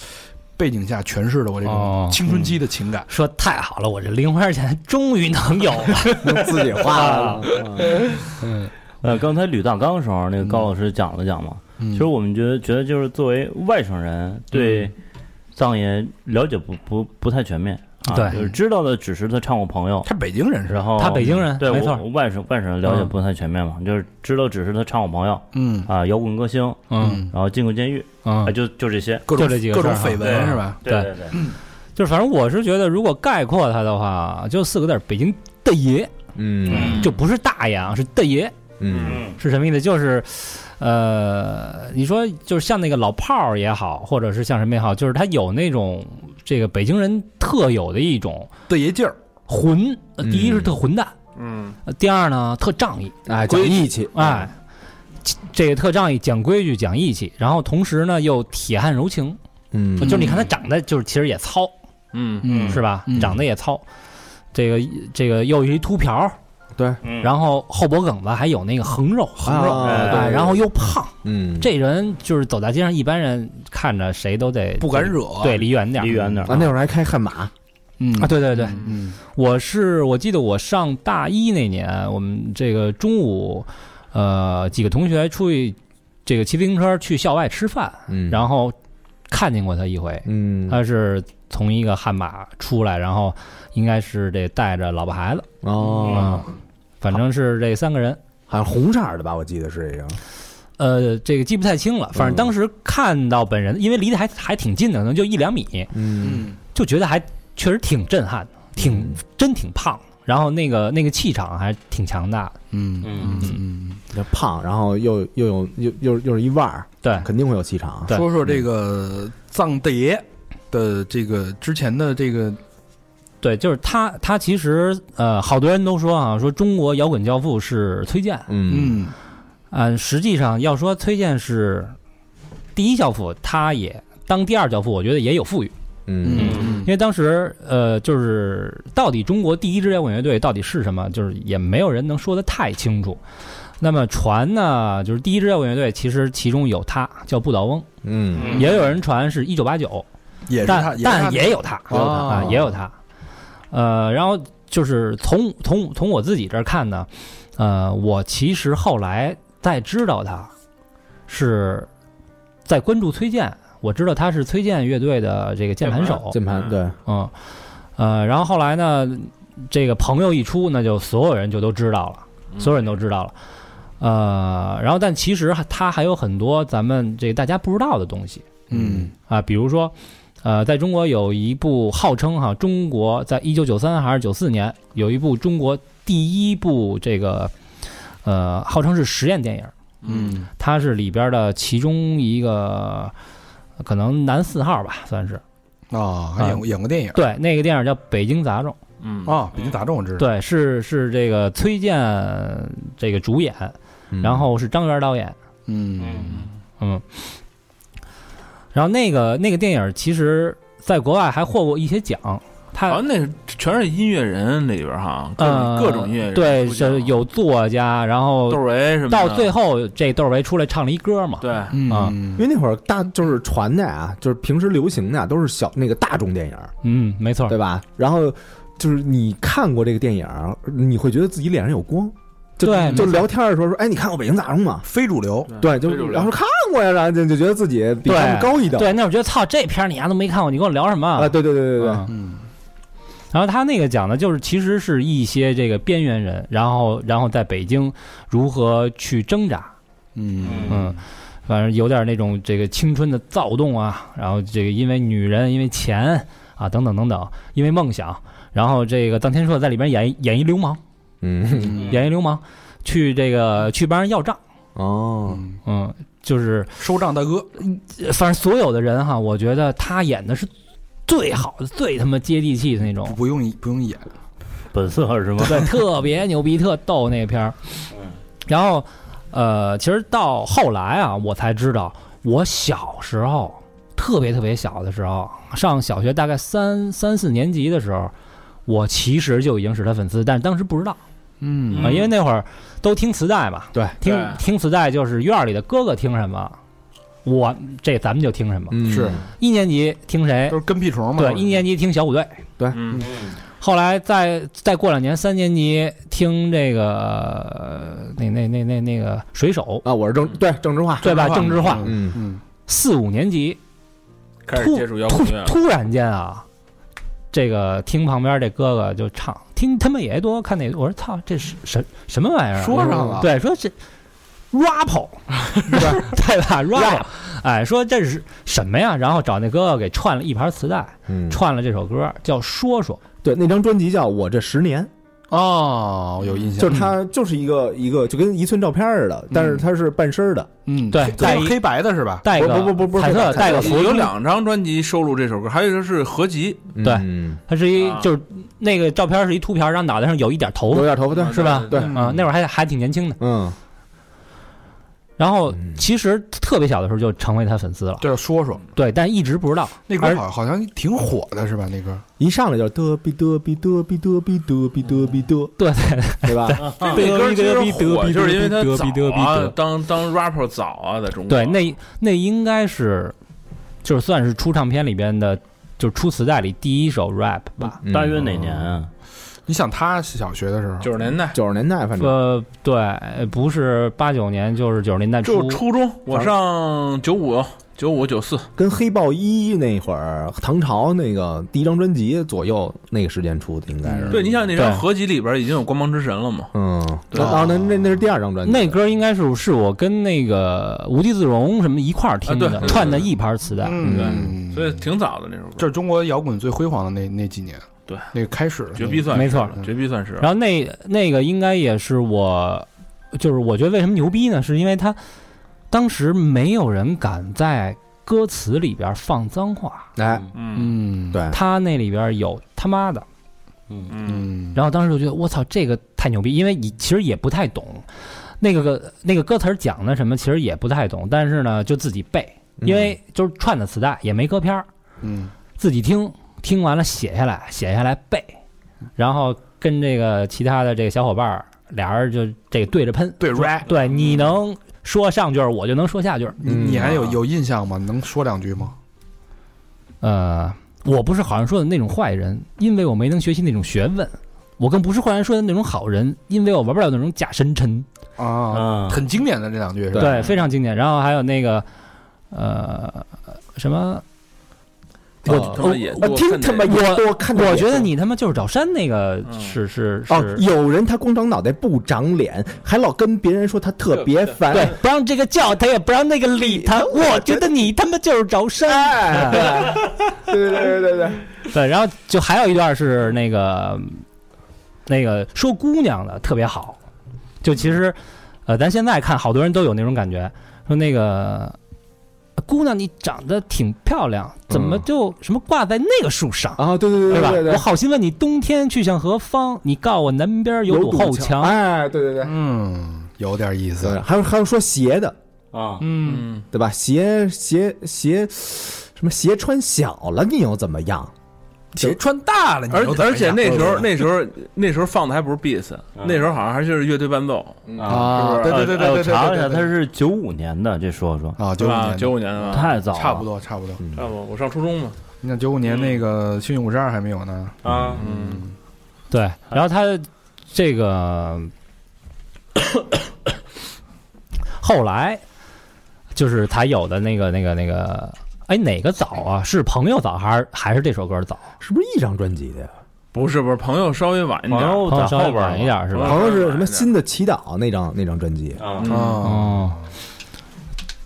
Speaker 3: 背景下诠释了我这种
Speaker 5: 哦
Speaker 3: 青春期的情感。
Speaker 5: 说太好了，我这零花钱终于能有 了，
Speaker 4: 自己花了，
Speaker 5: 嗯
Speaker 6: 呃，刚才捋大纲的时候，那个高老师讲了讲嘛，
Speaker 3: 其
Speaker 5: 嗯
Speaker 6: 其实我们觉得觉
Speaker 5: 嗯
Speaker 6: 得就是作为外省人，对藏爷了解不不不太全面啊
Speaker 5: 对
Speaker 6: 就是知道的只是他唱过朋友，
Speaker 3: 他北京人是吧？
Speaker 6: 然后
Speaker 5: 他北京人
Speaker 6: 对
Speaker 5: 没错嗯
Speaker 6: 我我外省外省人了解不太全面嘛，就是知道只是他唱过朋友
Speaker 3: 嗯
Speaker 6: 啊，摇滚歌星，
Speaker 5: 嗯
Speaker 6: 然后进过监狱，
Speaker 5: 嗯
Speaker 6: 啊，，就就这些。
Speaker 3: 各种
Speaker 5: 就这几个
Speaker 3: 各种
Speaker 5: 事儿哈
Speaker 3: 绯闻是吧？
Speaker 5: 对
Speaker 6: 对对，
Speaker 5: 就是反正我是觉得，如果概括他的话，就四个字儿：北京的爷，
Speaker 4: 嗯
Speaker 5: 就不是大爷啊，是的爷，
Speaker 4: 嗯
Speaker 6: 嗯
Speaker 5: 是什么意思？就是，呃，你说就是像那个老炮儿也好，或者是像什么也好，就是他有那种这个北京人特有的一种
Speaker 3: 对爷劲儿，
Speaker 5: 混，呃
Speaker 4: 嗯
Speaker 5: 第一是特混蛋，
Speaker 1: 嗯，
Speaker 5: 呃第二呢特仗义，
Speaker 4: 哎，讲义气，
Speaker 5: 哎，这个特仗义，讲规矩，讲义气，然后同时呢又铁汉柔情，
Speaker 4: 嗯
Speaker 5: 就是你看他长得就是其实也糙，
Speaker 2: 嗯
Speaker 3: 嗯
Speaker 5: 是吧
Speaker 3: 嗯？
Speaker 5: 长得也糙，这个这个又一秃瓢儿，
Speaker 6: 嗯，
Speaker 5: 然后后脖梗子还有那个横肉，横肉，
Speaker 4: 啊
Speaker 6: 哎
Speaker 4: 对
Speaker 5: 哎，然后又胖，
Speaker 4: 嗯，
Speaker 5: 这人就是走大街上，一般人看着谁都得
Speaker 3: 不敢，惹。啊
Speaker 5: 对，离远点儿，
Speaker 6: 离远点儿
Speaker 4: 啊，那会儿还开悍马，
Speaker 3: 嗯
Speaker 5: 啊，对对对，
Speaker 3: 嗯
Speaker 5: 我是我记得我上大一那年，我们这个中午，呃，几个同学出去这个骑自行车去校外吃饭，
Speaker 4: 嗯，
Speaker 5: 然后看见过他一回，
Speaker 4: 嗯
Speaker 5: 他是从一个悍马出来，然后应该是这带着老婆孩子，
Speaker 4: 哦，
Speaker 5: 啊，反正是这三个人，
Speaker 4: 好像红色儿的吧，我记得是一个，
Speaker 5: 呃，这个记不太清了，反正当时看到本人，因为离得还还挺近的，可能就一两米，
Speaker 4: 嗯
Speaker 3: 嗯
Speaker 5: 就觉得还确实挺震撼的，挺
Speaker 4: 嗯
Speaker 5: 真挺胖的，然后那个那个气场还挺强大的，
Speaker 3: 嗯
Speaker 6: 嗯
Speaker 3: 嗯
Speaker 4: 就胖，然后又又有又又又是一腕儿，
Speaker 5: 对，
Speaker 4: 肯定会有气场。
Speaker 5: 对
Speaker 3: 说说这个藏地爷的这个之前的这个
Speaker 5: 对，就是他，他其实呃，好多人都说啊，说中国摇滚教父是崔健，
Speaker 4: 嗯
Speaker 3: 嗯
Speaker 5: 嗯，实际上要说崔健是第一教父，他也当第二教父，我觉得也有富裕，
Speaker 4: 嗯
Speaker 5: 因为当时呃，就是到底中国第一支摇滚乐队到底是什么，就是也没有人能说得太清楚。那么传呢，就是第一支摇滚乐队，其实其中有他叫不倒翁，
Speaker 4: 嗯
Speaker 6: 嗯
Speaker 5: 也有人传是一九八九，
Speaker 3: 也是他哦
Speaker 5: 但，但也有他，
Speaker 4: 也有他
Speaker 5: 啊，也有他。呃，然后就是从从从我自己这儿看呢，呃，我其实后来再知道他，是在关注崔健，我知道他是崔健乐队的这个键盘手，
Speaker 4: 键盘对，
Speaker 5: 嗯，呃，然后后来呢，这个朋友一出，那就所有人就都知道了，所有人都知道了。呃，然后但其实他还有很多咱们这个大家不知道的东西，
Speaker 3: 嗯
Speaker 5: 啊，比如说，呃，在中国有一部号称哈、中国在一九九三还是九四年有一部中国第一部这个，呃，号称是实验电影，
Speaker 3: 嗯
Speaker 5: 它是里边的其中一个，可能男四号吧，算是
Speaker 3: 啊，还演过演过电影
Speaker 5: 对那个电影叫《北京杂种》，
Speaker 2: 嗯
Speaker 3: 啊，北京杂种我知道，
Speaker 5: 对，是是这个崔健这个主演，然后是张元导演，
Speaker 3: 嗯
Speaker 5: 嗯，然后那个那个电影其实在国外还获过一些奖，它
Speaker 2: 好像那是全是音乐人里边儿哈，各种、
Speaker 5: 呃
Speaker 2: 各种音乐人，
Speaker 5: 对，是有作家，然
Speaker 2: 窦
Speaker 5: 后
Speaker 2: 唯什么的，
Speaker 5: 到最后这窦唯出来唱了一歌嘛，
Speaker 2: 对，
Speaker 3: 嗯
Speaker 4: 因为那会儿大就是传的啊，就是平时流行的啊，都是小那个大众电影，
Speaker 5: 嗯，没错
Speaker 4: 对，吧？然后就是你看过这个电影，你会觉得自己脸上有光。就
Speaker 5: 对
Speaker 4: 就
Speaker 5: 没错嗯
Speaker 4: 聊天的时候说，哎，你看过《北京杂种》吗？
Speaker 3: 非主流，
Speaker 4: 对，就
Speaker 2: 非主流
Speaker 4: 然后说看过呀，然后就就觉得自己比他们
Speaker 5: 对
Speaker 4: 高一等
Speaker 5: 对，那会儿觉得操，这片儿你丫都没看过，你跟我聊什么
Speaker 4: 啊！对对对对对，
Speaker 5: 嗯
Speaker 3: 嗯
Speaker 5: 然后他那个讲的就是，其实是一些这个边缘人，然后然后在北京如何去挣扎，
Speaker 3: 嗯
Speaker 5: 嗯，反正有点那种这个青春的躁动啊，然后这个因为女人，因为钱啊，等等等等，因为梦想，然后这个臧天朔在里边演一演一流氓，
Speaker 4: 嗯
Speaker 5: 演一流氓，去这个去帮人要账，
Speaker 4: 哦，
Speaker 5: 嗯，就是
Speaker 3: 收账大哥，
Speaker 5: 呃反正所有的人哈，我觉得他演的是最好的、最他妈接地气的那种
Speaker 3: 不，不用不用演，
Speaker 6: 本色是吗？
Speaker 5: 对，特别牛逼，特逗那个片儿。然后，呃，其实到后来啊，我才知道，我小时候特别特别小的时候，上小学大概三三四年级的时候，我其实就已经是他粉丝，但是当时不知道
Speaker 3: 嗯
Speaker 5: 啊，因为那会儿都听磁带嘛，
Speaker 4: 对，
Speaker 5: 听
Speaker 2: 对
Speaker 5: 听磁带就是院里的哥哥听什么，我这咱们就听什么。
Speaker 4: 嗯
Speaker 3: 是
Speaker 5: 一年级听谁
Speaker 3: 都？是跟屁虫嘛，
Speaker 5: 对，一年级听小虎队。
Speaker 2: 嗯
Speaker 5: 后来再再过两年，三年级听这个呃那那那那那个水手，
Speaker 4: 啊，我是郑对郑智化，
Speaker 5: 对吧？
Speaker 3: 郑
Speaker 5: 郑
Speaker 3: 智
Speaker 5: 智
Speaker 3: 化
Speaker 5: 化，
Speaker 4: 嗯
Speaker 3: 嗯
Speaker 5: 四五年级
Speaker 2: 开始接触摇
Speaker 5: 突
Speaker 2: 滚乐了，
Speaker 5: 突然间啊，这个听旁边这哥哥就唱，听他们也多看那，我说操，这是什什么玩意
Speaker 4: 嗯
Speaker 5: 儿啊？
Speaker 3: 说上了
Speaker 5: 对，说这 rap，对吧？rap，哎，说这是什么呀？然后找那哥哥给串了一盘磁带，
Speaker 4: 嗯，
Speaker 5: 串了这首歌叫《说说
Speaker 4: 对，那张专辑叫《我这十年
Speaker 3: 哦，有印》，象，
Speaker 4: 就是它就是一个一个就跟一寸照片似的，但是它是半身的，
Speaker 3: 嗯，嗯，
Speaker 5: 对
Speaker 3: 黑
Speaker 5: 带一
Speaker 3: 黑白的是吧》，？
Speaker 5: 带个
Speaker 4: 不不不不是
Speaker 5: 彩色带个佛珠，
Speaker 2: 有两张专辑收录这首歌，还有一个是合集，
Speaker 5: 对
Speaker 4: 嗯
Speaker 5: 它是一
Speaker 2: 啊
Speaker 5: 就是那个照片是一秃瓢，然后脑袋上有一点头发
Speaker 4: 有点头发，对，
Speaker 5: 是吧？
Speaker 4: 嗯对
Speaker 5: 啊，那会儿还还挺年轻的。
Speaker 4: 嗯，
Speaker 5: 然后
Speaker 4: 嗯
Speaker 5: 其实特别小的时候就成为他粉丝了，
Speaker 3: 对，说说
Speaker 5: 对，但一直不知道。
Speaker 3: 那歌
Speaker 5: 而
Speaker 3: 好好像挺火的是吧？那歌
Speaker 4: 一上来就嘚逼嘚逼嘚逼嘚逼嘚逼嘚逼嘚，
Speaker 5: 对对对
Speaker 4: 对吧？
Speaker 2: 这歌其实火
Speaker 4: 逼
Speaker 2: 就是因为它
Speaker 4: 得逼得
Speaker 2: 早
Speaker 4: 逼得
Speaker 2: 啊，当当 rapper 早啊，在中 国
Speaker 5: 对，那那应该是就是算是出唱片里边的，就是出磁带里第一首 rap 吧。
Speaker 4: 嗯
Speaker 6: 大约哪年啊？
Speaker 3: 你想他小学的时候，
Speaker 2: 九十年代，
Speaker 4: 九十年代，反正
Speaker 5: 呃，对，呃不是八九年，就是九十年代
Speaker 2: 就
Speaker 5: 初
Speaker 2: 是。初中，我上九五九五九四，
Speaker 4: 跟黑豹一那会儿，唐朝那个第一张专辑左右那个时间出的，应该是
Speaker 2: 对，你想那张
Speaker 5: 对
Speaker 2: 合集里边已经有光芒之神了嘛？
Speaker 4: 嗯，
Speaker 2: 对
Speaker 4: 那啊，那那那是第二张专辑，
Speaker 5: 那歌应该是是我跟那个无地自容什么一块儿听
Speaker 2: 啊对
Speaker 5: 的，
Speaker 2: 对
Speaker 5: 串的一盘磁带。
Speaker 3: 嗯，
Speaker 2: 所以挺早的那首歌，
Speaker 3: 这是中国摇滚最辉煌的那那几年，
Speaker 2: 对，
Speaker 3: 那个开始的
Speaker 2: 绝
Speaker 3: 那
Speaker 2: 逼
Speaker 3: 个
Speaker 2: 算
Speaker 5: 没错
Speaker 2: 是绝逼算是。
Speaker 5: 然后那那个应该也是我，就是我觉得为什么牛逼呢？是因为他当时没有人敢在歌词里边放脏话，
Speaker 4: 哎，
Speaker 2: 嗯
Speaker 3: 嗯，
Speaker 4: 对，
Speaker 5: 他那里边有他妈的。
Speaker 2: 嗯，
Speaker 3: 嗯，
Speaker 5: 然后当时就觉得我操，这个太牛逼，因为你其实也不太懂那个那个歌词儿讲的什么，其实也不太懂，但是呢就自己背，因为就是串的磁带也没歌片儿，
Speaker 3: 嗯，
Speaker 5: 自己听，听完了写下来，写下来背，然后跟这个其他的这个小伙伴儿俩人就这个对着喷，
Speaker 3: 对，rap，
Speaker 5: 对，你能说上句儿，我就能说下句儿。
Speaker 3: 你
Speaker 4: 嗯
Speaker 3: 你还有有印象吗？能说两句吗？
Speaker 5: 呃，我不是好人说的那种坏人，因为我没能学习那种学问；我更不是坏人说的那种好人，因为我玩不了那种假深沉。嗯
Speaker 3: 啊，
Speaker 6: 啊，
Speaker 3: 很经典的这两句是吧？
Speaker 5: 对，非常经典。然后还有那个，呃，什么？
Speaker 2: 我他妈也
Speaker 4: 我听他妈
Speaker 5: 我
Speaker 4: 啊我看着也
Speaker 5: 我觉得
Speaker 4: 多
Speaker 5: 你他妈就是找山那个
Speaker 2: 嗯
Speaker 5: 是是是，
Speaker 4: 哦，有人他光长脑袋不长脸，还老跟别人说他特别烦，
Speaker 5: 对，不让这个叫他，也不让那个理他。我觉得你他妈就是找山。
Speaker 4: 哎，对对对对对
Speaker 5: 对，然后就还有一段是那个那个说姑娘的特别好，就其实呃，咱现在看好多人都有那种感觉，说那个姑娘你长得挺漂亮，怎么
Speaker 4: 嗯
Speaker 5: 就什么挂在那个树上，
Speaker 4: 啊，对对对
Speaker 5: 对吧？
Speaker 4: 对对
Speaker 5: 我，好心问你，冬天去向何方？你告我南边有堵后墙。
Speaker 4: 哎，对对对
Speaker 3: 嗯，有点意
Speaker 4: 对，
Speaker 3: 思，
Speaker 4: 还有还有说鞋的，
Speaker 6: 啊，
Speaker 3: 嗯，
Speaker 2: 嗯，
Speaker 4: 对吧？鞋鞋鞋，什么鞋穿小了，你又怎么样？
Speaker 3: 鞋穿大了，你
Speaker 2: 而
Speaker 3: 又怎么
Speaker 2: 而且
Speaker 3: 样
Speaker 2: 那时候那时候那时候放的还不是 beats，那时候好像还是乐队伴奏，
Speaker 6: 嗯
Speaker 3: 啊，对对对
Speaker 6: 哎
Speaker 3: 对
Speaker 6: 我
Speaker 3: 对，
Speaker 6: 查了一下，
Speaker 3: 对
Speaker 6: 他
Speaker 3: 对
Speaker 6: 是九五年的，这说说
Speaker 3: 啊，九
Speaker 2: 对
Speaker 3: 五
Speaker 2: 吧？
Speaker 3: 年
Speaker 2: 九
Speaker 3: 的，
Speaker 2: 五年的，嗯
Speaker 6: 太早了，
Speaker 3: 差不多差不多。
Speaker 2: 差不多，我上初中嘛。
Speaker 3: 你想九五年那个《幸运五十二》还没有呢，
Speaker 6: 啊，
Speaker 2: 嗯，
Speaker 5: 对，然后他这个后来就是才有的那个那个那个，哎，哪个早啊？是朋友早还是还是这首歌早？
Speaker 4: 是不是一张专辑的呀？
Speaker 2: 不是不是，朋友稍微晚一点
Speaker 6: 朋
Speaker 2: 儿，
Speaker 6: 友
Speaker 5: 朋友
Speaker 6: 哦在
Speaker 5: 稍微
Speaker 6: 嗯后边
Speaker 5: 晚一点是吧？
Speaker 4: 好像是什么新的祈祷那张那张专辑，
Speaker 6: 啊，
Speaker 2: 嗯，
Speaker 3: 啊，
Speaker 5: 哦，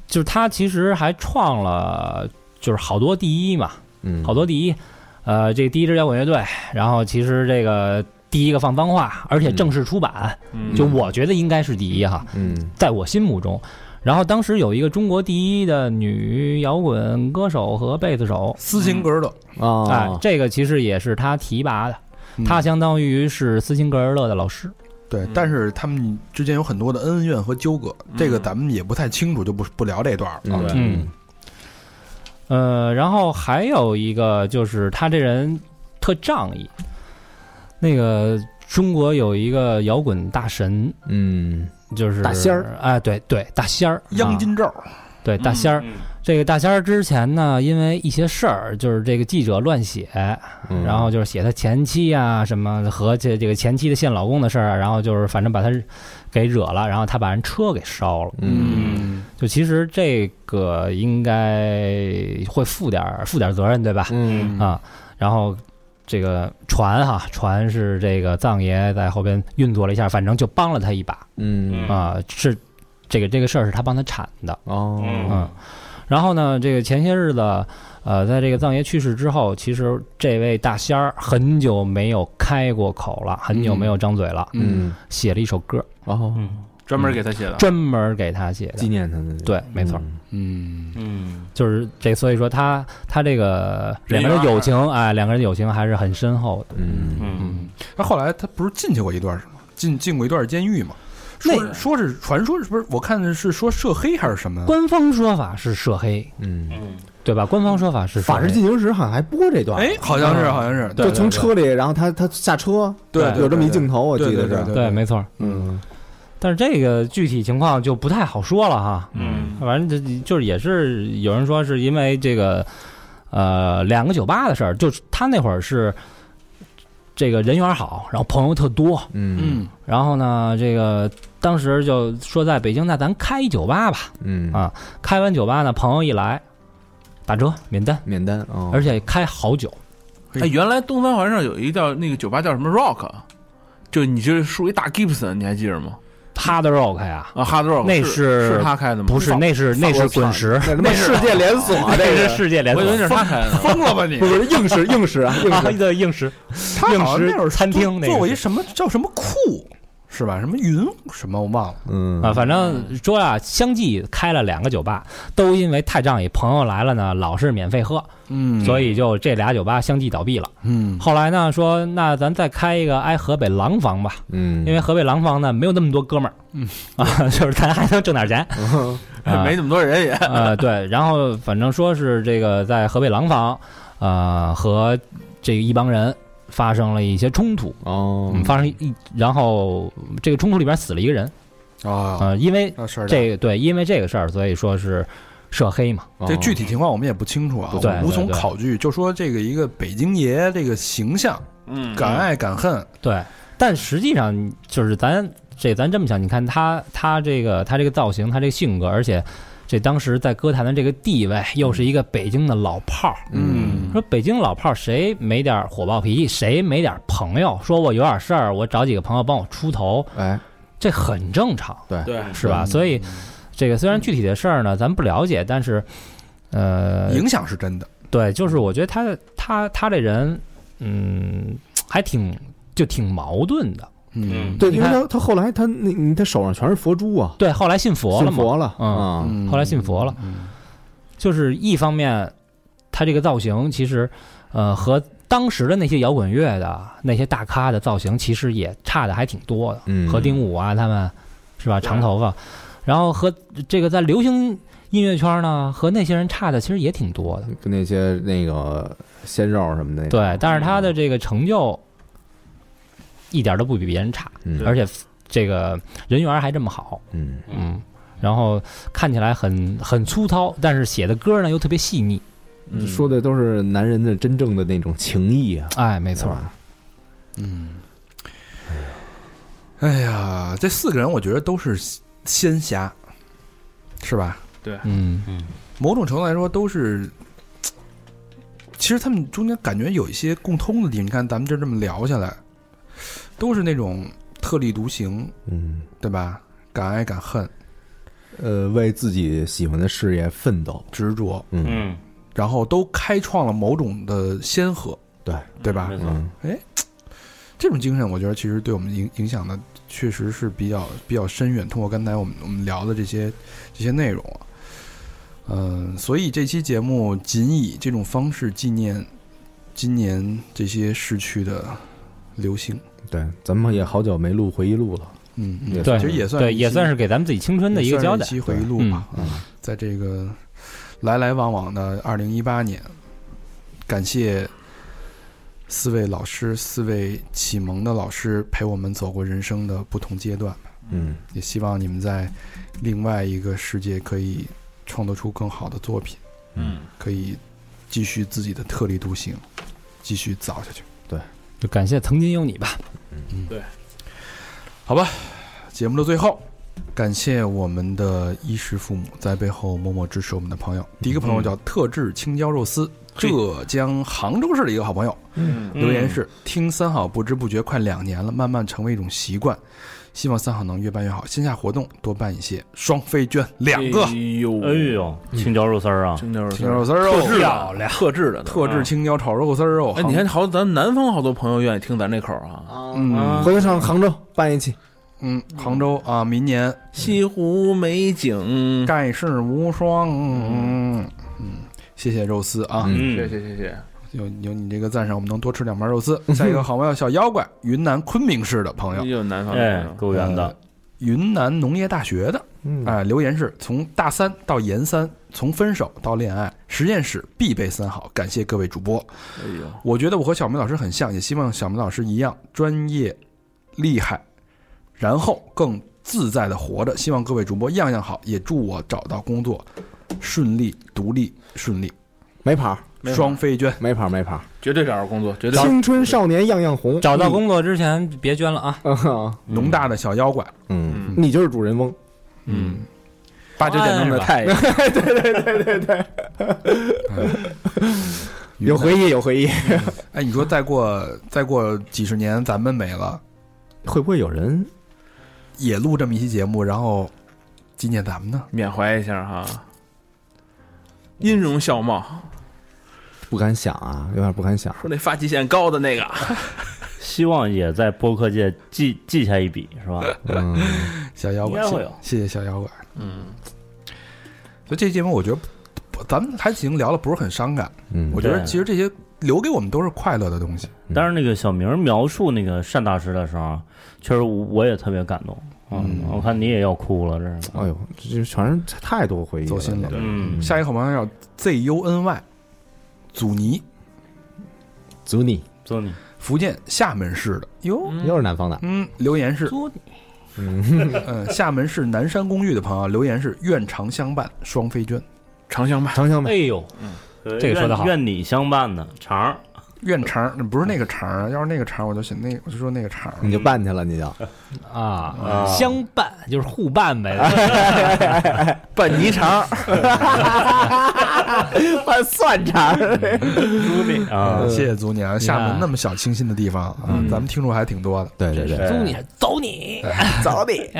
Speaker 5: 就是他其实还创了就是好多第一嘛，
Speaker 4: 嗯，
Speaker 5: 好多第一，呃，这第一支摇滚乐队，然后其实这个第一个放脏话，而且正式出版，
Speaker 2: 嗯
Speaker 5: 就我觉得应该是第一哈。
Speaker 4: 嗯
Speaker 5: 在我心目中。然后当时有一个中国第一的女摇滚歌手和贝斯手，
Speaker 3: 斯琴格尔勒，
Speaker 5: 哎
Speaker 4: 啊，，
Speaker 5: 这个其实也是他提拔的，
Speaker 3: 嗯
Speaker 5: 他相当于是斯琴格尔勒的老师。
Speaker 3: 对
Speaker 2: 嗯，
Speaker 3: 但是他们之间有很多的恩怨和纠葛，这个
Speaker 2: 嗯
Speaker 3: 咱们也不太清楚，就不不聊这段了。
Speaker 4: 嗯
Speaker 5: 嗯呃，然后还有一个就是他这人特仗义。那个中国有一个摇滚大神，
Speaker 4: 嗯
Speaker 5: 就是
Speaker 4: 大仙儿，
Speaker 5: 哎，对对，大仙儿，
Speaker 3: 央
Speaker 5: 啊
Speaker 3: 金咒，
Speaker 5: 对大仙儿。这个大仙儿之前呢，因为一些事儿，就是这个记者乱写，
Speaker 4: 嗯，
Speaker 5: 然后就是写他前妻啊什么和这这个前妻的现老公的事儿啊，然后就是反正把他给惹了，然后他把人车给烧了。
Speaker 4: 嗯
Speaker 5: 就其实这个应该会负点儿负点儿责任，对吧？
Speaker 4: 嗯
Speaker 5: 啊，然后这个船哈，船是这个藏爷在后边运作了一下，反正就帮了他一把
Speaker 4: 嗯
Speaker 6: 嗯
Speaker 5: 啊、是这个这个事儿是他帮他铲的。
Speaker 4: 哦
Speaker 5: 嗯，然后呢，这个前些日子，呃，在这个藏爷去世之后，其实这位大仙儿很久没有开过口了，很久没有张嘴了，
Speaker 4: 嗯
Speaker 5: 写了一首歌，
Speaker 4: 哦，
Speaker 6: 嗯
Speaker 2: 专门给他写的。
Speaker 5: 专门给他写的
Speaker 4: 纪。念他的
Speaker 5: 对，没错，
Speaker 3: 嗯，
Speaker 6: 嗯
Speaker 5: 就是这，所以说他他这个两个人友情啊、哎，两个人友情还是很深厚的。
Speaker 4: 嗯
Speaker 6: 嗯
Speaker 3: 那后来他不是进去过一段是吗？进进过一段监狱嘛？说
Speaker 5: 那
Speaker 3: 说是传说是不是？我看是说涉黑还是什么？
Speaker 5: 官方说法是涉黑，
Speaker 4: 嗯，
Speaker 6: 嗯
Speaker 5: 对吧？官方说法是涉
Speaker 4: 法
Speaker 5: 黑
Speaker 4: 制进行时好像还播这段，
Speaker 3: 哎，好像是，好像是，
Speaker 4: 就从车里，然后他他下车，
Speaker 3: 对对
Speaker 4: 有这么一镜头，我记
Speaker 3: 对
Speaker 4: 得
Speaker 3: 对对
Speaker 4: 是，
Speaker 3: 对
Speaker 5: 对，没错。
Speaker 4: 嗯
Speaker 5: 但是这个具体情况就不太好说了哈。
Speaker 6: 嗯
Speaker 5: 反正这就是也是有人说是因为这个，呃，两个酒吧的事儿，就是他那会儿是这个人缘好，然后朋友特多，
Speaker 4: 嗯
Speaker 3: 嗯
Speaker 5: 然后呢，这个当时就说在北京，那咱开一酒吧吧。
Speaker 4: 嗯
Speaker 5: 啊开完酒吧呢，朋友一来，打折免单，
Speaker 4: 免单
Speaker 3: 哦
Speaker 4: 啊，
Speaker 5: 而且开好酒。
Speaker 3: 对
Speaker 2: 哎，原来东三环上有一叫那个酒吧叫什么 Rock，就你这属于大 Gibson，你还记着吗？
Speaker 5: 他的 rock 呀，
Speaker 2: 啊，Hard Rock
Speaker 5: 那
Speaker 2: 是
Speaker 5: 是
Speaker 2: 他开的吗？
Speaker 3: 嗯
Speaker 5: 不是，
Speaker 2: 法
Speaker 5: 那是那是滚
Speaker 3: 啊
Speaker 5: 石，
Speaker 4: 那他妈世界连锁啊这
Speaker 5: 那是
Speaker 4: 个。
Speaker 5: 世界联
Speaker 2: 我以为那
Speaker 5: 盟
Speaker 2: 是他开的。
Speaker 3: 疯了吧 你
Speaker 4: 不？是硬是硬是啊，硬
Speaker 5: 啊
Speaker 4: 是
Speaker 5: 的硬石
Speaker 3: 他好像那会儿
Speaker 5: 餐厅那
Speaker 3: 做
Speaker 5: 个
Speaker 3: 过
Speaker 5: 是
Speaker 3: 一什么叫什么库是吧？什么云什么我忘了。
Speaker 4: 嗯
Speaker 5: 啊，反正说啊，相继开了两个酒吧，都因为太仗义，朋友来了呢，老是免费喝，
Speaker 3: 嗯
Speaker 5: 所以就这俩酒吧相继倒闭了。
Speaker 3: 嗯
Speaker 5: 后来呢，说那咱再开一个挨河北廊坊吧，
Speaker 4: 嗯，
Speaker 5: 因为河北廊坊呢没有那么多哥们儿，
Speaker 3: 嗯
Speaker 5: 啊，就是咱还能挣点钱，啊
Speaker 2: 没那么多人也，
Speaker 5: 呃，对，然后反正说是这个在河北廊坊，呃，和这一帮人发生了一些冲突，
Speaker 4: 哦
Speaker 5: 嗯，发生一，然后这个冲突里边死了一个人，
Speaker 3: 啊，
Speaker 5: 呃，因为
Speaker 3: 那事儿
Speaker 5: 这个对，因为这个事儿，所以说是涉黑嘛，
Speaker 4: 哦
Speaker 3: 这具体情况我们也不清楚啊，
Speaker 5: 啊对
Speaker 3: 我无从
Speaker 5: 对对
Speaker 3: 考据。就说这个一个北京爷这个形象，
Speaker 2: 嗯
Speaker 3: 敢爱敢恨，
Speaker 5: 对。但实际上就是咱这咱这么想，你看他他这个他这个造型，他这个性格，而且这当时在歌坛的这个地位，又是一个北京的老炮儿。
Speaker 4: 嗯
Speaker 5: 说北京老炮儿谁没点火爆脾气，谁没点朋友？说我有点事儿，我找几个朋友帮我出头，
Speaker 4: 哎
Speaker 5: 这很正常，
Speaker 2: 对，
Speaker 5: 是
Speaker 3: 嗯
Speaker 5: 吧？所以这个虽然具体的事儿呢咱不了解，但是呃，
Speaker 3: 影响是真的。
Speaker 5: 对，就是我觉得他他他这人，嗯，还挺就挺矛盾的。
Speaker 6: 嗯
Speaker 4: 对，
Speaker 5: 你
Speaker 4: 因为
Speaker 5: 看
Speaker 4: 他他后来他那你他手上全是佛珠啊，
Speaker 5: 对，后来信佛
Speaker 4: 信
Speaker 5: 了嘛，
Speaker 4: 佛了
Speaker 5: 嗯
Speaker 4: 啊，
Speaker 3: 嗯
Speaker 5: 后来信佛了，
Speaker 3: 嗯
Speaker 5: 就是一方面，他这个造型其实，呃，和当时的那些摇滚乐的那些大咖的造型其实也差的还挺多的，
Speaker 4: 嗯
Speaker 5: 和丁武啊他们是吧，长头发，然后和这个在流行音乐圈呢，和那些人差的其实也挺多的。
Speaker 4: 跟那些那个鲜肉什么的，
Speaker 5: 对，但是他的这个成就一点都不比别人差。
Speaker 4: 嗯，
Speaker 5: 而且这个人缘还这么好，
Speaker 4: 嗯
Speaker 5: 嗯，然后看起来很很粗糙，但是写的歌呢又特别细腻，
Speaker 4: 嗯，说的都是男人的真正的那种情谊啊，
Speaker 5: 哎，没
Speaker 4: 没
Speaker 5: 错，
Speaker 3: 嗯，哎呀，这四个人我觉得都是仙侠，是吧？
Speaker 5: 嗯，
Speaker 3: 某种程度来说都是。其实他们中间感觉有一些共通的地方，你看咱们就这么聊下来，都是那种特立独行，
Speaker 4: 嗯，
Speaker 3: 对吧？敢爱敢恨，
Speaker 4: 呃，为自己喜欢的事业奋斗，
Speaker 3: 执着，
Speaker 4: 嗯
Speaker 6: 嗯
Speaker 3: 然后都开创了某种的先河，
Speaker 4: 对
Speaker 3: 对吧？
Speaker 6: 没错
Speaker 4: 嗯
Speaker 3: 这种精神，我觉得其实对我们影影响的确实是比较比较深远。通过刚才我们我们聊的这些这些内容啊，嗯、所以这期节目仅以这种方式纪念今年这些逝去的流星。
Speaker 4: 对，咱们也好久没录回忆录了，
Speaker 3: 嗯，嗯
Speaker 4: 对
Speaker 5: 对，
Speaker 3: 其实也算
Speaker 5: 对，也算
Speaker 3: 是
Speaker 5: 是给咱们自己青春
Speaker 3: 真
Speaker 5: 的一个交代，
Speaker 3: 期回忆录
Speaker 5: 嗯
Speaker 3: 吧。啊在这个来来往往的二零一八年，感谢四位老师、四位启蒙的老师陪我们走过人生的不同阶段。
Speaker 4: 嗯
Speaker 3: 也希望你们在另外一个世界可以创作出更好的作品，
Speaker 4: 嗯，
Speaker 3: 可以继续自己的特立独行，继续造下去。
Speaker 5: 就感谢曾经有你吧，
Speaker 3: 节目的最后，感谢我们的衣食父母在背后默默支持我们的朋友。第一个朋友叫特制青椒肉丝，浙江杭州市的一个好朋友，
Speaker 4: 嗯
Speaker 3: 留言是：听三好不知不觉快两年了，慢慢成为一种习惯。希望三好能越办越好，线下活动多办一些，双飞券两个
Speaker 2: 哎，呦，
Speaker 6: 哎呦，青椒肉丝儿啊，
Speaker 2: 青椒肉丝
Speaker 3: 青椒
Speaker 2: 儿
Speaker 3: 肉丝儿
Speaker 2: 特制
Speaker 3: 哦，
Speaker 2: 的，亮，特制的呢，啊
Speaker 3: 特制青椒炒肉丝儿哦。
Speaker 2: 哎，你看好，咱南方好多朋友愿意听咱这口儿啊。
Speaker 4: 啊
Speaker 3: 嗯
Speaker 4: 回头上杭州办一期，
Speaker 3: 嗯，杭州啊，明年
Speaker 2: 西湖美景，
Speaker 3: 盖世无双。嗯嗯，谢谢肉丝啊，
Speaker 4: 嗯
Speaker 6: 嗯
Speaker 2: 谢，谢谢谢，
Speaker 3: 有有你这个赞赏，我们能多吃两盘肉丝。下一个好朋友小妖怪，云南昆明市的朋友，
Speaker 2: 又南方
Speaker 6: 哎
Speaker 2: 的，
Speaker 6: 够远
Speaker 3: 呃
Speaker 6: 的，
Speaker 3: 云南农业大学的，
Speaker 4: 嗯
Speaker 3: 哎、留言是从大三到研三，从分手到恋爱，实验室必备三好。感谢各位主播，
Speaker 2: 哎呦，
Speaker 3: 我觉得我和小明老师很像，也希望小明老师一样专业、厉害，然后更自在的活着。希望各位主播样样好，也祝我找到工作顺利、独立顺利，
Speaker 4: 没跑儿，
Speaker 2: 没法
Speaker 3: 双飞娟。
Speaker 4: 没跑儿，没跑儿。
Speaker 2: 绝对找着工作，绝对
Speaker 4: 青春少年样样红，
Speaker 5: 找到工作之前别捐了啊！
Speaker 4: 作，
Speaker 3: 农大的小妖怪，
Speaker 4: 嗯，你就是主人翁，
Speaker 2: 嗯，
Speaker 1: 八九点钟的太阳，
Speaker 4: 有回忆，有回忆。
Speaker 3: 哎，你说再过再过几十年，咱们没了，
Speaker 4: 会不会有人
Speaker 3: 也录这么一期节目，然后纪念咱们呢？
Speaker 2: 缅怀一下哈，哎音容笑貌，
Speaker 4: 不敢想啊？有点不敢想。
Speaker 2: 说那发际线高的那个，
Speaker 6: 希望也在播客界记记下一笔，是吧？
Speaker 4: 嗯，
Speaker 3: 小妖怪，
Speaker 6: 应该会
Speaker 3: 谢
Speaker 6: 有
Speaker 3: 谢谢小妖怪。
Speaker 2: 嗯，
Speaker 3: 所以这期节目我觉得不咱们还行，聊的不是很伤感。
Speaker 4: 嗯
Speaker 3: 我觉得
Speaker 6: 对
Speaker 3: 其实这些留给我们都是快乐的东西。
Speaker 6: 但是那个小明描述那个单大师的时候，啊确实我也特别感动。嗯，
Speaker 3: 嗯
Speaker 6: 我看你也要哭了，这是。
Speaker 4: 哎呦，这全是太多回忆
Speaker 3: 走心了
Speaker 4: 这
Speaker 6: 嗯，
Speaker 3: 下一个好朋友叫 Z U N Y，祖尼，
Speaker 4: 祖你
Speaker 6: 祝你
Speaker 3: 福建厦门市的哟。
Speaker 4: 又是南方的，
Speaker 3: 嗯，留言是，
Speaker 4: 嗯，
Speaker 3: 嗯， 厦门市南山公寓的朋友留言是愿常相伴，双飞娟，
Speaker 2: 长相吧，
Speaker 4: 长相
Speaker 5: 哎
Speaker 4: 呗，
Speaker 5: 呦，这个说得好
Speaker 6: 呃愿愿你相伴呢，肠儿。
Speaker 3: 愿肠那不是那个肠儿啊，要是那个肠儿我就写那个，我就说那个肠儿。
Speaker 4: 你就办去了，你就哎
Speaker 5: 啊，相伴就是互伴呗。
Speaker 2: 半泥肠，
Speaker 4: 拌蒜肠。
Speaker 6: 啊，
Speaker 3: 谢谢祖尼啊，厦门那么小清新的地方啊，咱们听众还挺多的。
Speaker 4: 对对 对，
Speaker 5: 祝你走你，
Speaker 4: 走你。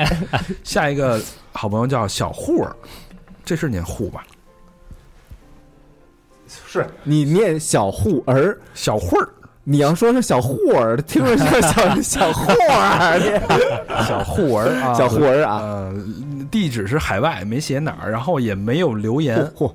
Speaker 3: 下一个好朋友叫小户儿，这是念户吧？
Speaker 4: 是你念小户儿，
Speaker 3: 小户儿，
Speaker 4: 你要说是小户儿，听着像小小户儿，啊
Speaker 3: 小户儿啊，
Speaker 4: 小户儿啊，
Speaker 3: 呃，地址是海外，没写哪儿，然后也没有留言。
Speaker 4: 户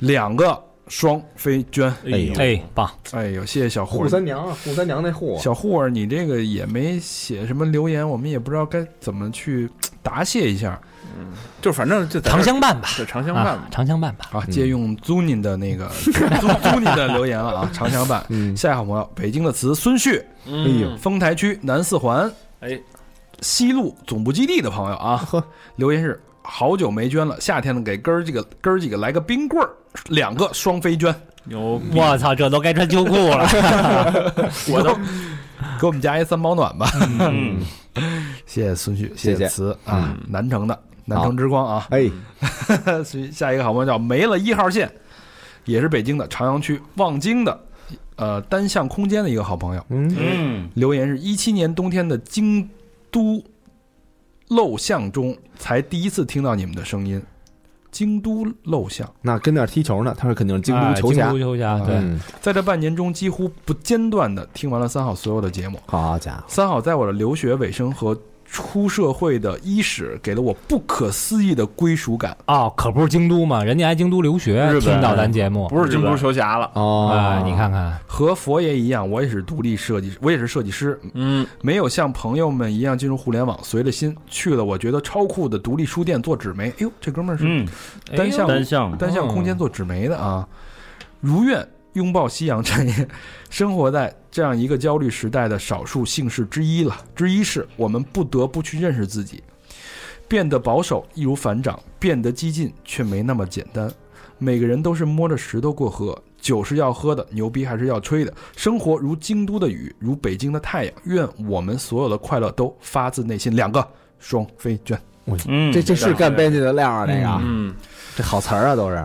Speaker 3: 两个双飞娟，
Speaker 4: 哎呦
Speaker 5: 哎，棒！
Speaker 3: 哎呦，谢谢小户
Speaker 4: 户
Speaker 3: 儿。
Speaker 4: 三娘啊，户三娘那户，
Speaker 3: 小户儿，你这个也没写什么留言，我们也不知道该怎么去答谢一下。
Speaker 2: 就反正就在这
Speaker 5: 长
Speaker 2: 儿
Speaker 5: 相伴吧，
Speaker 2: 就长相伴
Speaker 5: 啊
Speaker 2: 吧，，
Speaker 5: 长相伴吧。
Speaker 3: 好，借用 Zunin 的那 个 Zunin 的留言了啊，长相伴。
Speaker 4: 嗯，
Speaker 3: 下一个好朋友，北京的词孙旭，
Speaker 2: 哎
Speaker 4: 呦，
Speaker 3: 丰台区南四环
Speaker 2: 哎，
Speaker 3: 西路总部基地的朋友啊，
Speaker 4: 呵，
Speaker 3: 留言是好久没捐了，夏天了给哥儿几个哥儿几个来个冰棍儿，两个双飞捐，
Speaker 2: 牛逼，
Speaker 5: 我操，这都该穿秋裤了。
Speaker 3: 我都 给我们家一三保暖吧，
Speaker 6: 嗯，
Speaker 3: 谢谢孙旭，
Speaker 4: 谢谢嗯
Speaker 3: 谢词啊，南城的南城之光啊，
Speaker 4: 哎，
Speaker 3: 所以下一个好朋友叫没了一号线，也是北京的朝阳区望京的，呃，单向空间的一个好朋友，
Speaker 4: 嗯，
Speaker 6: 嗯，
Speaker 3: 留言是一七年冬天的京都陋巷中才第一次听到你们的声音。京都陋巷，
Speaker 4: 那跟那儿踢球呢，他是肯定是京
Speaker 5: 哎
Speaker 4: 都球
Speaker 5: 京
Speaker 4: 侠
Speaker 5: 都，球侠，对，
Speaker 4: 嗯，
Speaker 3: 在这半年中几乎不间断的听完了三好所有的节目。
Speaker 4: 好家伙，
Speaker 3: 三好在我的留学尾声和出社会的伊始，给了我不可思议的归属感。
Speaker 5: 哦，可不是京都嘛，人家来京都留学，
Speaker 6: 日本
Speaker 5: 听到咱节目
Speaker 2: 不是京都球侠了，
Speaker 5: 啊
Speaker 4: 哦，，
Speaker 5: 你看看，
Speaker 3: 和佛爷一样，我也是独立设计，我也是设计师，
Speaker 2: 嗯，
Speaker 3: 没有像朋友们一样进入互联网，随了心去了我觉得超酷的独立书店做纸媒。哎呦，这哥们儿是
Speaker 6: 嗯，
Speaker 3: 单向
Speaker 6: 单向，
Speaker 3: 单向空间做纸媒的啊，如愿拥抱夕阳产业，生活在这样一个焦虑时代的少数姓氏之一了。之一是我们不得不去认识自己，变得保守易如反掌，变得激进却没那么简单。每个人都是摸着石头过河，酒是要喝的，牛逼还是要吹的。生活如京都的雨，如北京的太阳。愿我们所有的快乐都发自内心。两个双飞卷，
Speaker 5: 哦
Speaker 6: 嗯，
Speaker 4: 这这是干编啊辑的料儿，这个
Speaker 2: 嗯
Speaker 4: 这好词儿啊，都是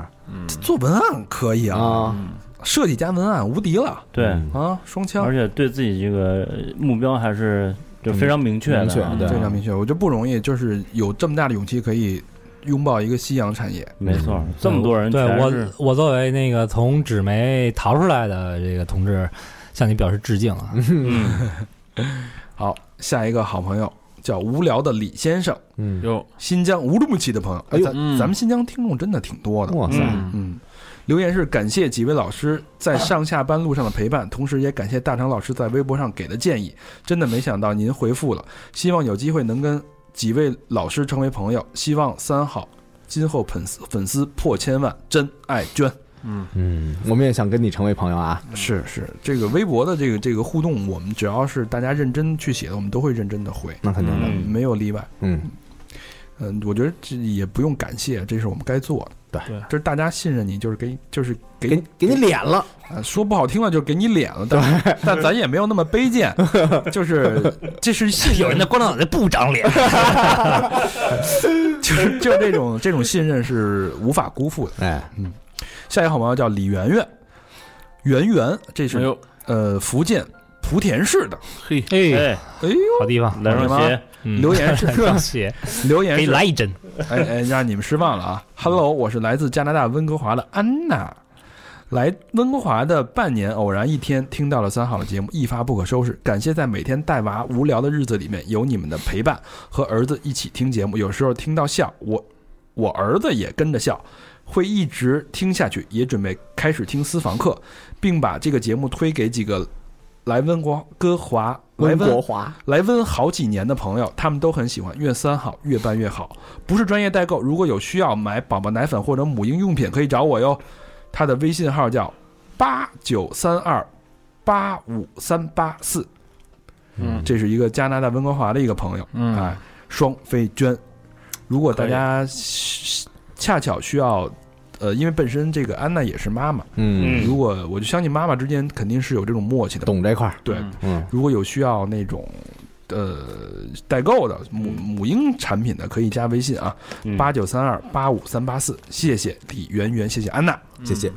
Speaker 3: 做文案可以啊，
Speaker 4: 啊，
Speaker 3: 设计加文案无敌了
Speaker 6: 对，
Speaker 4: 嗯
Speaker 3: 啊！双枪
Speaker 6: 而且对自己这个呃目标还是就非常明确的
Speaker 4: 明确
Speaker 6: 啊，
Speaker 4: 对
Speaker 3: 非常明确，我觉得不容易，就是有这么大的勇气可以拥抱一个夕阳产业。
Speaker 6: 没错，这么多人
Speaker 5: 对
Speaker 6: 全
Speaker 5: 我
Speaker 6: 是，
Speaker 5: 我作为那个从纸媒逃出来的这个同志，向你表示致敬啊！
Speaker 6: 嗯，
Speaker 3: 好，下一个好朋友叫无聊的李先生，
Speaker 4: 嗯，
Speaker 2: 哟，
Speaker 3: 新疆乌鲁木齐的朋友，
Speaker 4: 哎呦
Speaker 3: 咱
Speaker 2: 嗯
Speaker 3: 咱们新疆听众真的挺多的。
Speaker 4: 哇塞，
Speaker 6: 嗯
Speaker 3: 嗯，留言是感谢几位老师在上下班路上的陪伴，同时也感谢大成老师在微博上给的建议。真的没想到您回复了，希望有机会能跟几位老师成为朋友。希望三好今后粉丝粉丝破千万，真爱娟。
Speaker 4: 嗯，我们也想跟你成为朋友啊，
Speaker 5: 嗯
Speaker 3: 是是，这个微博的这个这个互动，我们只要是大家认真去写的，我们都会认真的回，
Speaker 4: 那肯定的，
Speaker 6: 嗯
Speaker 3: 没有例外。
Speaker 4: 嗯，
Speaker 3: 嗯，我觉得这也不用感谢，这是我们该做的。
Speaker 4: 对，
Speaker 3: 就是大家信任你，就是给，就是给
Speaker 4: 给
Speaker 3: 你
Speaker 4: 你给你脸了，
Speaker 3: 呃，说不好听了就是给你脸了，但但咱也没有那么卑 贱，就是这是信任，
Speaker 5: 光头脑袋不长脸，
Speaker 3: 就是就是这种这种信任是无法辜负的。
Speaker 4: 哎，
Speaker 3: 下一个好朋友叫李媛媛，媛媛，这
Speaker 2: 哎
Speaker 3: 是
Speaker 2: 呦，
Speaker 3: 呃福建莆田市的，
Speaker 2: 嘿，
Speaker 5: 哎，
Speaker 6: 哎，
Speaker 3: 哎呦，
Speaker 5: 好地方，
Speaker 6: 来双鞋，
Speaker 5: 嗯
Speaker 3: 留言是
Speaker 5: 双鞋，
Speaker 3: 留言
Speaker 5: 给你
Speaker 3: 是
Speaker 5: 来嗯一针。
Speaker 3: 哎哎，让你们失望了啊！Hello，我是来自加拿大温哥华的安娜。来温哥华的半年，偶然一天听到了三好的节目，一发不可收拾。感谢在每天带娃无聊的日子里面有你们的陪伴，和儿子一起听节目，有时候听到笑，我我儿子也跟着笑，会一直听下去，也准备开始听私房课，并把这个节目推给几个来温国哥华来
Speaker 4: 温
Speaker 3: 温
Speaker 4: 国华，
Speaker 3: 来温好几年的朋友，他们都很喜欢，愿三好越办越好。不是专业代购，如果有需要买宝宝奶粉或者母婴用品，可以找我哟。他的微信号叫八九三二八五三八四，
Speaker 2: 嗯
Speaker 3: 这是一个加拿大温哥华的一个朋友，
Speaker 2: 嗯
Speaker 3: 哎，双飞娟。如果大
Speaker 2: 可以
Speaker 3: 家恰巧需要，呃，因为本身这个安娜也是妈妈，
Speaker 4: 嗯，
Speaker 6: 嗯
Speaker 3: 如果我就相信妈妈之间肯定是有这种默契的，
Speaker 4: 懂这块儿，
Speaker 3: 对，
Speaker 2: 嗯
Speaker 4: 嗯
Speaker 3: 如果有需要那种呃代购的母母婴产品的，可以加微信啊，
Speaker 6: 嗯
Speaker 3: 八九三二八五三八四，谢谢李媛媛，谢谢安娜。
Speaker 4: 谢
Speaker 2: 嗯
Speaker 4: 谢，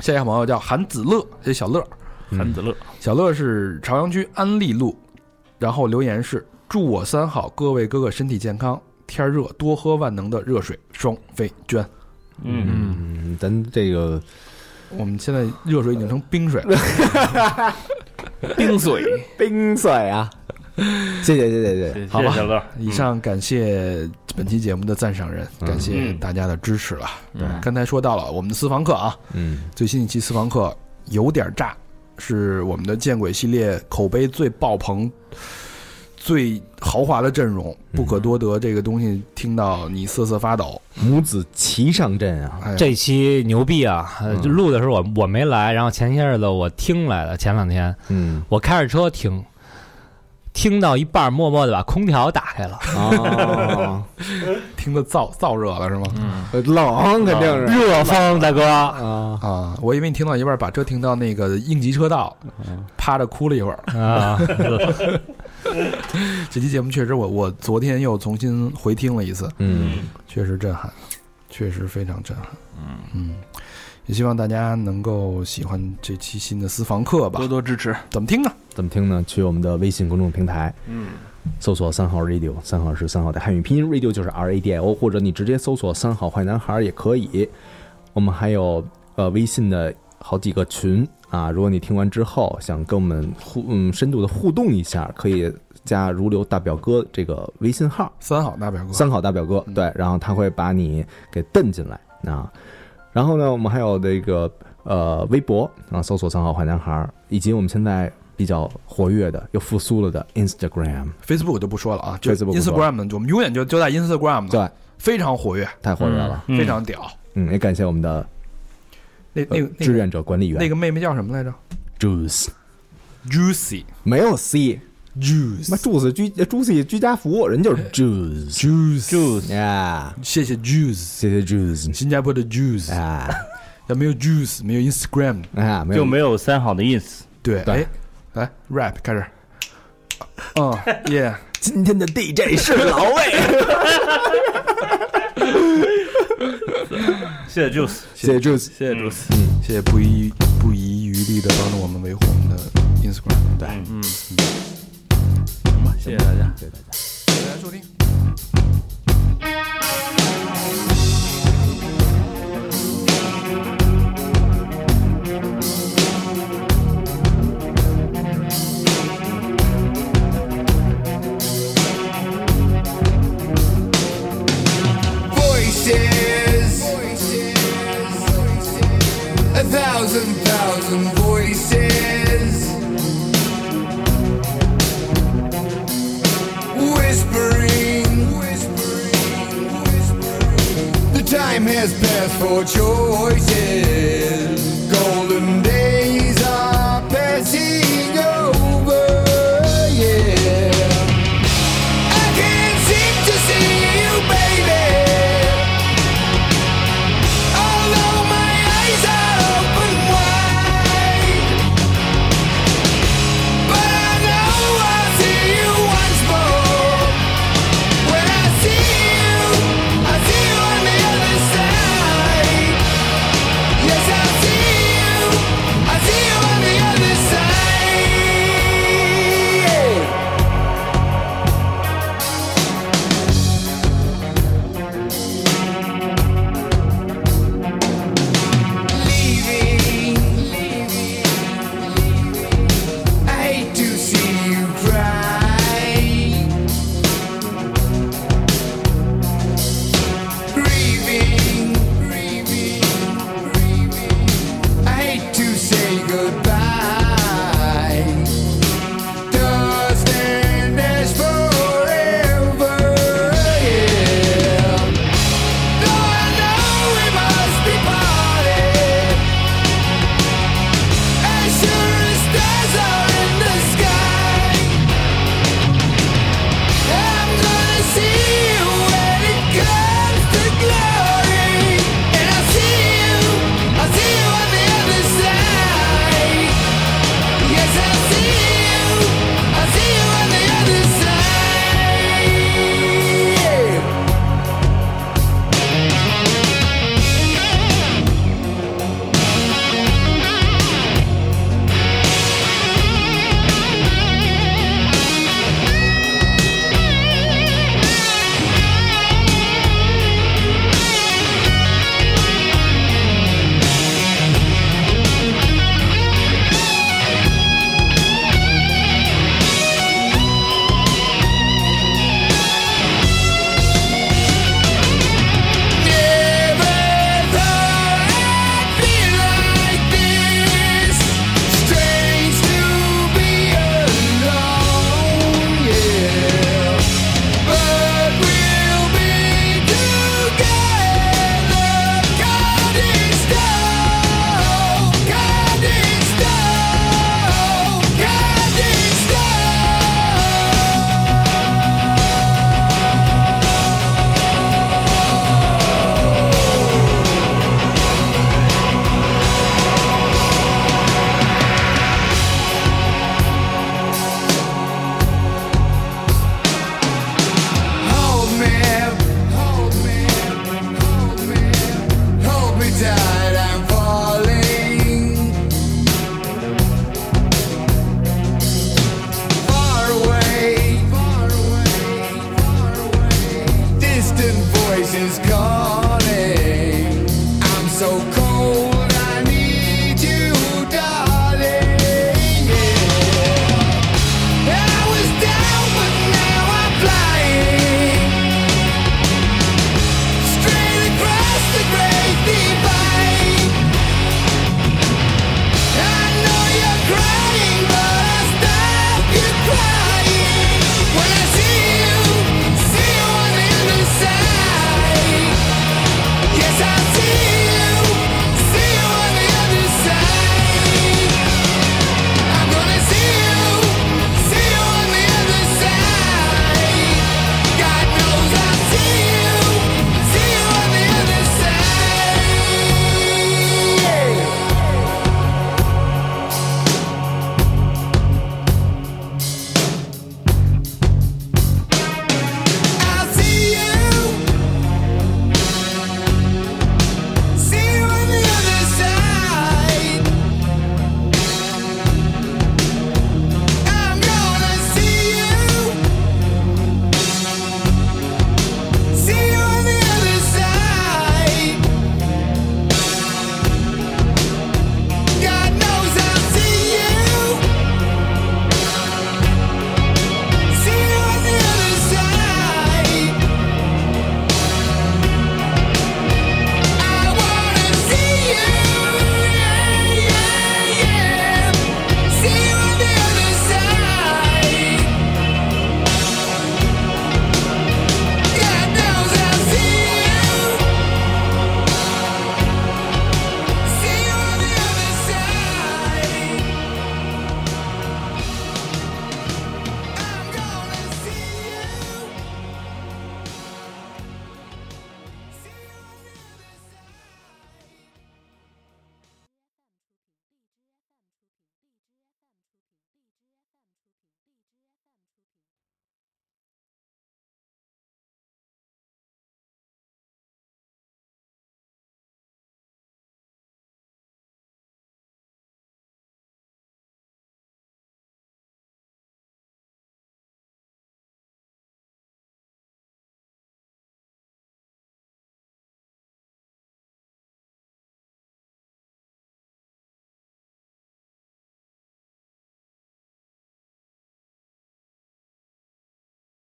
Speaker 3: 下一个朋友叫韩子乐，这小乐，
Speaker 6: 韩子乐，
Speaker 3: 小乐是朝阳区安利路，然后留言是祝我三好，各位哥哥身体健康，天儿热多喝万能的热水，双飞娟。
Speaker 6: 嗯，
Speaker 4: 嗯，咱这个
Speaker 3: 我们现在热水已经成冰水了，
Speaker 2: 冰水，
Speaker 4: 冰水啊， 谢谢谢谢谢谢，
Speaker 6: 谢
Speaker 3: 好
Speaker 6: 谢
Speaker 3: 吧
Speaker 6: 小乐，
Speaker 3: 以上感谢本期节目的赞赏人，感谢
Speaker 6: 嗯嗯
Speaker 3: 大家的支持了。
Speaker 2: 对
Speaker 3: 刚才说到了我们的私房课啊，
Speaker 4: 嗯
Speaker 3: 最新一期私房课有点炸，是我们的见鬼系列口碑最爆棚、最豪华的阵容，不可多得。这个东西听到你瑟瑟发抖，
Speaker 4: 母子齐上阵啊，
Speaker 3: 哎，
Speaker 5: 这期牛逼啊！呃
Speaker 4: 嗯
Speaker 5: 就录的时候我我没来，然后前些日子我听来的，前两天
Speaker 4: 嗯
Speaker 5: 我开着车听，听到一半，默默的把空调打开了，
Speaker 4: 啊，
Speaker 3: 听得燥燥热了是吗？
Speaker 4: 冷肯定是
Speaker 5: 热风大哥，
Speaker 4: 啊，
Speaker 3: 啊，我以为你听到一半把车停到那个应急车道，趴着哭了一会儿。
Speaker 5: 啊，
Speaker 3: 这期节目确实我，我昨天又重新回听了一次，
Speaker 4: 嗯，
Speaker 3: 确实震撼，确实非常震撼。嗯嗯，也希望大家能够喜欢这期新的私房课吧
Speaker 2: 多。多支持，
Speaker 3: 怎么听呢？
Speaker 4: 怎么听呢？去我们的微信公众平台，嗯，搜索“三号 radio”，三号是三号的汉语拼音，radio 就是 R A D I O，或者你直接搜索“三好坏男孩”也可以。我们还有呃微信的好几个群啊，如果你听完之后想跟我们互嗯深度的互动一下，可以加如流大表哥这个微信号。
Speaker 3: 三好大表哥，
Speaker 4: 三好大表哥，对，然后他会把你给蹬进来啊。然后呢，我们还有那个呃微博啊，搜索“三好坏男孩儿”，以及我们现在比较活跃的又复苏了的 Instagram，
Speaker 3: Facebook 就不说了啊，就
Speaker 4: Facebook 不说
Speaker 3: Instagram，我们永远就就在 Instagram 呢，
Speaker 4: 对，
Speaker 3: 非常活跃，
Speaker 4: 太活跃了。
Speaker 6: 嗯
Speaker 3: 非常屌。
Speaker 4: 嗯，也感谢我们的
Speaker 3: 那
Speaker 4: 呃
Speaker 3: 那个那
Speaker 4: 志
Speaker 3: 个
Speaker 4: 愿者管理员
Speaker 3: 那个妹妹叫什么来着
Speaker 4: Juice，
Speaker 3: ？Juicy
Speaker 4: 没有 C，妈
Speaker 3: Juice，
Speaker 4: Juice 居 Juicy 居家服，人就是 Juice。
Speaker 3: Juice，
Speaker 4: 呀，
Speaker 3: 谢谢 Juice，
Speaker 4: 谢谢 Juice。
Speaker 3: 新加坡的 Juice，
Speaker 4: 啊
Speaker 3: 要没有 Juice，没有 Instagram，
Speaker 4: 啊，没有
Speaker 6: 就没有三好的意思，
Speaker 3: 对，
Speaker 4: 对
Speaker 3: 哎，来 rap 开始，嗯，Yeah，
Speaker 4: 今天的 DJ 是老魏，
Speaker 6: 谢谢 Juice，
Speaker 4: 谢谢 Juice。
Speaker 2: 谢谢主持，
Speaker 3: 谢谢不一不遗余力的帮助我们维护我们的 Instagram。对，
Speaker 2: 嗯，行吧，谢谢大家。
Speaker 4: 谢谢大家。
Speaker 3: 谢谢大家收听。
Speaker 7: voices. A thousand, thousand voices. Whispering, whispering, whispering. The time has passed for choices.